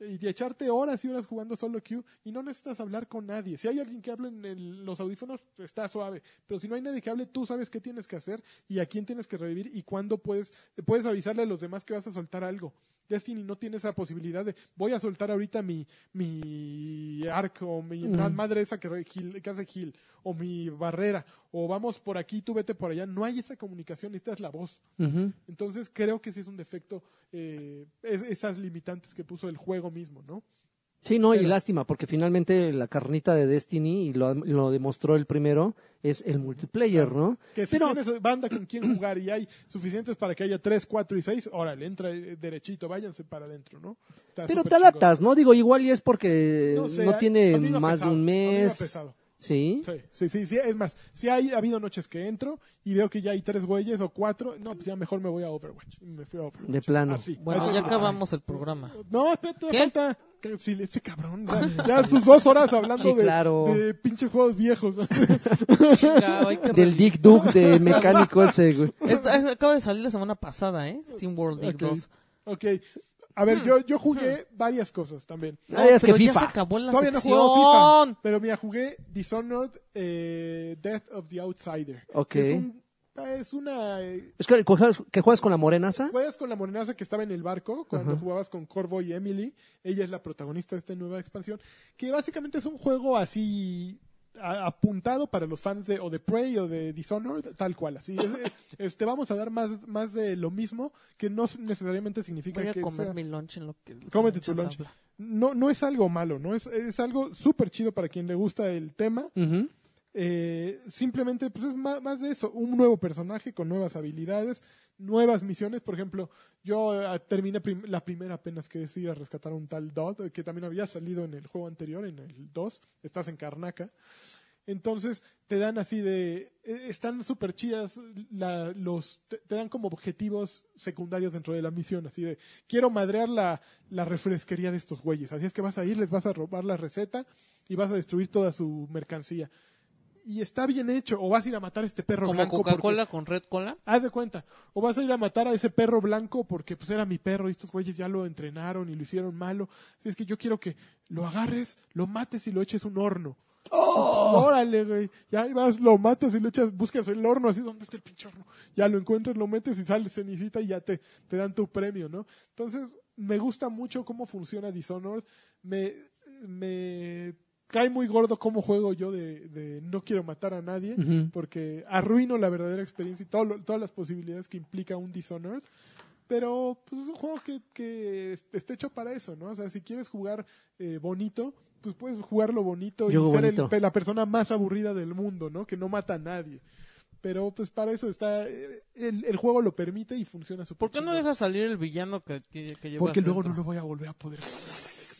y de echarte horas y horas jugando solo queue y no necesitas hablar con nadie. Si hay alguien que hable en el- los audífonos, está suave. Pero si no hay nadie que hable, tú sabes qué tienes que hacer y a quién tienes que revivir y cuándo puedes, puedes avisarle a los demás que vas a soltar algo. Destiny no tiene esa posibilidad de voy a soltar ahorita mi, mi arco, mi ma- madre esa que, re- Gil- que hace Gil, o mi barrera, o vamos por aquí, tú vete por allá. No hay esa comunicación, esta es la voz.
Ujú.
Entonces creo que sí es un defecto eh, es- esas limitantes que puso el juego mismo, ¿no?
Sí, no, y
Pero-
lástima, porque finalmente la carnita de Destiny, y lo, lo demostró el primero, es el multiplayer, ¿no?
Que si
Pero,
tienes banda con quien jugar y hay suficientes para que haya 3, 4 y 6, órale, entra eh, derechito, váyanse para adentro, ¿no? Está
pero
súper
te adaptas, ¿no? Digo, igual y es porque
chingón.
no,
sé, a- a
tiene
mí me ha
más de
pesado,
un
a mí me ha
mes.
pesado.
Sí.
Sí, sí, sí, sí, es más, si hay, ha habido noches que entro y veo que ya hay tres güeyes o cuatro, no, pues ya mejor me voy a Overwatch. Y Me fui a Overwatch.
De plano.
Así,
Bueno,
así.
ya acabamos el programa.
No, espérate,
¿Qué?
falta. que- sí, Este cabrón, ya, ya sus dos horas hablando
Sí,
de-
claro.
de, pinches juegos viejos.
Chingado, hay que
Del
revisar.
Dick Duke de mecánico ese, güey.
Esta- eh, acaba de salir la semana pasada, ¿eh? Steam World Dig
Ok.
Ah,
2.
ok, a
Hmm.
ver, yo, yo jugué varias cosas también.
Ah, es que
pero ya se
FIFA.
acabó la
Todavía no he
sección.
jugado FIFA, pero mira, jugué Dishonored eh, Death of the Outsider.
Ok.
Es, un- es una... eh,
Es que, juegas- que juegas con la morenaza.
¿Juegas con la morenaza que estaba en el barco cuando jugabas con Corvo y Emily? Ella es la protagonista de esta nueva expansión, que básicamente es un juego así a- apuntado para los fans de o de Prey o de Dishonored, tal cual, así. Es- es- este, vamos a dar más, más de lo mismo, que no necesariamente significa
Voy a
que
comer
sea-
mi lunch en lo que...
Cómete tu lunch.
mientras habla.
No, no es algo malo, ¿no? Es, es algo súper chido para quien le gusta el tema.
Ujú.
Eh, simplemente, pues es ma- más, de eso, un nuevo personaje con nuevas habilidades, nuevas misiones. Por ejemplo, yo eh, terminé prim- la primera apenas que es ir a rescatar a un tal Dot, eh, que también había salido en el juego anterior, en el 2, estás en Karnaca. Entonces te dan así de. eh, Están súper chidas. la- los, te, te dan como objetivos secundarios dentro de la misión. Así de. Quiero madrear la, la refresquería de estos güeyes. Así es que vas a ir, les vas a robar la receta y vas a destruir toda su mercancía. Y está bien hecho. O vas a ir a matar a este perro
Como
blanco. porque-
Coca-Cola con Red Cola.
Haz de cuenta. O vas a ir a matar a ese perro blanco porque pues era mi perro y estos güeyes ya lo entrenaron y lo hicieron malo. Así es que yo quiero que lo agarres, lo mates y lo eches a un horno. Órale, güey. Ya ahí vas, lo matas y lo echas, buscas el horno, así, ¿dónde está el pinche horno? Ya lo encuentras, lo metes y sale cenicita y ya te, te dan tu premio, ¿no? Entonces, me gusta mucho cómo funciona Dishonored. Me, me cae muy gordo cómo juego yo de, de no quiero matar a nadie, porque arruino la verdadera experiencia y todo lo- todas las posibilidades que implica un Dishonored. Pero pues, es un juego que, que es- está hecho para eso, ¿no? O sea, si quieres jugar eh, bonito, pues puedes jugarlo bonito y
Yo
ser el
bonito.
pe- la persona más aburrida del mundo, ¿no? Que no mata a nadie. Pero pues para eso está. eh, El, el juego lo permite y funciona súper
¿Por qué no
chingón.
dejas salir el villano que, que, que llevas
Porque luego no
dentro?
lo voy a volver a poder.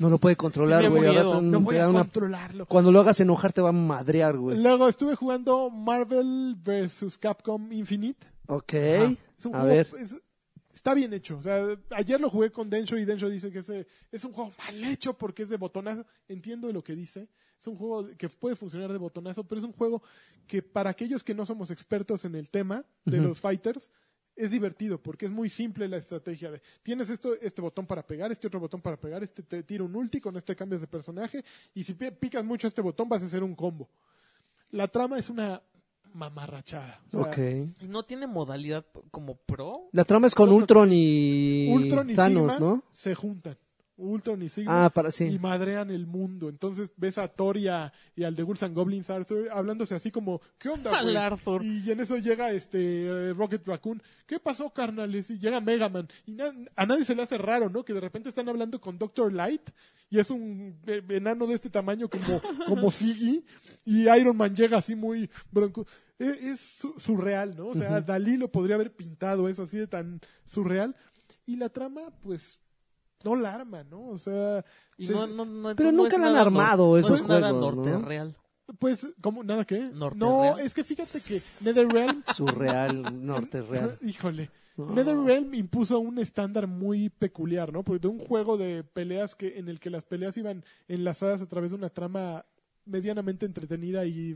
No lo puede controlar,
Tiene
güey. Ahora
miedo.
te-
No
Mm, te
voy
da
a
una-
controlarlo.
Cuando lo hagas enojar te va a madrear, güey.
Luego estuve jugando Marvel vs. Capcom Infinite.
Ok.
Ajá. Es un
A
juego-
ver.
es- está bien hecho. O sea, ayer lo jugué con Densho y Densho dice que ese es un juego mal hecho porque es de botonazo. Entiendo lo que dice. Es un juego que puede funcionar de botonazo, pero es un juego que para aquellos que no somos expertos en el tema de
Ujú.
los fighters, es divertido porque es muy simple la estrategia de tienes esto, este botón para pegar, este otro botón para pegar, este te tira un ulti, con este cambias de personaje y si pi- picas mucho este botón vas a hacer un combo. La trama es una mamarrachada. O sea,
ok.
¿Y no tiene modalidad como pro?
La trama es con
no, no,
Ultron y,
Ultron y
Thanos,
Sigma
¿no?
se juntan. Ultron y Sigma
Ah, para
y
sí.
madrean el mundo. Entonces ves a Thor y, a- y al de Gulsan Goblins Arthur hablándose así como, ¿qué onda,
Al
güey?
Arthur.
Y en eso llega este eh, Rocket Raccoon. ¿Qué pasó, carnales? Y llega Mega Man. Y na- a nadie se le hace raro, ¿no? Que de repente están hablando con Doctor Light y es un eh, enano de este tamaño como, como Siggy. Y Iron Man llega así muy bronco. Eh, Es, su- surreal, ¿no? O sea, Dalí lo podría haber pintado eso así de tan surreal. Y la trama, pues, no la arma, ¿no? O sea,
Y
se-
no, no, no,
Pero
entonces no
nunca
es
la han
nada
armado
nor-
esos
no es nada
juegos, ¿no?
norte real.
pues, ¿cómo? ¿Nada qué?
Norterreal.
No, es que fíjate que NetherRealm
Surreal, norte real.
Híjole.
No.
NetherRealm impuso un estándar muy peculiar, ¿no? Porque de un juego de peleas que en el que las peleas iban enlazadas a través de una trama medianamente entretenida y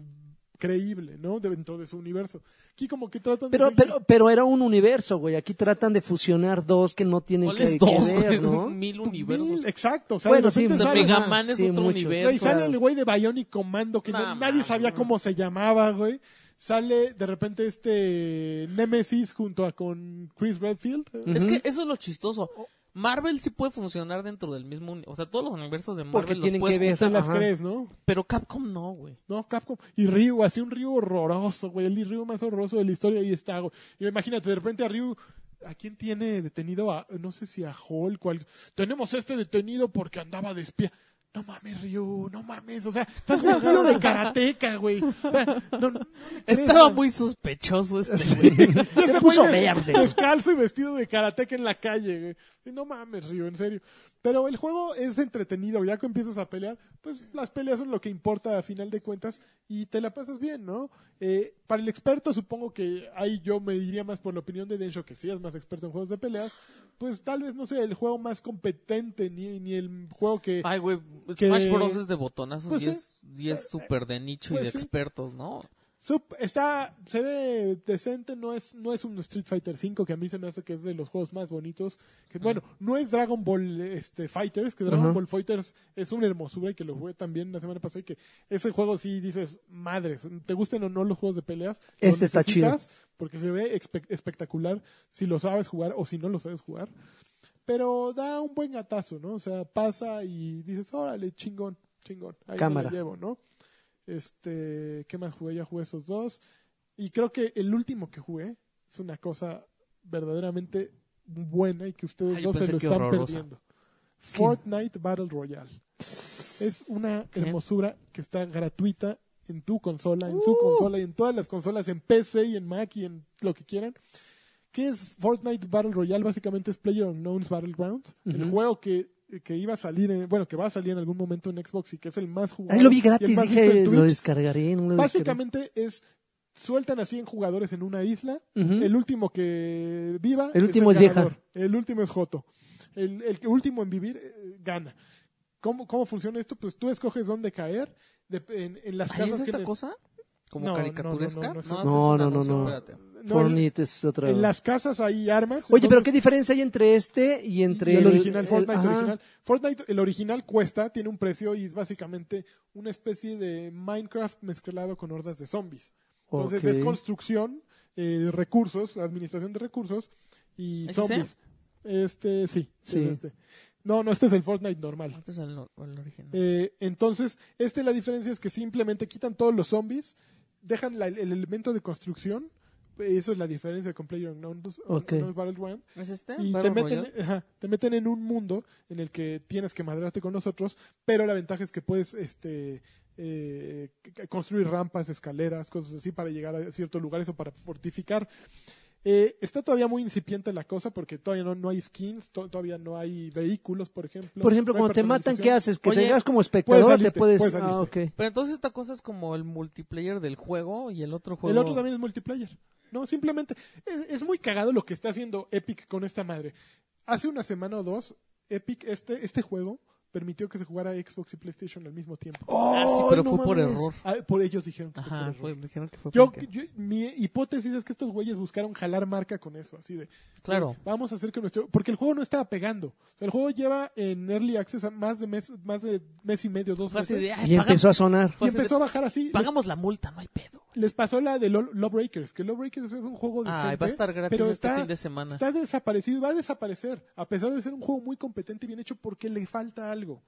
creíble, ¿no? Dentro de su universo. Aquí como que tratan de
Pero,
seguir-
pero, pero era un universo, güey. Aquí tratan de fusionar dos que no tienen que,
¿Cuáles
que
dos?
ver,
güey?
¿no?
Mil-
Mil universos.
exacto. O sea,
Bueno,
de
sí,
repente
sea,
sale-
Mega Man es
sí,
otro
muchos.
universo.
Güey, sale el güey de Bionic Commando que
No,
na-
mames,
nadie sabía
no.
cómo se llamaba, güey. Sale de repente este Nemesis junto a con Chris Redfield.
Es
Ujú.
que eso es lo chistoso. Marvel sí puede funcionar dentro del mismo... uni- O sea, todos los universos de Marvel
Porque
los
tienen
puedes
que ver.
Se las
Ajá.
crees, ¿no?
Pero Capcom no, güey.
No, Capcom. Y Ryu, así un Ryu horroroso, güey. El Ryu más horroroso de la historia, ahí está, güey. Y imagínate, de repente a Ryu, ¿a quién tiene detenido? A, no sé si a Hulk o algo. Tenemos este detenido porque andaba de espía. No mames, Ryu, no mames. O sea, estás vestido de karateca, güey. O sea, no, no le crees,
Estaba
güey.
muy sospechoso este güey.
Ese
Se puso
güey des-
verde.
Descalzo y vestido de karateca en la calle, güey. Y No mames, Río, en serio. Pero el juego es entretenido. Ya que empiezas a pelear, pues las peleas son lo que importa a final de cuentas y te la pasas bien, ¿no? Eh, para el experto, supongo que ahí yo me diría más por la opinión de Densho, que sí es más experto en juegos de peleas, pues tal vez no sea el juego más competente ni, ni el juego que...
Ay, güey,
Que-
Smash Bros. es de botonazos
Pues
y
sí.
es y es súper de nicho
Pues
y de
sí.
expertos,
Pues
¿no?
Sup- está se ve decente no es no es un Street Fighter 5 que a mí se me hace que es de los juegos más bonitos que bueno no es Dragon Ball este Fighters que Dragon
Ah. Ajá.
Ball Fighters es una hermosura y que lo jugué también la semana pasada y que ese juego sí dices madres te gusten o no los juegos de peleas lo
Este está chido.
necesitas porque se ve espe- espectacular si lo sabes jugar o si no lo sabes jugar pero da un buen gatazo no o sea pasa y dices órale chingón chingón ahí me la
Cámara.
llevo no este, ¿qué más jugué? Ya jugué esos dos. Y creo que el último que jugué es una cosa verdaderamente buena y que ustedes
Ay, Ah, yo
dos se
pensé
lo
que
están
horrorosa.
perdiendo. Fortnite Battle Royale. Es una hermosura que está gratuita en tu consola, en
Uh.
su consola y en todas las consolas, en PC y en Mac y en lo que quieran. ¿Qué es Fortnite Battle Royale? Básicamente es PlayerUnknown's Battlegrounds, el juego que, que iba a salir, en- bueno, que va a salir en algún momento en Xbox y que es el más jugado.
Ahí lo
y
vi
el
gratis,
más visto
dije,
en
lo
Twitch.
descargaré. No lo
Básicamente es sueltan a 100 jugadores en una isla.
Ujú.
El último que viva.
El último es vieja.
ganador. El último es Joto. El, el que último en vivir eh, gana. ¿Cómo, ¿Cómo funciona esto? Pues tú escoges dónde caer de- en, en las
Ay,
casas
¿Es
que
esta
le-
cosa? ¿Como
No, no, no,
caricaturesca?
no, no, eso-
haces
No, no,
un
no,
anuncio,
no.
espérate.
No,
Fortnite es otra.
en las casas hay armas.
Oye, pero
entonces-
¿qué diferencia hay entre este y entre
y el original,
el-
Fortnite
ajá.
original. Fortnite, el original cuesta, tiene un precio y es básicamente una especie de Minecraft mezclado con hordas de zombies. Entonces
Ok.
es construcción, eh, recursos, administración de recursos y
¿Es
zombies. Este, sí,
Sí.
es este. No, no, este es el Fortnite normal.
Antes el, no- el original.
Eh, entonces, este la diferencia es que simplemente quitan todos los zombies, dejan la- el elemento de construcción, Eso es la diferencia con PlayerUnknown's
Ok.
Unknown's Battleground.
¿Es este?
Y te
Battle
meten,
Royale.
ajá, te meten en un mundo en el que tienes que madrearte con nosotros, pero la ventaja es que puedes este eh, c- construir rampas, escaleras, cosas así para llegar a ciertos lugares o para fortificar. Eh, está todavía muy incipiente la cosa porque todavía no, no hay skins, to- todavía no hay vehículos, por ejemplo.
Por ejemplo,
No hay
cuando te matan, ¿qué
personalización.
haces? Que
Oye,
tengas como espectador,
puedes salirte,
te puedes...
puedes
ah,
salirte.
ok.
Pero entonces esta cosa es como el multiplayer del juego y el otro juego.
El otro también es multiplayer. No, simplemente es, es muy cagado lo que está haciendo Epic con esta madre. Hace una semana o dos, Epic, este, este juego, permitió que se jugara Xbox y PlayStation al mismo tiempo.
Ah, sí,
Oh,
¡Ay,
pero
no
fue por
mames!
error.
Ah, por ellos dijeron que fue por
Ajá,
error.
fue- dijeron que fue
Yo,
porque-
yo- mi hipótesis es que estos güeyes buscaron jalar marca con eso, así de.
Claro.
Vamos a hacer que nuestro. Porque el juego no estaba pegando. O sea, el juego lleva en Early Access a más de mes, más de mes y medio, dos
Fue así
meses.
de, "Ay,
Y
paga-
empezó a sonar.
Y
fue así de,
empezó a bajar así. Le-
pagamos la multa, no hay pedo.
les pasó la de Lo- Lawbreakers, que Lawbreakers es un juego de
Ah, va a estar gratis
pero
este
está,
fin de semana.
está desaparecido, va a desaparecer, a pesar de ser un juego muy competente y bien hecho porque le falta algo.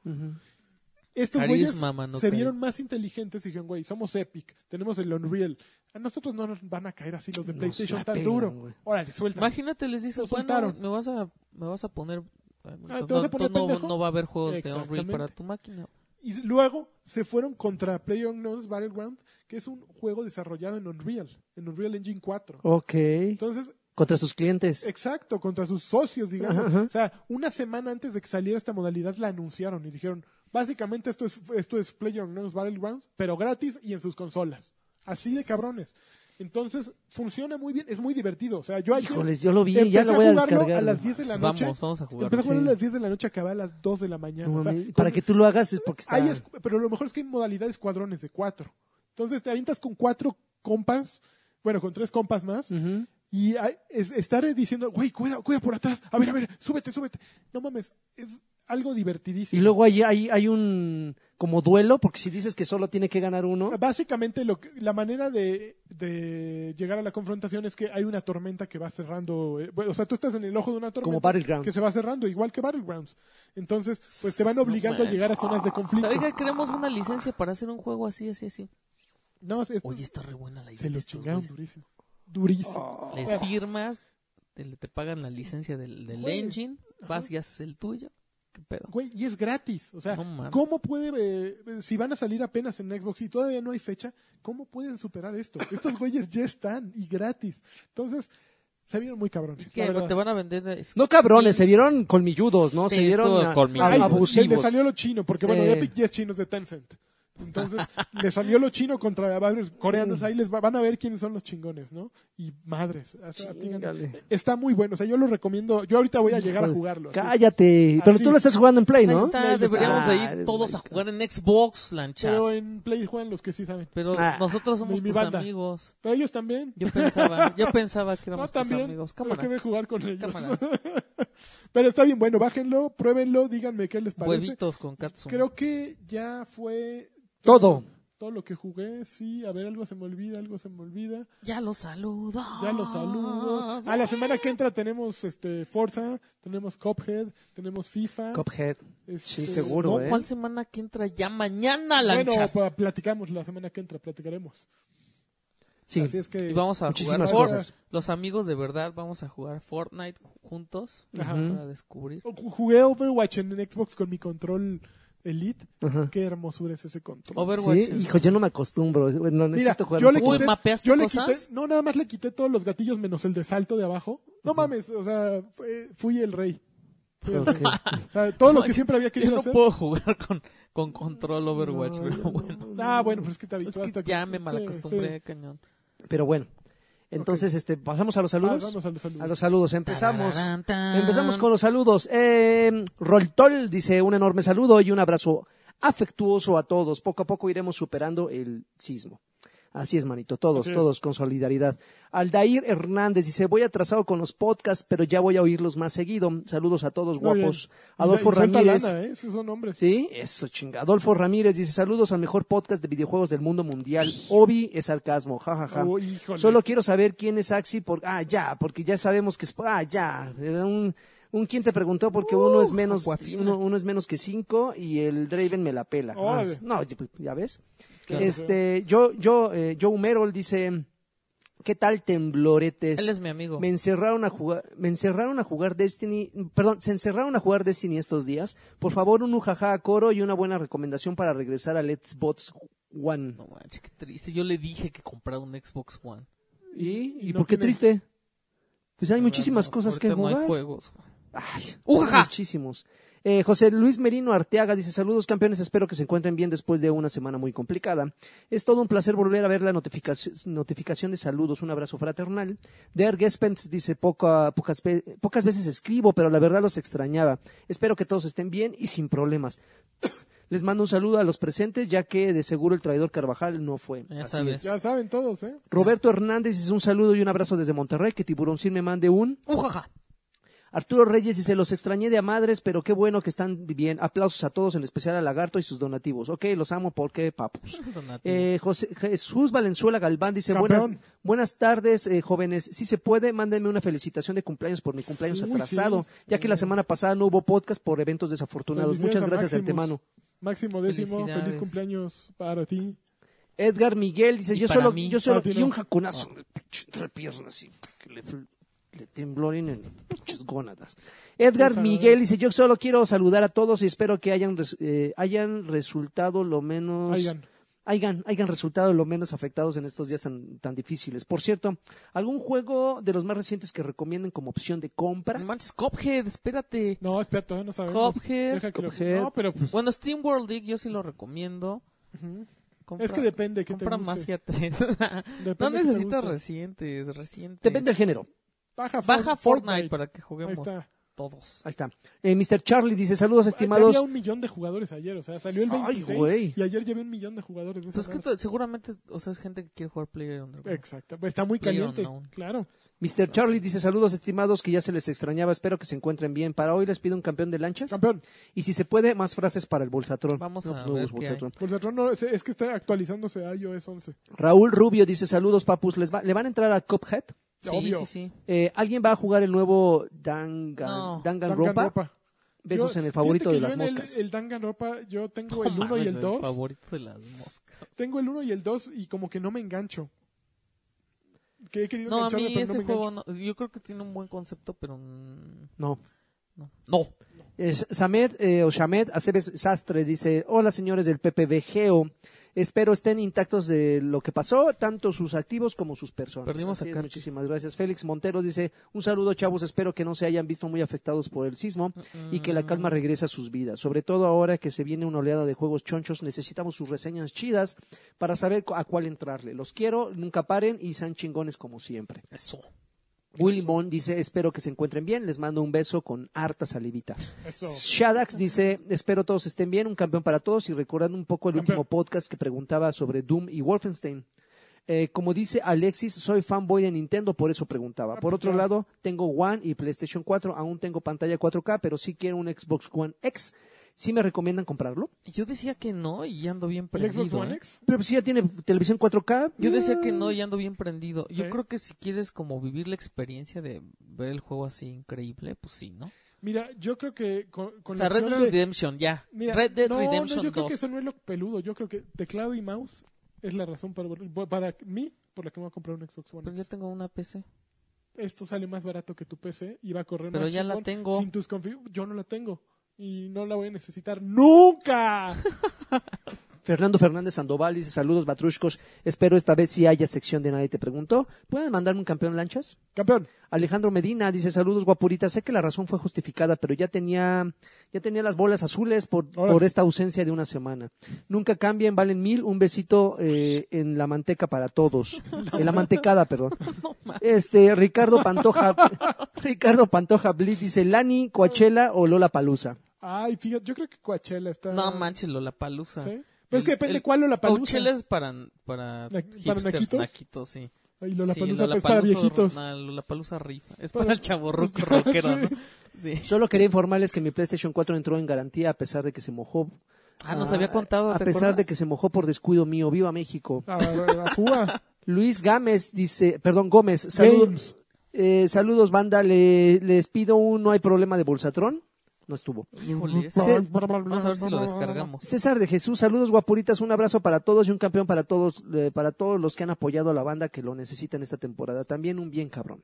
Estos güeyes
Carisma, mano,
se
cari-
vieron más inteligentes y dijeron, güey, somos Epic, tenemos el Unreal. A nosotros no nos van a caer así los de
Nos
PlayStation
la
tan
pelan,
duro.
güey.
Órale, suelta.
Imagínate, les dices,
Lo
bueno,
soltaron. Ah,
me vas a, me vas a poner...
¿te vas a poner
no,
pendejo?
no va a haber juegos de Unreal
Exactamente.
para tu máquina.
Y luego se fueron contra PlayerUnknown's Battleground, que es un juego desarrollado en Unreal, en Unreal Engine 4.
Ok.
Entonces,
Contra sus clientes.
Exacto, contra sus socios, digamos.
Ajá, ajá.
O sea, una semana antes de que saliera esta modalidad la anunciaron y dijeron, básicamente esto es, esto es PlayerUnknown's Battlegrounds, pero gratis y en sus consolas. Así de cabrones. Entonces, funciona muy bien, es muy divertido. O sea, yo ayer
Híjoles, yo lo vi,
empecé
ya lo voy a
jugarlo
descargar.
a las
güey.
10 de la
Pues Vamos,
noche.
vamos a jugar.
Empecé a jugarlo
sí.
a las 10 de la noche, acabé a las 2 de la mañana.
No
O sea,
mames,
con-
Para que tú lo hagas es porque está...
hay es- pero lo mejor es que hay modalidades cuadrones de cuatro. Entonces, te avientas con cuatro compas, bueno, con tres compas más,
Ujú.
y a- es- estar diciendo, güey, cuida, cuida por atrás, a ver, a ver, súbete, súbete. No mames, es algo divertidísimo.
Y luego hay, hay, hay un como duelo, porque si dices que solo tiene que ganar uno,
Básicamente, lo que- la manera de, de llegar a la confrontación es que hay una tormenta que va cerrando. eh, bueno, o sea, tú estás en el ojo de una tormenta
Como Battlegrounds.
que se va cerrando, igual que Battlegrounds. Entonces, pues te van
No
obligando a
manches.
llegar a zonas de conflicto.
¿Sabes que queremos una licencia para hacer un juego así, así, así?
No, es-
Oye, está re buena la idea.
se
de
lo Oh,
estos
chingaron
güeyes.
durísimo. Durísimo.
Les firmas, te, te pagan la licencia del, del
Güey.
engine, vas y haces el tuyo. ¿Qué pedo?
Güey, y es gratis. O sea,
No mames.
¿cómo puede, eh, eh, si van a salir apenas en Xbox y todavía no hay fecha, ¿cómo pueden superar esto? Estos güeyes ya están y gratis. Entonces, se vieron muy cabrones.
¿Qué?
la verdad.
¿Te van a vender? eh,
No cabrones,
skins?
se vieron colmilludos, ¿no?
Sí,
se vieron
estuvo
a-
colmilludo.
Ay,
a-
le- Le
abusivos.
salió lo chino, porque bueno,
Sí.
Epic ya es chino es de Tencent. Entonces, le salió lo chino contra varios coreanos. Ahí les va- van a ver quiénes son los chingones, ¿no? Y madres. o sea,
Chingale.
Está muy bueno. O sea, yo lo recomiendo. Yo ahorita voy a llegar a
Híjole,
jugarlo. así.
Cállate. Pero
Así.
tú lo estás jugando en Play,
Ahí
¿no?
está,
Play no está.
deberíamos
Ah,
de ir
eres
todos a
marica.
jugar en Xbox, lanchas.
Pero
Pero,
en Play juegan los que sí saben.
Ah,
nosotros somos
mi- mi
tus
banda.
amigos.
Pero ellos también.
Yo pensaba, yo pensaba que
No,
éramos tus
Ah, también.
amigos.
Pero que
Cámara,
de jugar con ellos.
cámara.
Pero está bien, bueno, bájenlo, pruébenlo, díganme qué les parece.
Huevitos con Katsu.
Creo que ya fue
Todo.
todo lo que jugué. Sí, a ver, algo se me olvida, algo se me olvida.
Ya los saludo.
Ya los saludos. Ah, A la semana que entra tenemos este Forza, tenemos Cophead, tenemos FIFA.
Cuphead.
este,
Sí, seguro, ¿eh?
¿Cuál semana que entra? Ya mañana,
Bueno, pues,
lanchas.
pa- platicamos la semana que entra, platicaremos.
Sí.
Así es que
y vamos a jugar
Muchísimas
Fort-
cosas.
Los amigos de verdad vamos a jugar Fortnite juntos
Ajá.
para descubrir.
Ju- jugué Overwatch en Xbox con mi control Elite.
Ajá.
Qué hermosura es ese control.
Overwatch.
Sí, hijo, yo no me acostumbro. Bueno,
Mira,
necesito jugar.
yo
un
le
poco.
Uy,
quité,
¿mapeaste
yo le
cosas?
quité- no, nada más le quité todos los gatillos menos el de salto de abajo. No mames, o sea, fue- fui el rey. Fui el
Ok.
rey. O sea, todo lo que
No,
siempre había
Yo
querido
no
hacer.
puedo jugar con, con control Overwatch, pero bueno.
Ah, bueno, pues es que te
Es
habituaste.
que
a-
ya me
sí,
malacostumbré,
sí.
cañón.
Pero bueno. Entonces, este, pasamos a los
Ah,
saludos.
vamos a los saludos.
A los saludos, empezamos.
Tararán, tan.
Empezamos con los saludos. Eh, Roltol dice un enorme saludo y un abrazo afectuoso a todos. Poco a poco iremos superando el sismo. Así es, manito, todos,
Así es.
todos con solidaridad. Aldair Hernández dice, voy atrasado con los podcasts, pero ya voy a oírlos más seguido. Saludos a todos,
Muy
guapos.
bien. Y-
Adolfo
y suelta
Ramírez.
lana, ¿eh? Esos son hombres.
Sí, eso chinga. Adolfo Ramírez dice, saludos al mejor podcast de videojuegos del mundo mundial. Obi es sarcasmo, jajaja.
Oh, híjole.
Solo quiero saber quién es Axi por ah ya, porque ya sabemos que es ah ya, Eh, un un quien te preguntó porque
Uh,
uno es menos
Aquafina.
uno, uno es menos que cinco y el Draven me la pela. Ah,
Órale.
no, ya, pues, ya ves.
Claro.
este, yo yo eh, Joe Merrill dice ¿Qué tal tembloretes?
Él es mi amigo.
Me encerraron a jugar, me encerraron a jugar Destiny, perdón, se encerraron a jugar Destiny estos días. Por favor, un ujaja a coro y una buena recomendación para regresar a Let's Bots One.
No manches, qué triste. Yo le dije que comprara un Xbox One.
¿Y,
y
¿Y
no
por qué
tiene-
triste? Pues hay
La
muchísimas
verdad,
cosas que
ahorita
jugar.
No hay juegos.
Ay,
¡Ujaja!
muchísimos. Eh, José Luis Merino Arteaga dice saludos campeones, espero que se encuentren bien después de una semana muy complicada. Es todo un placer volver a ver la notificación, notificación de saludos, un abrazo fraternal. Der Gespens dice poca, pocas, ve- pocas veces escribo, pero la verdad los extrañaba. Espero que todos estén bien y sin problemas. Les mando un saludo a los presentes, ya que de seguro el traidor Carvajal no fue.
Ya
Así
sabes.
es.
Ya saben todos, ¿eh?
Roberto Hernández dice un saludo y un abrazo desde Monterrey, que Tiburón Sin me mande un...
¡Ujaja!
Arturo Reyes dice, los extrañé de a madres, pero qué bueno que están bien. Aplausos a todos, en especial a Lagarto y sus donativos. Ok, los amo porque papus.
Donatio.
Eh, José- Jesús Valenzuela Galván dice, buenas,
Campeón.
buenas tardes, eh, jóvenes. Si se puede, mándenme una felicitación de cumpleaños por mi cumpleaños
Uy,
atrasado,
sí.
ya que la semana pasada no hubo podcast por eventos desafortunados.
Felicidades
Muchas
a
gracias de
Maximus.
antemano.
Máximo décimo, feliz
Felicidades.
cumpleaños para ti.
Edgar Miguel dice,
Y
yo
para
solo,
mí,
yo solo,
para ti
y
no.
un jacunazo, pinche entrepierna así, que le, fl- le tembloren en pinches gónadas. Edgar
Por favor.
Miguel dice, yo solo quiero saludar a todos y espero que hayan, res- eh, hayan resultado lo menos...
Oigan,
Hayan, hayan resultado lo menos afectados en estos días tan, tan difíciles. Por cierto, ¿algún juego de los más recientes que recomienden como opción de compra?
No manches, Cophead, espérate.
no, espera, todavía no sabemos.
Cuphead.
Deja que lo-
Cuphead.
No, pero pues...
Bueno, Steam World League yo sí lo recomiendo.
ujú.
Compra-
es que depende que te
Compra
guste.
Mafia 3.
Depende
no
que te
necesitas
guste.
recientes, recientes.
Depende del género.
Baja,
Baja
For-
Fortnite para que
Ahí
juguemos
está.
todos.
Ahí está. Eh, Mr. Charlie dice, saludos
Estimados...
estimados.
Había un millón de jugadores ayer, o sea, salió el
Ay,
26
güey.
y ayer llevé un millón de jugadores. de esa
Pues que
madre.
t- seguramente, o sea, es gente que quiere jugar Player Underground.
Exacto, pues está muy
Player
caliente,
Unknown.
claro.
Mr. Charlie dice saludos estimados que ya se les extrañaba, espero que se encuentren bien. Para hoy les pido un campeón de lanchas
Campeón,
y si se puede más frases para el bolsatrón.
Vamos a
pues, no
ver
hubo
qué
bolsatrón.
Pulsatron no, es, es que está actualizándose a iOS 11.
Raúl Rubio dice saludos papus, ¿Les va- ¿le van a entrar a Cuphead?
Sí,
Obvio.
sí, sí.
Eh, ¿Alguien va a jugar el nuevo Dangan,
No.
Danganronpa?
Danganronpa.
Besos
Yo-
en el favorito
fíjate
de
que
las
yo en el-
moscas.
El, Danganronpa, yo tengo el
No
1 y
mames,
el 2.
favorito de las moscas.
Tengo el 1 y el 2 y como que no me engancho. Que he querido
No, a
engancharme,
mí
pero no
ese
me
juego,
engancho.
no- yo creo que tiene un buen concepto, pero mm,
No.
no. No.
Eh, Samed eh, o Shamed Aceves Sastre dice, hola señores del PPVGO. Espero estén intactos de lo que pasó, tanto sus activos como sus personas.
Perdimos
Así
a
es,
Karki.
muchísimas gracias. Félix Montero dice, un saludo chavos, espero que no se hayan visto muy afectados por el sismo
Mm.
y que la calma regrese a sus vidas. Sobre todo ahora que se viene una oleada de juegos chonchos, necesitamos sus reseñas chidas para saber cu- a cuál entrarle. Los quiero, nunca paren y sean chingones como siempre.
Eso.
Willy Mon dice, espero que se encuentren bien, les mando un beso con harta salivita.
Eso.
Shadax dice, espero todos estén bien, un campeón para todos y recordando un poco el
Campeón.
último podcast que preguntaba sobre Doom y Wolfenstein. Eh, como dice Alexis, soy fanboy de Nintendo, por eso preguntaba.
Ah,
Por
pues,
otro
claro.
lado, tengo One y PlayStation 4, aún tengo pantalla 4K, pero sí quiero un Xbox One X. ¿Sí me recomiendan comprarlo?
Y Yo decía que no y ando bien
¿El
prendido.
Xbox One
¿eh?
X? Mm.
Pero si ya tiene televisión 4K.
Yo decía
eh,
que no y ando bien prendido. Yo
Sí.
creo que si quieres como vivir la experiencia de ver el juego así increíble, pues sí, ¿no?
Mira, yo creo que con, con
o sea,
la
Red
opción
Dead
de-
Redemption, ya.
Mira,
Red Dead
no,
Redemption
no, yo creo
2.
que eso no es lo peludo. Yo creo que teclado y mouse es la razón para, para mí por la que me voy a comprar un Xbox One
Pero yo
X.
tengo una PC.
Esto sale más barato que tu PC y va a correr
Pero
más
ya la
chingón
tengo.
Sin tus config- Yo no la tengo. Y no la voy a necesitar nunca.
Fernando Fernández Sandoval dice, saludos batrushcos, espero esta vez sí haya sección de nadie te preguntó. ¿Pueden mandarme un campeón lanchas?
Campeón.
Alejandro Medina dice saludos guapurita, sé que la razón fue justificada, pero ya tenía, ya tenía las bolas azules por,
Órale.
por esta ausencia de una semana. Nunca cambien, valen mil, un besito eh, en la manteca para todos, en la mantecada, perdón. Este Ricardo Pantoja, Ricardo Pantoja Blit dice Lani, Coachella o Lola Palusa.
Ay, fíjate, yo creo que Coachella está.
No manches, la palusa.
Ah, ¿Sí? Pero es que depende cuál Lollapalooza.
Coachella es para, para,
Na-
hipsters,
para naquitos.
naquitos, sí.
Ay, Lollapalooza,
sí,
es para
Lollapalooza-
viejitos.
no, Lollapalooza rifa. Es
Para-
para el chavo rock- rockero, ¿no? Sí.
Solo quería informarles que mi PlayStation 4 entró en garantía a pesar de que se mojó.
Ah, nos había contado,
A
¿te
pesar
acuerdas?
de que se mojó por descuido mío. Viva México.
Ah, ah, ah, Cuba.
Luis Gámez dice, perdón, Gómez, saludos.
Games.
Eh, saludos, banda. Le- les pido un no hay problema de Bolsatrón. no estuvo.
Híjole, ese-
Sí.
Vamos a ver si lo descargamos.
César de Jesús, saludos guapuritas, un abrazo para todos y un campeón para todos, eh, para todos los que han apoyado a la banda que lo necesitan esta temporada. También un bien cabrón.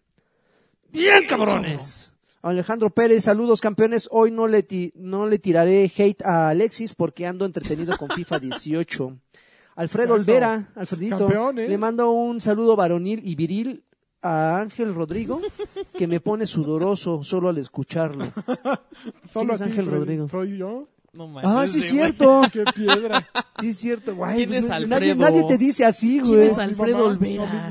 ¡Bien, cabrones!
Alejandro Pérez, saludos campeones. Hoy no le, ti- no le tiraré hate a Alexis porque ando entretenido con FIFA 18. Alfredo
Eso.
Olvera, Alfredito,
Campeón, ¿eh?
le mando un saludo varonil y viril a Ángel Rodrigo, que me pone sudoroso solo al escucharlo.
Solo a
es
ti,
Ángel
Freddy.
Rodrigo?
¿Soy yo?
No manches.
ah, sí,
güey.
es cierto.
¡Qué piedra!
Sí, es cierto. Güey,
¿Quién
pues,
es
no- nadie,
Alfredo?
nadie te dice así,
¿Quién
güey.
es
Mi
Pues, Alfredo
mamá-
Olvera.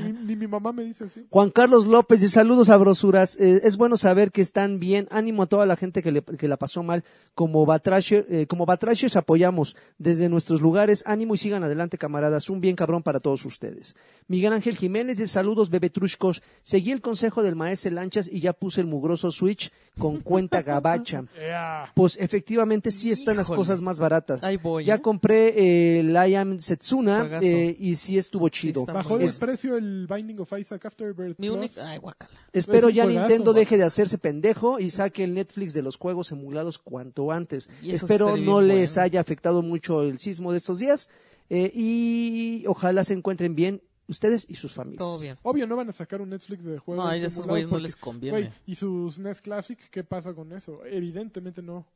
no, mi- mi- ni mi mamá me dice así.
Juan Carlos López, de saludos a Brosuras. Eh, es bueno saber que están bien. Ánimo a toda la gente que, le- que la pasó mal. Como Batrasher, eh, como Batrashers apoyamos desde nuestros lugares. Ánimo y sigan adelante, camaradas. Un bien cabrón para todos ustedes. Miguel Ángel Jiménez, de saludos, bebetruscos. Seguí el consejo del maestro Lanchas y ya puse el mugroso Switch con cuenta gabacha.
¡Ea!
Pues efectivamente sí están las
Híjole.
cosas más baratas.
Ahí voy.
Ya
¿eh?
compré eh, el I Am Setsuna
Juegazo.
eh, y sí estuvo chido.
está muy
Bajó de
bueno.
precio el Binding of Isaac Afterbirth
Mi
Plus.
única. Ay, guacala.
Espero
Es un
ya
juegazo,
Nintendo
¿no?
deje de hacerse pendejo y saque el Netflix de los juegos emulados cuanto antes.
Y eso
Espero
estaría
no
bien
les
bueno.
haya afectado mucho el sismo de estos días eh, y ojalá se encuentren bien ustedes y sus familias.
Todo bien.
Obvio, no van a sacar un Netflix de juegos.
No, a esos
emulados
güeyes no
porque-
les
Güey,
conviene.
¿y sus NES Classic qué pasa con eso? Evidentemente no.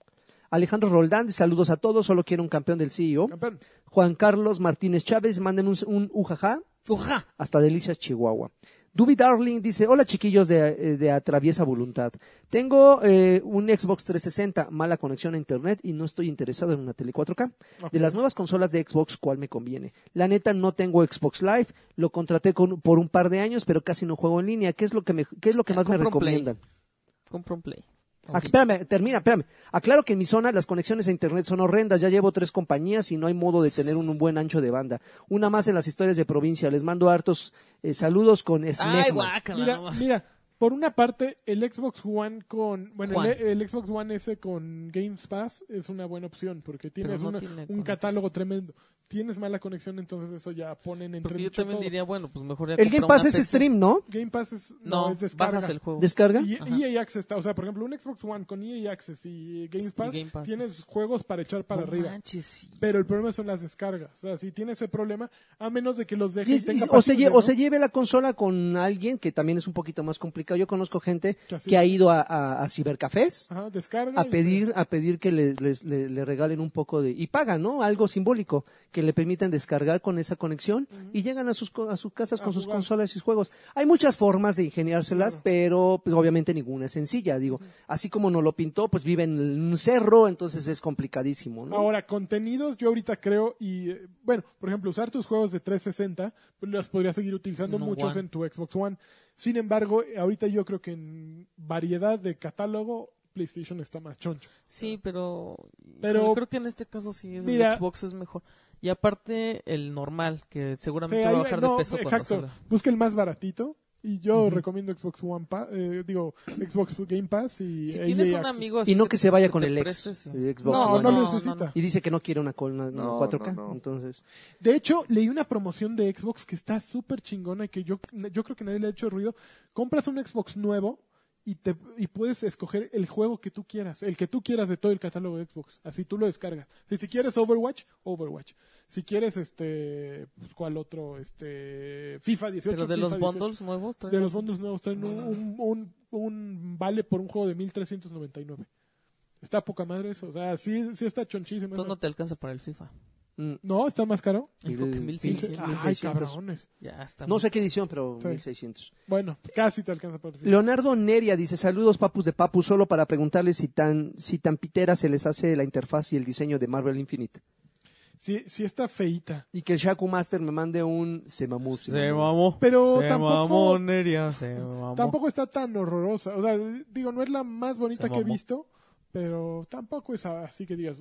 Alejandro Roldán, saludos a todos, solo quiero un campeón del CEO.
Campeón,
Juan Carlos Martínez Chávez, manden un, un ujaja
¡Uja!
hasta Delicias, Chihuahua. Duby Darling dice, hola chiquillos de, eh, de Atraviesa Voluntad. Tengo eh, un Xbox 360, mala conexión a internet y no estoy interesado en una tele 4K. De las nuevas consolas de Xbox, ¿cuál me conviene? La neta, no tengo Xbox Live, lo contraté con- por un par de años, pero casi no juego en línea. ¿Qué es lo que, me- qué es lo que
Ah,
más me
compra un Play.
recomiendan?
Compra un Play.
Ah, espérame, termina, espérame. Aclaro que en mi zona las conexiones a internet son horrendas. Ya llevo tres compañías y no hay modo de tener un, un buen ancho de banda. Una más en las historias de provincia. Les mando hartos eh, saludos con
Ay,
Smegma.
guácala.
mira,
no más.
mira, por una parte, el Xbox One con. Bueno,
Juan.
el, el Xbox One S con Games Pass es una buena opción porque tienes
no
una-
tiene
un
conexión.
catálogo tremendo. Tienes mala conexión, entonces eso ya ponen entre
Porque yo también diría, bueno, pues mejor ya
El Game
compra
Pass
una
es
PC.
stream, ¿no?
Game Pass es, no,
No,
es descarga.
bajas el juego.
¿Descarga?
Y-
Ajá.
EA Access está, o sea, por ejemplo, un Xbox One con EA Access y Game Pass,
Game Pass.
tienes juegos para echar para
No
arriba.
manches, sí.
Pero el problema son las descargas. O sea, si tiene ese problema, a menos de que los deje
Sí,
y tenga
y- o, se
paciencia,
lle-
¿no?
o se lleve la consola con alguien que también es un poquito más complicado. Yo conozco gente
Que así-
que ha ido a, a- a cibercafés
Ajá, descarga.
a
y-
pedir a pedir que le, les- le- le regalen un poco de y pagan, ¿no? Algo simbólico que le permitan descargar con esa conexión y llegan a sus co- a sus casas
A
con sus
jugar.
consolas y sus juegos. Hay muchas formas de ingeniárselas,
Claro.
pero pues obviamente ninguna es sencilla, digo. Así como nos lo pintó, pues vive en un cerro, entonces es complicadísimo, ¿no?
Ahora, contenidos, yo ahorita creo, y eh, bueno, por ejemplo, usar tus juegos de 360, pues, los podrías seguir utilizando
No,
muchos
One.
en tu Xbox One. Sin embargo, eh, ahorita yo creo que en variedad de catálogo, PlayStation está más choncho.
Sí, pero,
Pero-
pero creo que en este caso sí es
Mira.
el Xbox es mejor. Y aparte el normal, que seguramente
Sí,
va
Eh, ahí-
a bajar
no,
de peso
exacto.
cuando salga.
Busca el más baratito. Y yo recomiendo Xbox One Pa- eh, digo, Xbox Game Pass y
Si
EA
tienes un
Access.
amigo así
Y no que se vaya
te
con el ex Eh,
prestes,
el Xbox
¿eh? No,
One.
no
No,
necesita.
no,
Y dice que no quiere una, col- una- una
No,
4K,
no, no.
entonces.
De hecho, leí una promoción de Xbox que está súper chingona y que yo, yo creo que nadie le ha hecho ruido. Compras un Xbox nuevo y, te, y puedes escoger el juego que tú quieras, el que tú quieras de todo el catálogo de Xbox. Así tú lo descargas. Si, si quieres Overwatch, Overwatch. Si quieres, este, pues, ¿cuál otro? Este, FIFA 18.
pero de
FIFA
los
18.
bundles nuevos traen
De los
eso.
bundles nuevos traen un, un, un- un vale por un juego de 1399. Está poca madre eso. O sea, sí, sí está chonchísimo.
Entonces
eso.
no te alcanza para el FIFA.
Mm.
No, está más caro.
Yo creo que
Mil-
1600.
Ay,
1600.
cabrones.
Ya está.
No
muy-
sé qué edición, pero
Sí.
1600.
Bueno, casi te alcanza para el fin.
Leonardo Neria dice, saludos papus de papus, solo para preguntarles si tan, si tan pitera se les hace la interfaz y el diseño de Marvel Infinite.
Sí, sí está feita.
Y que el Shaku Master me mande un se mamó. se
Se
mamó".
mamó.
Pero
se
tampoco-
mamó, Neria, se mamó.
Tampoco está tan horrorosa. O sea, digo, no es la más bonita
Se
que he
mamó.
visto, pero tampoco es así que digas.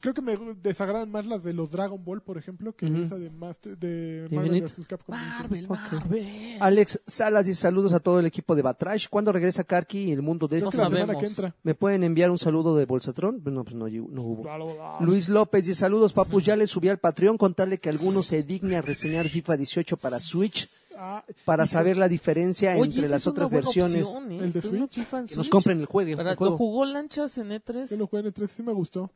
Creo que me desagradan más las de los Dragon Ball, por ejemplo, que
Ujú.
esa de, Master, de
Infinite.
Marvel vs. Capcom.
Ah, Marvel,
Ok.
Marvel.
Alex Salas dice, saludos a todo el equipo de Batrash. ¿Cuándo regresa Karki y el mundo de
Creo
No
que
este?
la semana
sabemos.
que entra.
¿Me pueden enviar un saludo de Bolsatrón? No, pues no, llegó- no hubo. Luis López dice, saludos papus, ya les subí al Patreon, contarle que alguno se digne a reseñar FIFA 18 para Switch.
Ah,
para saber la diferencia
Oye,
entre
esa
las
es una
otras
buena
versiones.
opción, ¿eh?
El de
Tú no
Switch.
FIFA en
Que nos
Switch.
compren el juego.
Para-
el
¿Lo
juego.
jugó Lanchas en E
yo
E3?
lo jugué en el 3, sí me gustó.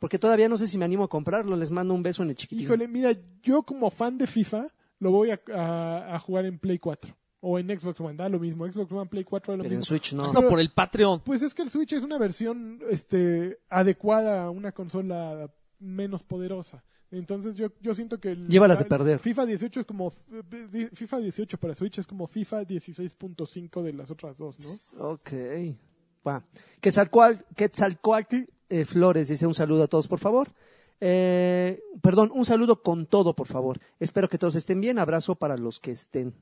Porque todavía no sé si me animo a comprarlo. Les mando un beso en el chiquitito.
Híjole, mira, yo como fan de FIFA lo voy a, a- a jugar en Play 4 o en Xbox One, da lo mismo, Xbox One, Play 4 da lo
Pero en
mismo.
Switch no.
Hasta Ah, por el Patreon.
Pues es que el Switch es una versión este, adecuada a una consola menos poderosa. Entonces yo, yo siento que... el-
Llévalas de
el
perder.
FIFA 18 es como... FIFA 18 para Switch es como FIFA 16.5 de las otras dos, ¿no?
Ok. Va. Quetzalcoatl, Quetzalcoatl, eh, Flores dice un saludo a todos, por favor. Eh, perdón, un saludo con todo, por favor. Espero que todos estén bien. Abrazo para los que estén.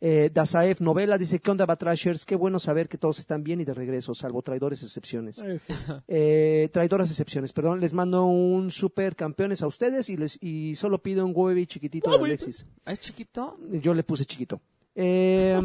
Eh, Dazaef Novela dice, ¿qué onda, Batrashers? Qué bueno saber que todos están bien y de regreso, salvo traidores excepciones.
Eso.
Eh, traidoras excepciones, perdón. Les mando un super campeones a ustedes y, les, y solo pido un huevi chiquitito de Alexis.
Ah, ¿Es chiquito?
Yo le puse chiquito. Eh,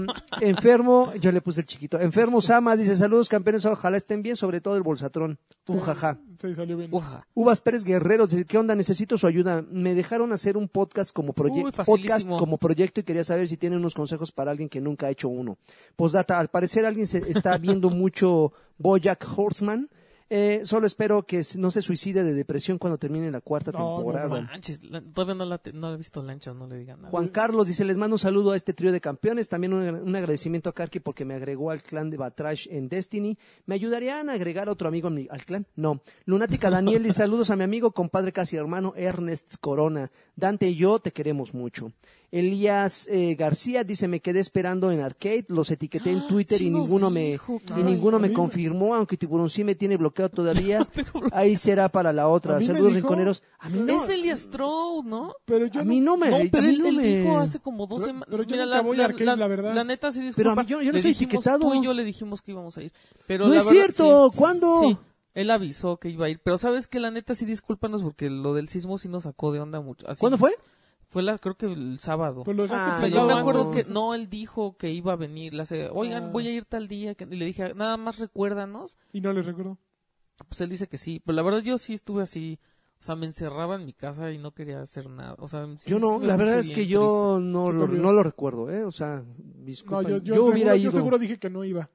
enfermo, yo le puse el chiquito. Enfermo Sama dice: Saludos campeones, ojalá estén bien, sobre todo el bolsatrón. Ujaja.
Sí, salió bien.
Uja.
Uvas Pérez Guerrero dice: ¿Qué onda? Necesito su ayuda. Me dejaron hacer un podcast como, proye-
Uy,
podcast
facilísimo.
como proyecto y quería saber si tienen unos consejos para alguien que nunca ha hecho uno. Postdata: al parecer alguien se está viendo mucho Bojack Horseman. Eh, solo espero que no se suicide de depresión cuando termine la cuarta
No, no,
temporada.
no.
Manches, la- todavía no la, te- no la he visto Lanchas, no le digan nada.
Juan Carlos dice, les mando un saludo a este trío de campeones, también un, un agradecimiento a Karki porque me agregó al clan de Batrash en Destiny. ¿Me ayudarían a agregar otro amigo a mi- al clan? No. Lunática Daniel dice, saludos a mi amigo, compadre casi hermano Ernest Corona. Dante y yo te queremos mucho. Elías eh, García dice, me quedé esperando en Arcade, los etiqueté en Twitter
sí
y
nos
ninguno me...
dijo,
Y
caray.
ninguno
A
me
mí-
confirmó, aunque Tiburón sí me tiene bloqueado todavía.
Este
Ahí será para la otra.
A mí me
Saludos,
dijo-
rinconeros. A mí no,
Es Elias Stroud, ¿no?
Pero yo
a mí no me...
no,
a
pero
mí
él,
no
él
me-
dijo hace como dos
Pero-
semanas.
pero yo
Mira,
nunca voy a Arcade, la verdad.
neta sí disculpa.
Pero a mí yo- yo no
le
soy
dijimos,
etiquetado.
Tú y yo le dijimos que íbamos a ir. Pero
No
la
es
verdad-
cierto,
sí,
¿cuándo?
Sí, él avisó que iba a ir. Pero sabes que la neta sí discúlpanos porque lo del sismo sí nos sacó de onda mucho. Así,
¿Cuándo fue?
Fue la, creo que el sábado.
Pues lo dejaste
Ah,
O sea,
sentado
yo me
no,
acuerdo
no.
que no, él dijo que iba a venir. La se- Oigan,
Ah.
voy a ir tal día. que- Y le dije, nada más recuérdanos.
Y no les recuerdo.
Pues él dice que sí. Pero la verdad yo sí estuve así. O sea, me encerraba en mi casa y no quería hacer nada. O sea, sí-
yo
sí
no,
me
la
puse
verdad es
bien
que
triste.
yo no
Yo
lo,
también.
no lo recuerdo, ¿eh? O sea,
No,
disculpa.
yo,
yo,
yo
hubiera
seguro, yo
ido.
seguro dije que no iba.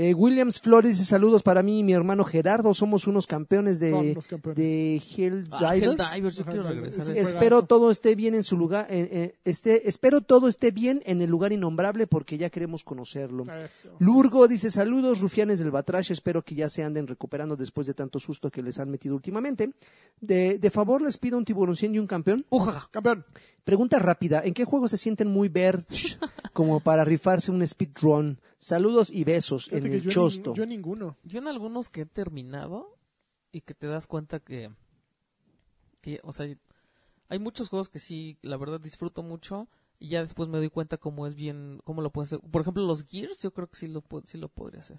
Eh, Williams Flores dice saludos para mí y mi hermano Gerardo. Somos unos campeones
Son
de,
los campeones.
de Helldivers.
Ah, Helldivers, yo
Ajá,
quiero
sí,
regresar.
sí,
a
sí.
eso.
Espero
juegazo.
todo esté bien en su lugar. eh, eh, esté- espero todo esté bien en el lugar innombrable porque ya queremos conocerlo.
Eso.
Lurgo dice saludos, rufianes del Batrash, espero que ya se anden recuperando después de tanto susto que les han metido últimamente. De, de favor les pido un tiburoncín y un campeón.
Ujaja.
Campeón.
Pregunta rápida, ¿en qué juego se sienten muy verge como para rifarse un speedrun? Saludos y besos en
Fíjate que
el
yo,
chosto.
nin- yo ninguno.
Yo en algunos que he terminado y que te das cuenta que, que, o sea, hay muchos juegos que sí, la verdad disfruto mucho y ya después me doy cuenta cómo es bien, cómo lo puedes hacer. Por ejemplo, los Gears, yo creo que sí lo, pu- sí lo podría hacer.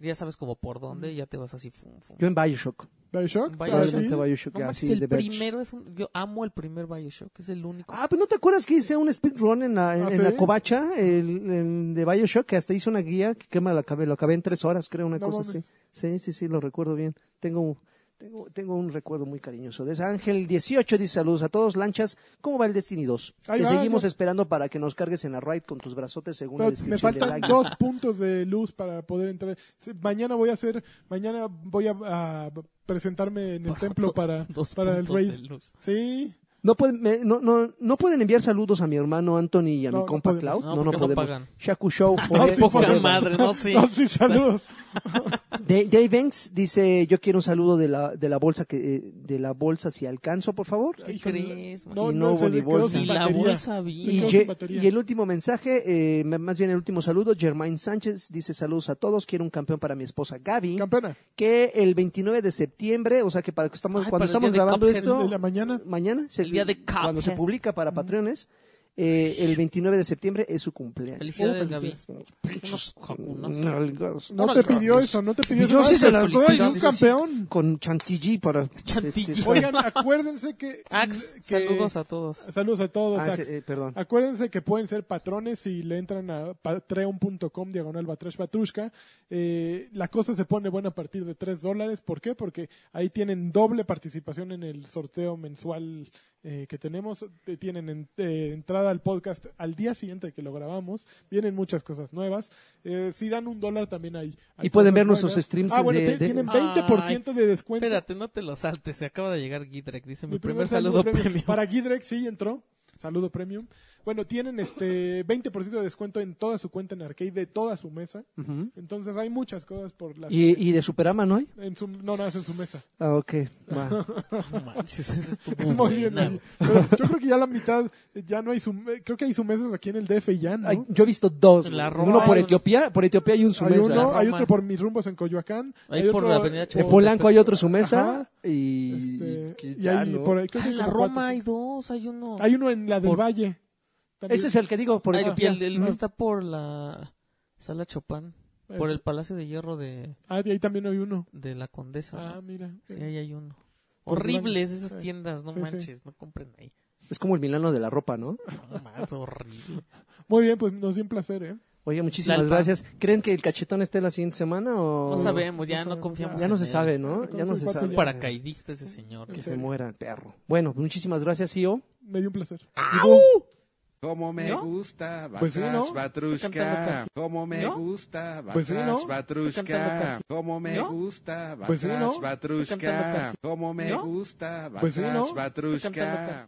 Ya sabes como por
Mm.
dónde, ya te vas así. Fum, fum.
Yo en Bioshock.
Bioshock. Ah,
Bioshock. sí.
Probablemente Bioshock,
No manches,
así de
el
verge.
primero es un, yo amo el primer Bioshock, es el único.
Ah, pues ¿no te acuerdas que hice un speedrun en la, en,
Ah,
en la
¿sí?
covacha el- en- de Bioshock? Que hasta hice una guía que quema la acabé, lo acabé en tres horas, creo, una
No
cosa
mames.
así. Sí, sí, sí, lo recuerdo bien. Tengo, tengo, tengo un recuerdo muy cariñoso. De esa. Ángel 18 dice saludos a todos, lanchas. ¿Cómo va el Destiny 2?
Ahí
Te
va,
seguimos
yo-
esperando para que nos cargues en la raid con tus brazotes según la
Pero
descripción
me
del
faltan
águila.
dos puntos de luz para poder entrar. Sí, Mañana voy a hacer, mañana voy a, a presentarme en el templo
dos-
para,
dos
para el
puntos
rey.
de luz.
Sí,
No pueden, me- no, no, no pueden enviar saludos a mi hermano Anthony y a
No,
mi
no
compa
podemos.
Cloud.
No,
No, no,
porque no
podemos.
pagan.
Shaku Show.
No,
forever.
sí
poca
podemos.
madre, no, sí.
No, sí, saludos.
Da- Dave Banks dice, yo quiero un saludo de la, de la bolsa que, eh, de la bolsa si alcanzo, por favor.
¿Qué
Híjole,
crees, man?
No,
Y
no,
no
se
hubo
le
ni
quedó
bolsa.
sin
Y la
batería.
bolsa vi.
Se
Y,
quedó
ye-
sin batería.
y el último mensaje, eh, más bien el último saludo, Germain Sánchez dice saludos a todos, quiero un campeón para mi esposa Gaby,
Campeona.
que el 29 de septiembre, o sea que para que estamos,
Ay, para
cuando
el
estamos
día de
grabando
Cuphead.
esto,
El de la mañana.
mañana, se-
El día de Mm. Cuphead.
cuando se publica para patrones, eh, el 29 de septiembre es su cumpleaños. Mm,
Felicidades,
Oh,
Gaby.
felicidades.
Unos jacunazos.
Nalgas.
No
Órale,
te pidió
cabrón.
eso, no te
Y
pidió eso.
yo sí
Ay,
se las doy,
felicidades,
un
sí, sí.
campeón. Con chantilly para...
Chantilly.
este,
Oigan, acuérdense que,
Ax,
que-
saludos a todos.
saludos a todos.
Ah,
Ax.
sí, eh, perdón.
Acuérdense que pueden ser patrones si le entran a patreon.com diagonal batrash batrushka. Eh, la cosa se pone buena a partir de 3 dólares. ¿Por qué? Porque ahí tienen doble participación en el sorteo mensual eh, que tenemos eh, tienen en- eh, entrada al podcast al día siguiente que lo grabamos. Vienen muchas cosas nuevas. Eh, si dan un dólar también hay. hay
Y pueden
cosas
ver nuestros
buenas.
streams
Ah, bueno,
de-
te-
de-
tienen 20% de descuento.
Espérate, no te lo saltes. Se acaba de llegar Gidrek. Dice mi,
Mi
primer, saludo, premium.
Para Gidrex sí entró. Saludo premium. Bueno, tienen este 20% de descuento en toda su cuenta en arcade de toda su mesa.
Ujú.
Entonces hay muchas cosas por las
¿Y, y de Superama no hay?
en su no, no es en su mesa.
Ah, ok. va.
No manches, esa estuvo
Muy bien,
buena.
oye. Pero yo creo que ya la mitad eh, ya no hay su creo que hay su mesas aquí en el DF y ya, ¿no?
Ay, yo he visto dos.
La
güey. Uno
robaron.
por Etiopía, por Etiopía hay un
hay
Sumesa.
uno,
La
hay
Roma.
otro por mis rumbos en Coyoacán,
Ahí
hay
por
otro,
la avenida Chapultepec.
En Polanco hay otro Sumesa.
Ajá.
y,
este,
que
y
ya
hay
no.
por ahí, creo
Ah,
que hay
en la
como
Roma
cuatro,
hay
sí.
dos. Hay uno.
hay uno en la del
Por-
Valle. también.
Ese es el que digo, por
Ay,
Etiopía.
el, el que
Ah.
está por la sala Chopin, por
Es-
el Palacio de Hierro de,
Ah, y ahí también hay uno.
de la Condesa.
Ah,
¿no?
mira.
Sí, ahí hay uno.
Por
Horribles
Blanco.
esas
Sí.
tiendas, no
Sí, sí.
manches, no compren ahí.
Es como el Milano de la ropa, ¿no?
No más, horrible.
Muy bien, pues nos dio un placer, ¿eh?
Oye, muchísimas
Tlalpan.
gracias. ¿Creen que el cachetón esté la siguiente semana o...?
No sabemos,
no
ya no,
sabemos,
confiamos.
Ya no
en
se
él.
sabe, ¿no? Ya no
Entonces,
se
¿cuál
sabe.
sería?
Paracaidista ese señor.
Que
Sí.
se muera el perro. Bueno, muchísimas gracias, Io.
Me dio un placer.
Como me
¿No?
gusta,
Pues sí,
Batrash
¿no?
Está cantando
Batrushka. Como me
¿No?
gusta,
Pues sí, ¿no?
Batrash
Está cantando
Batrushka.
Katy.
Como me
¿No?
gusta,
Pues sí, ¿no?
Batrash
Está cantando
Batrushka.
Katy.
Como me
¿No?
gusta,
Pues sí, ¿no?
Batrash
Está cantando Katy.
Batrushka.